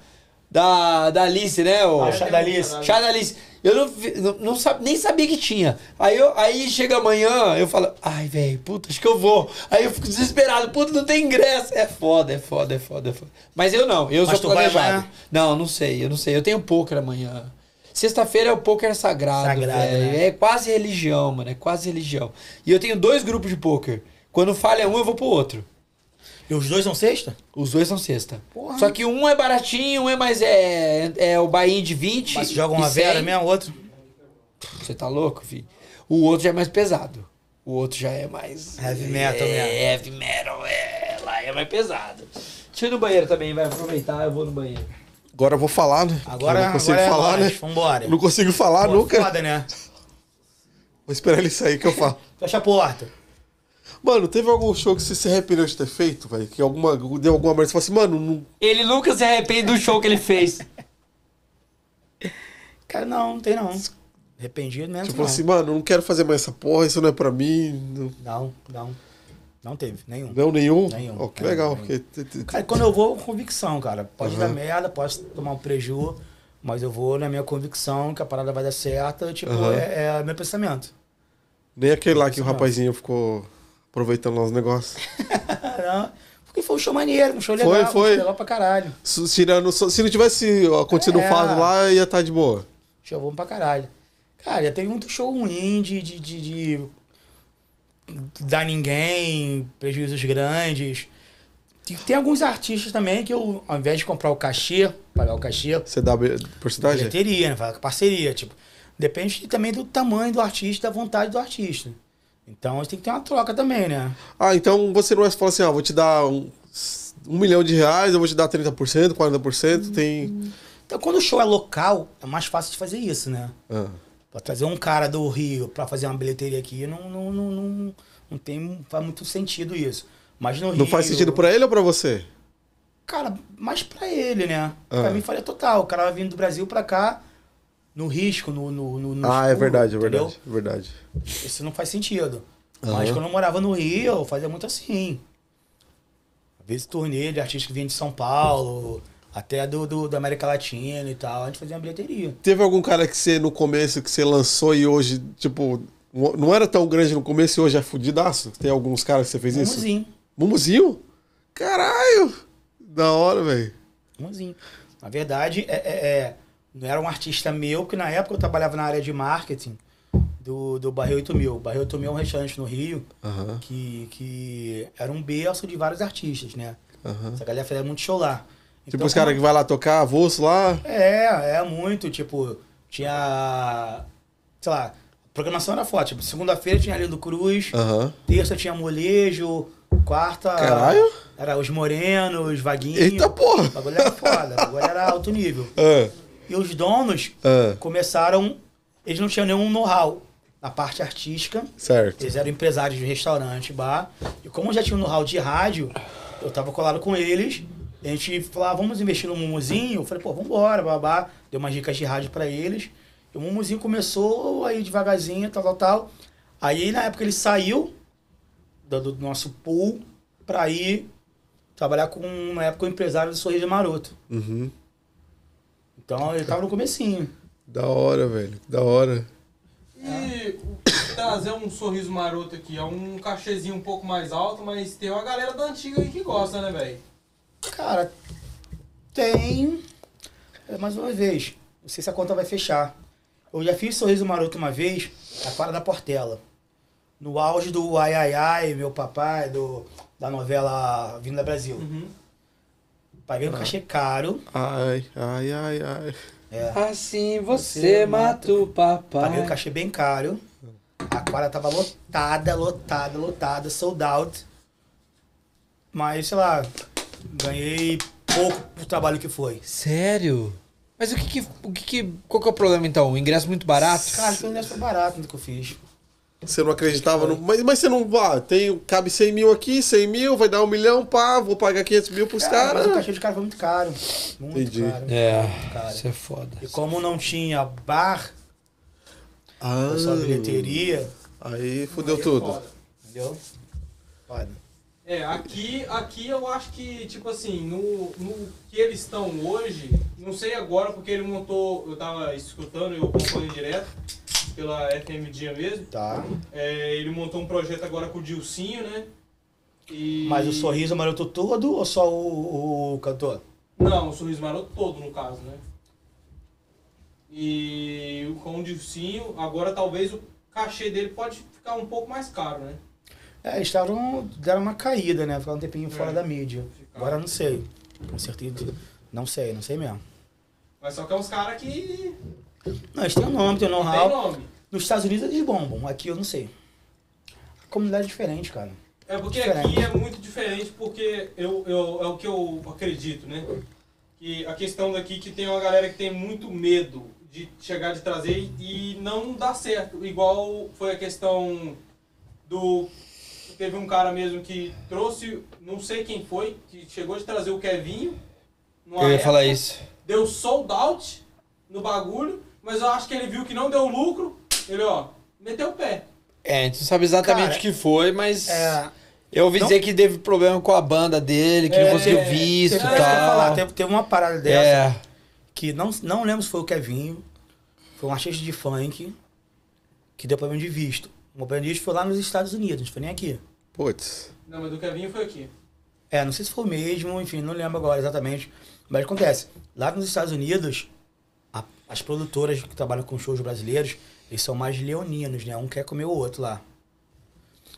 A: da, da Alice, né? O...
D: Ah, o chá da Alice.
A: Chá da Alice. Eu não, vi- não, não sab- nem sabia que tinha. Aí, eu- aí chega amanhã, eu falo, ai, velho, puta, acho que eu vou. Aí eu fico desesperado, puta, não tem ingresso. É foda, é foda, é foda, é foda. Mas eu não, eu
D: Mas
A: sou
D: tu vai
A: planejado.
D: amanhã?
A: Não, não sei, eu não sei. Eu tenho poker amanhã. Sexta-feira é o poker sagrado,
D: Sagrado,
A: velho.
D: né?
A: É quase religião, mano, é quase religião. E eu tenho dois grupos de poker. Quando falha um, eu vou pro outro.
D: E os dois são sexta?
A: Os dois são sexta.
D: Porra.
A: Só que um é baratinho, um é mais. É, é o Bahia de 20.
D: Mas joga
A: e
D: uma
A: 100.
D: vera mesmo, outro.
A: Você tá louco, filho? O outro já é mais pesado. O outro já é mais.
D: Heavy metal
A: é,
D: mesmo.
A: Heavy metal, é. Lá é mais pesado. Deixa eu ir no banheiro também, vai aproveitar, eu vou no banheiro.
B: Agora eu vou falar, né?
D: Agora,
B: eu não consigo
D: agora é
B: falar,
D: nós.
B: né?
D: Vambora.
B: Não consigo falar
D: Pô,
B: nunca.
D: Foda, né?
B: Vou esperar ele sair que eu falo.
D: Fecha a porta.
B: Mano, teve algum show que você se arrependeu de ter feito, velho? Que alguma, deu alguma merda? Você falou assim, mano, não,
A: Ele nunca se arrepende do show que ele fez.
D: Cara, não, não tem não. Arrependido mesmo.
B: Tipo
D: não.
B: assim, mano, não quero fazer mais essa porra, isso não é pra mim. Não,
D: não, não. Não teve, nenhum.
B: não nenhum?
D: Nenhum.
B: Ó, que
D: Nenhum,
B: legal.
D: nenhum.
B: porque te- te-
D: Cara, quando eu vou, convicção, cara. Pode dar merda, posso tomar um preju, mas eu vou na minha convicção que a parada vai dar certo. Tipo,
B: Aham.
D: é, é meu pensamento.
B: Nem aquele lá que o rapazinho ficou aproveitando lá os negócios.
D: Caramba. Porque foi um show maneiro, um show
B: Foi,
D: legal. um show
B: foi.
D: legal pra caralho.
B: Se, tirando- só- se não tivesse acontecido o
D: É.
B: fato lá, ia estar de boa.
D: Show bom pra caralho. Cara, já teve muito show ruim de. de, de, de dar ninguém, prejuízos grandes. E Tem alguns artistas também que eu, ao invés de comprar o cachê, pagar o cachê,
B: Você dá be- porcentagem?
D: bilheteria, né? Fala com Parceria, tipo. Depende também do tamanho do artista, da vontade do artista. Então a gente tem que ter uma troca também, né?
B: Ah, então você não é falar assim, ah, vou te dar um, um milhão de reais, eu vou te dar 30%, 40%, tem...
D: Então quando o show é local, é mais fácil de fazer isso, né?
B: Ah.
D: Pra trazer um cara do Rio pra fazer uma bilheteria aqui, não, não, não, não, não tem, faz muito sentido isso. Mas no Rio.
B: Não faz sentido pra ele ou pra você?
D: Cara, mais pra ele, né?
B: Ah.
D: Pra mim faria total. O cara vai vindo do Brasil pra cá, no risco, no. no, no- no
B: Ah, é
D: escuro,
B: verdade, é
D: entendeu?
B: verdade, é verdade.
D: Isso não faz sentido. Mas
B: Aham.
D: quando eu morava no Rio, eu fazia muito assim. Às vezes turnê de artistas que vinha de São Paulo, até do, do- da América Latina e tal, a gente fazia uma bilheteria.
B: Teve algum cara que você, no começo, que você lançou e hoje, tipo, não era tão grande no começo e hoje é fudidaço? Tem alguns caras que você fez isso?
D: Mumuzinho,
B: Mumuzinho? Caralho! Da hora, velho.
D: mumuzinho. Na verdade, é, é- é, não era um artista meu, porque na época eu trabalhava na área de marketing do, do Barril 8000. O Barril 8000 é um restaurante no Rio
B: Aham,
D: que, que era um berço de vários artistas, né?
B: aham.
D: Essa galera fazia muito show lá.
B: Tipo
D: Então,
B: os caras que vai lá tocar, avulso lá.
D: É, é muito, tipo, Tinha. Sei lá, a programação era forte. Tipo, segunda-feira tinha Lindo Cruz,
B: Aham.
D: terça tinha molejo, quarta.
B: Caralho.
D: Era os morenos, vaguinho.
B: Eita porra!
D: O bagulho era foda, o bagulho era alto nível.
B: Ah,
D: E os donos
B: Ah.
D: começaram. Eles não tinham nenhum know-how na parte artística.
B: certo.
D: Eles eram empresários de restaurante, bar. E como eu já tinha um know-how de rádio, eu tava colado com eles. A gente falava, vamos investir no Mumuzinho. Eu falei, pô, vambora, babá. Deu umas dicas de rádio pra eles. E o Mumuzinho começou aí devagarzinho, tal, tal, tal. Aí na época ele saiu do, do nosso pool pra ir trabalhar com, na época, o empresário do Sorriso Maroto.
B: Uhum.
D: Então ele tava no comecinho.
B: Da hora, velho. Da hora.
C: um E o- trazer um sorriso maroto aqui. É um cachezinho um pouco mais alto, mas tem uma galera da antiga aí que gosta, né, velho?
D: Cara, tem. é, Mais uma vez, não sei se a conta vai fechar. Eu já fiz sorriso maroto uma vez, na cara da Portela. No auge do Ai Ai Ai, meu papai, do, da novela Vinda Brasil. Paguei um cachê caro.
B: Ai, ai, ai, ai.
D: É,
A: Assim
D: Você
A: você
D: mata
A: mata o
D: paguei um
A: papai.
D: cachê bem caro. A quadra tava lotada, lotada, lotada, sold out. Mas, sei lá, ganhei pouco pro trabalho que foi.
A: Sério? Mas o que que, o que que- Qual que é o problema então? O ingresso muito barato?
D: Cara, foi um ingresso barato do que eu fiz.
B: Você não acreditava no. Mas, mas você não. Ah, tem, cabe 100 mil aqui, 100 mil, vai dar um milhão, pá, vou pagar 500 mil pros
D: Cara,
B: caras.
D: mas o cachê de cara foi muito caro. Muito
B: Entendi.
D: caro.
A: É,
D: Cara.
A: isso é foda.
D: E como não tinha bar,
B: Ah,
D: foi só bilheteria,
B: Aí fudeu tudo.
C: Foda.
D: entendeu? Foda.
C: É, aqui, aqui eu acho que, tipo assim, no, no que eles estão hoje, não sei agora, porque ele montou, eu tava escutando, eu acompanho direto, pela FM Dia mesmo.
D: Tá.
C: É, ele montou um projeto agora com o Dilcinho, né? E...
D: Mas o sorriso maroto todo ou só o, o cantor?
C: Não, o Sorriso Maroto todo, no caso, né? E o com o Dilcinho, agora talvez o cachê dele pode ficar um pouco mais caro, né?
D: É, eles estavam. deram uma caída, né? Ficaram um tempinho fora
C: É.
D: da mídia. Agora eu não sei. Com certeza. Não sei, não sei mesmo.
C: Mas só que é uns caras que
D: Não, eles têm um nome, têm um
C: tem
D: know-how.
C: nome.
D: Nos Estados Unidos eles bombam, aqui eu não sei. A comunidade é diferente, cara.
C: É porque
D: Diferente.
C: aqui é muito diferente, porque eu, eu, é o que eu acredito, né? Que a questão daqui é que tem uma galera que tem muito medo de chegar de trazer e não dá certo. Igual foi a questão do. Teve um cara mesmo que trouxe, não sei quem foi, que chegou de trazer o Kevinho. numa
A: Eu ia
D: é?
C: época,
A: falar isso.
C: Deu sold out no bagulho, mas eu acho que ele viu que não deu lucro. Ele, ó, meteu o pé.
A: É, a gente não sabe exatamente
D: Cara,
A: o que foi, mas.
D: É.
A: Eu ouvi
D: Não-
A: dizer que teve problema com a banda dele, que
C: É,
A: não conseguiu
D: Isso,
A: visto
D: é,
A: e
D: isso que eu ia falar,
A: tal.
D: teve, teve uma parada dessa.
A: É.
D: que não, não lembro se foi o Kevinho, foi um artista de funk que deu problema de visto. O problema de visto foi lá nos Estados Unidos, não foi nem aqui.
B: Putz.
C: Não, mas do Kevinho foi aqui.
D: É, não sei se foi o mesmo, enfim, não lembro agora exatamente. Mas acontece, lá nos Estados Unidos, a- as produtoras que trabalham com shows brasileiros, eles são mais leoninos, né? Um quer comer o outro lá.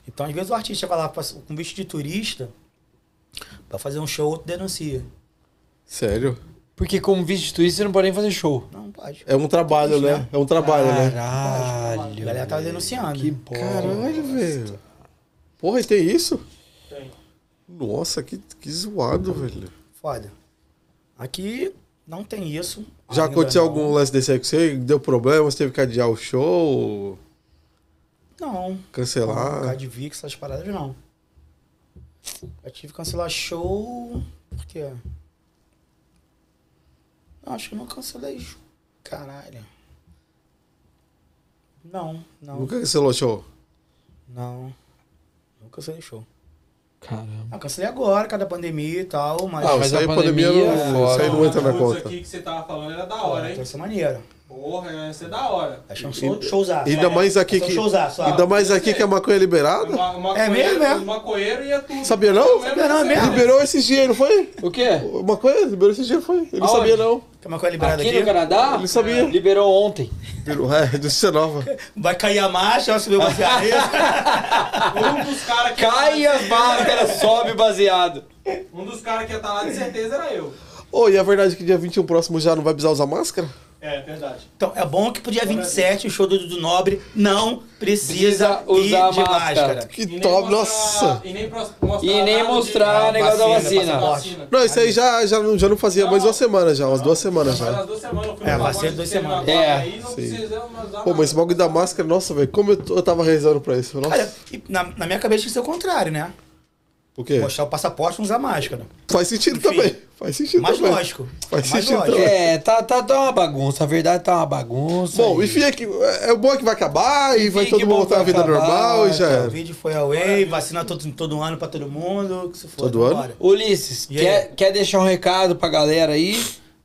D: Então, às vezes, o artista vai lá passa- com visto de turista pra fazer um show, outro denuncia.
B: Sério?
A: Porque como visto de twist, você não pode nem fazer show.
D: Não, pode.
B: É um trabalho, né? É um trabalho, né?
A: Caralho.
D: A galera tava denunciando.
A: Que porra.
B: Caralho, velho. Porra, e tem isso?
C: Tem.
B: Nossa, que, que zoado, velho.
D: Foda. Aqui não tem isso.
B: Já
D: Ainda
B: aconteceu
D: não.
B: algum lance desse aí com você? Deu problema? Você teve que adiar o show?
D: Não. Não,
B: Cancelar?
D: Card Vix, essas paradas não. Já tive que cancelar show. Por quê? Não, acho que eu não cancelei. show. Caralho. Não, não,
B: Nunca cancelou show?
D: não. Não cancelei show.
A: Caramba.
D: Ah, cancelei agora, cada pandemia e tal, mas.
B: Ah,
A: mas
B: isso aí
A: a
B: pandemia,
A: pandemia
B: não,
A: é
B: isso
A: foda.
B: aí não entra na
C: Putz,
B: conta.
C: aqui que você tava falando era da
D: pô,
C: hora, hein?
D: Vai ser maneiro.
C: Porra, essa é da hora.
D: Vai ser um show, showzaço.
B: Ainda mais aqui
D: Vai ser
B: que,
D: um showzaço, ó.
B: ainda mais aqui que a maconha é liberada?
C: Ma- maconheiro-
D: É mesmo, é?
C: Os maconheiros um ia tudo.
B: Sabia não?
C: Sabia
D: não, é mesmo?
B: Liberou esses dias, não foi?
A: O quê?
B: Uma coisa, liberou esses dias, foi. Ele não
A: Aonde?
B: sabia não.
D: Tem uma coisa liberada
A: Aqui
C: né,
D: aqui.
A: no Canadá?
B: Ele sabia.
A: Liberou ontem.
B: Liberou, é, notícia nova.
D: Vai cair a marcha, vai subir o baseado.
C: Um dos caras que.
A: Cai as barras, o cara sobe baseado.
C: Um dos caras que ia estar lá de certeza era eu.
B: um Ô, e a verdade é que dia 21 próximo já não vai precisar usar máscara?
C: É, verdade.
D: Então, é bom que pro dia 27, o show do Dudu Nobre não precisa,
A: Precisa usar
D: ir de
A: a máscara.
D: máscara.
B: Que
C: nem
B: top,
C: mostrar-
B: nossa!
C: E nem pros- mostrar.
A: E nem
C: nada
A: mostrar
B: Ah,
A: o negócio da
D: vacina,
A: vacina.
D: passaporte.
B: Não, isso aí já, já, não, já não fazia mais
C: Não.
B: uma semana já, umas duas semanas
C: Faz
B: já.
C: umas duas semanas, eu fui
D: É,
C: numa
D: vacina
C: loja
D: duas
C: de cinema
D: semanas.
C: agora,
A: É.
C: Aí não
B: Sim.
C: precisamos usar
B: Pô, mas esse bagulho da máscara, nossa, velho, como eu, t- eu tava rezando pra isso. Nossa,
D: Cara, e na, na minha cabeça tinha que ser o contrário, né?
B: o quê?
D: Mostrar o passaporte e não usar máscara.
B: Faz sentido também. Faz sentido
D: Mais
B: também.
D: lógico.
B: Faz
D: Mais
B: sentido
D: lógico.
B: também.
A: É, tá, tá, tá uma bagunça. A verdade tá uma bagunça.
B: Bom,
A: e-
B: enfim, é, que, é bom é que vai acabar e vai
A: é que
B: todo
A: bom
B: mundo voltar à
A: que
B: vida
A: vai acabar, então,
B: normal e já
D: O
B: era.
D: vídeo foi away, vacina todo, todo ano pra todo mundo. Que se for,
B: Todo ano?
D: bora.
A: Ulisses,
D: E
A: quer, quer deixar um recado pra galera aí?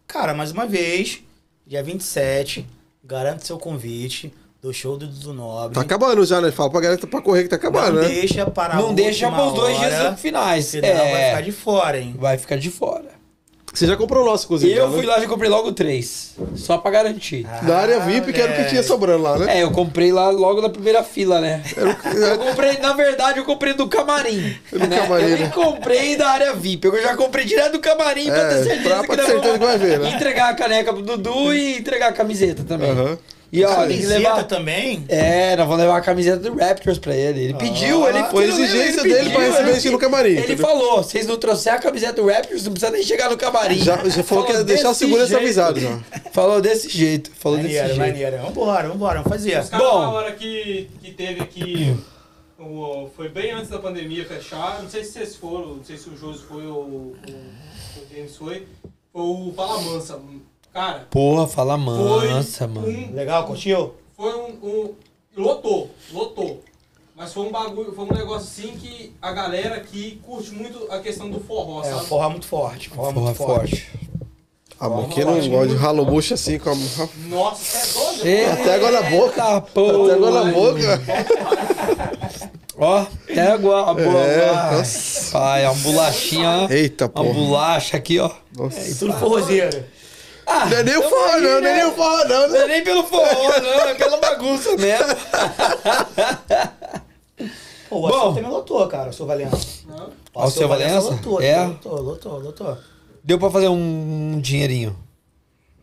D: Cara, mais uma vez, dia 27, garanto seu convite do show do Dudu Nobre.
B: Tá acabando já, né? Fala pra galera pra correr que tá acabando,
D: não
B: né?
D: deixa para
A: não deixa pros dois dias finais.
D: Senão
A: é,
D: vai ficar de fora, hein?
A: fora.
B: Você já comprou o nosso, inclusive.
A: eu
B: já,
A: fui
B: né?
A: lá e comprei logo três. Só pra garantir.
B: Da área
D: Ah,
B: VIP, que era o que tinha sobrando lá, né?
A: É, eu comprei lá logo na primeira fila, né? Eu comprei, na verdade, eu comprei do camarim.
B: Do
A: né?
B: camarim,
A: eu nem
B: né?
A: comprei da área VIP. Eu já comprei direto do camarim pra
B: É,
A: ter certeza,
B: pra- pra ter
A: nós vamos
B: certeza que vai ver, né?
A: Entregar a caneca pro Dudu e entregar a camiseta também.
B: Aham.
A: E ó, tem que
D: Camiseta
A: levar.
D: também?
A: É, nós vamos levar a camiseta do Raptors pra ele. Ele pediu, ele
B: Ah, foi a
A: ele-
B: exigência
A: ele
B: dele pra receber
A: ele-
B: isso no camarim,
A: Ele
B: entendeu?
A: falou: vocês não trouxeram a camiseta do Raptors, não precisa nem chegar no camarim.
B: Já, já falou que ia deixar o
A: desse
B: segurança
A: jeito.
B: avisado já.
A: Falou desse jeito, falou desse
D: Maneiro,
A: jeito.
D: maneiro. Vambora, vambora, vamos fazer.
C: Os caras,
A: Bom.
C: na hora que, que teve aqui, o- foi bem antes da pandemia fechar, não sei se vocês foram, não sei se o Josi foi ou o, o James foi, foi o Palamansa. Cara,
A: Porra, fala
C: foi
A: mansa, mano.
C: um...
D: Legal, curtiu?
C: Foi um, um- Lotou, lotou. Mas foi um bagulho, foi um negócio assim que a galera que curte muito a questão do forró,
D: É, o
C: sabe?
D: forró é muito forte. Forró, é
A: Porra,
D: muito forte.
A: forte.
B: Ah, bom, quem não gosta de ralo bucha assim com a...
C: Nossa, você é doido?
B: Até agora na boca.
A: Eita, porra.
B: Até agora na boca.
A: Ó, até agora a boca.
B: É,
A: vai.
B: nossa.
A: Pai, uma bolachinha, ó.
B: Eita,
A: Uma
B: porra.
A: bolacha aqui, ó.
B: Nossa.
D: É, Tudo forrozeiro.
A: Ah,
B: Não é nem o
A: tamo
B: forró,
A: aí,
B: não, não é
A: né?
B: nem o forró, não.
A: Não é nem pelo forró, não, é pela bagunça mesmo.
D: Pô, o
A: Bom.
D: Açu também lotou, cara, o seu Valença.
C: Não.
D: O
A: Alceu
D: Alceu
A: Valença?
D: Lotou,
A: É.
D: lotou, lotou, lotou.
A: Deu pra fazer um dinheirinho.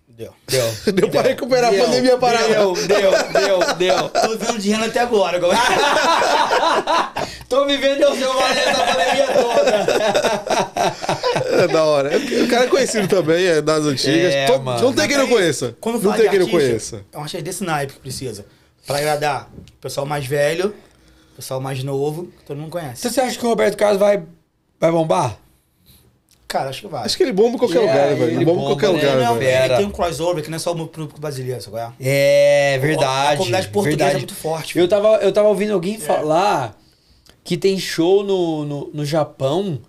D: Deu.
A: Deu.
B: Deu pra recuperar a pandemia parada.
A: Deu, deu, deu, deu.
D: Tô vivendo de renda até agora. agora.
A: Tô vivendo eu seu valendo a pandemia toda.
B: É da hora. O cara é conhecido também, é das antigas.
A: É,
B: To-
A: mano.
B: Não tem quem não conheça.
D: Quando
B: não
D: fala
B: tem
D: de
B: quem não
D: artista,
B: conheça.
D: É um artista desse naipe que precisa. Pra agradar o pessoal mais velho, o pessoal mais novo, que todo mundo conhece.
A: Então você acha que o Roberto Carlos vai, vai bombar?
D: Cara, acho que vai.
B: Acho que ele bomba em qualquer
A: Yeah,
B: lugar, velho.
A: ele
B: Ele bomba em
A: bomba,
B: qualquer
A: né?
B: lugar,
D: ele, não,
B: velho.
A: Pera.
D: ele tem um crossover que não é só o público brasileiro, sabe? qual é?
A: É, verdade.
D: A comunidade portuguesa
A: verdade.
D: é muito forte.
A: Eu tava, eu tava ouvindo
D: É.
A: alguém falar que tem show no, no, no Japão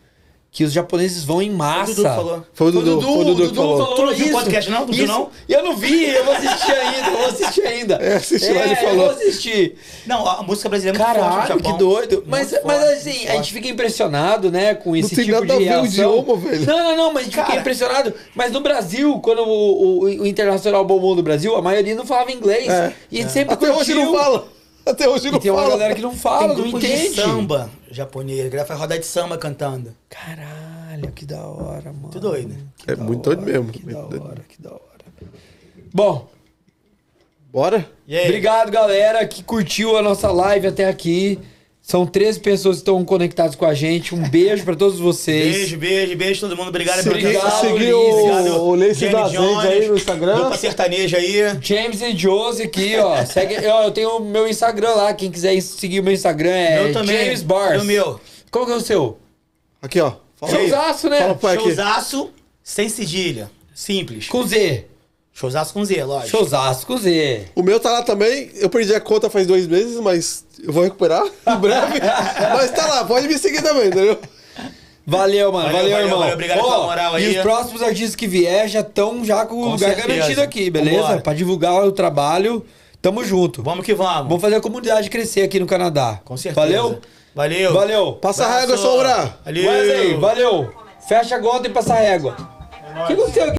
A: que os japoneses vão em
D: O
A: massa.
D: Dudu falou.
B: Foi o Dudu, foi o Dudu que falou.
D: Tu não viu o podcast, não? Tu viu,
A: Isso.
D: não?
A: Eu não vi, eu vou assistir ainda, eu vou assistir ainda.
B: É, assisti lá, ele
A: Eu
B: falou.
A: vou assistir.
D: Não, a música brasileira é muito forte
A: Caralho,
D: no Japão.
A: que doido.
D: Muito
A: Mas,
D: forte,
A: mas assim,
D: muito
A: a
D: forte.
A: gente fica impressionado, né, com esse
B: tem
A: tipo
B: nada
A: de
B: a ver o
A: reação.
B: idioma, velho.
A: Não, não, não, mas a gente fica
D: Cara.
A: impressionado. Mas no Brasil, quando o, o- o Internacional bombou do Brasil, a maioria não falava inglês.
B: É.
A: E a gente sempre
B: Até hoje
A: curtiu.
B: não fala. Até hoje
A: E
B: não
A: tem uma
B: fala.
A: galera que não
D: Tem
A: fala, não
D: grupos de
A: entende.
D: samba japonês, a galera faz rodar de samba cantando.
A: Caralho, que da hora, mano.
D: Muito doido. né?
A: Que
B: É
A: da
B: muito doido
A: hora,
B: mesmo,
A: Que
B: muito
A: da
B: doido.
A: hora, que da hora. Bom,
B: Bora?
D: E aí?
A: Obrigado, galera, que curtiu a nossa live até aqui. São 13 pessoas que estão conectadas com a gente. Um beijo pra todos vocês.
D: Beijo, beijo, beijo todo mundo. Obrigado
B: Segui-
D: pela atenção.
A: seguir
B: o-
D: Obrigado,
B: o Lace
D: Jamie
B: da Zend
D: Jones,
B: aí no Instagram.
D: Dupla sertaneja aí.
A: James e Josie aqui, ó. Segue, ó, eu tenho o meu Instagram lá. Quem quiser seguir o meu Instagram é
D: Meu também.
A: James Bars.
D: E o meu?
A: Qual que é o seu?
B: Aqui, ó. Fala aí.
A: Showzaço, né?
B: Fala pra- Foi aqui.
D: Showzaço sem cedilha. Simples.
A: Com Z.
D: Showzaço com Z, lógico.
A: Showzaço com Z.
B: O meu tá lá também. Eu perdi a conta faz dois meses, mas eu vou recuperar em breve. mas tá lá, pode me seguir também, entendeu?
A: Valeu, mano. Valeu,
D: Valeu, valeu,
A: irmão.
D: valeu. Obrigado
A: Ó,
D: pela moral aí.
A: E os próximos artistas que vier já estão já com o
D: Com
A: lugar
D: certeza.
A: garantido aqui, beleza?
D: Vambora.
A: Pra divulgar o trabalho. Tamo junto.
D: Vamos que vamos.
A: Vamos fazer a comunidade crescer aqui no Canadá.
D: Com certeza.
A: Valeu?
D: Valeu.
A: Valeu.
B: Passa a
D: Abraço.
B: régua, sombra.
D: Valeu. É
A: Wesley, valeu. Fecha a gota e passa a régua. O que aconteceu aqui?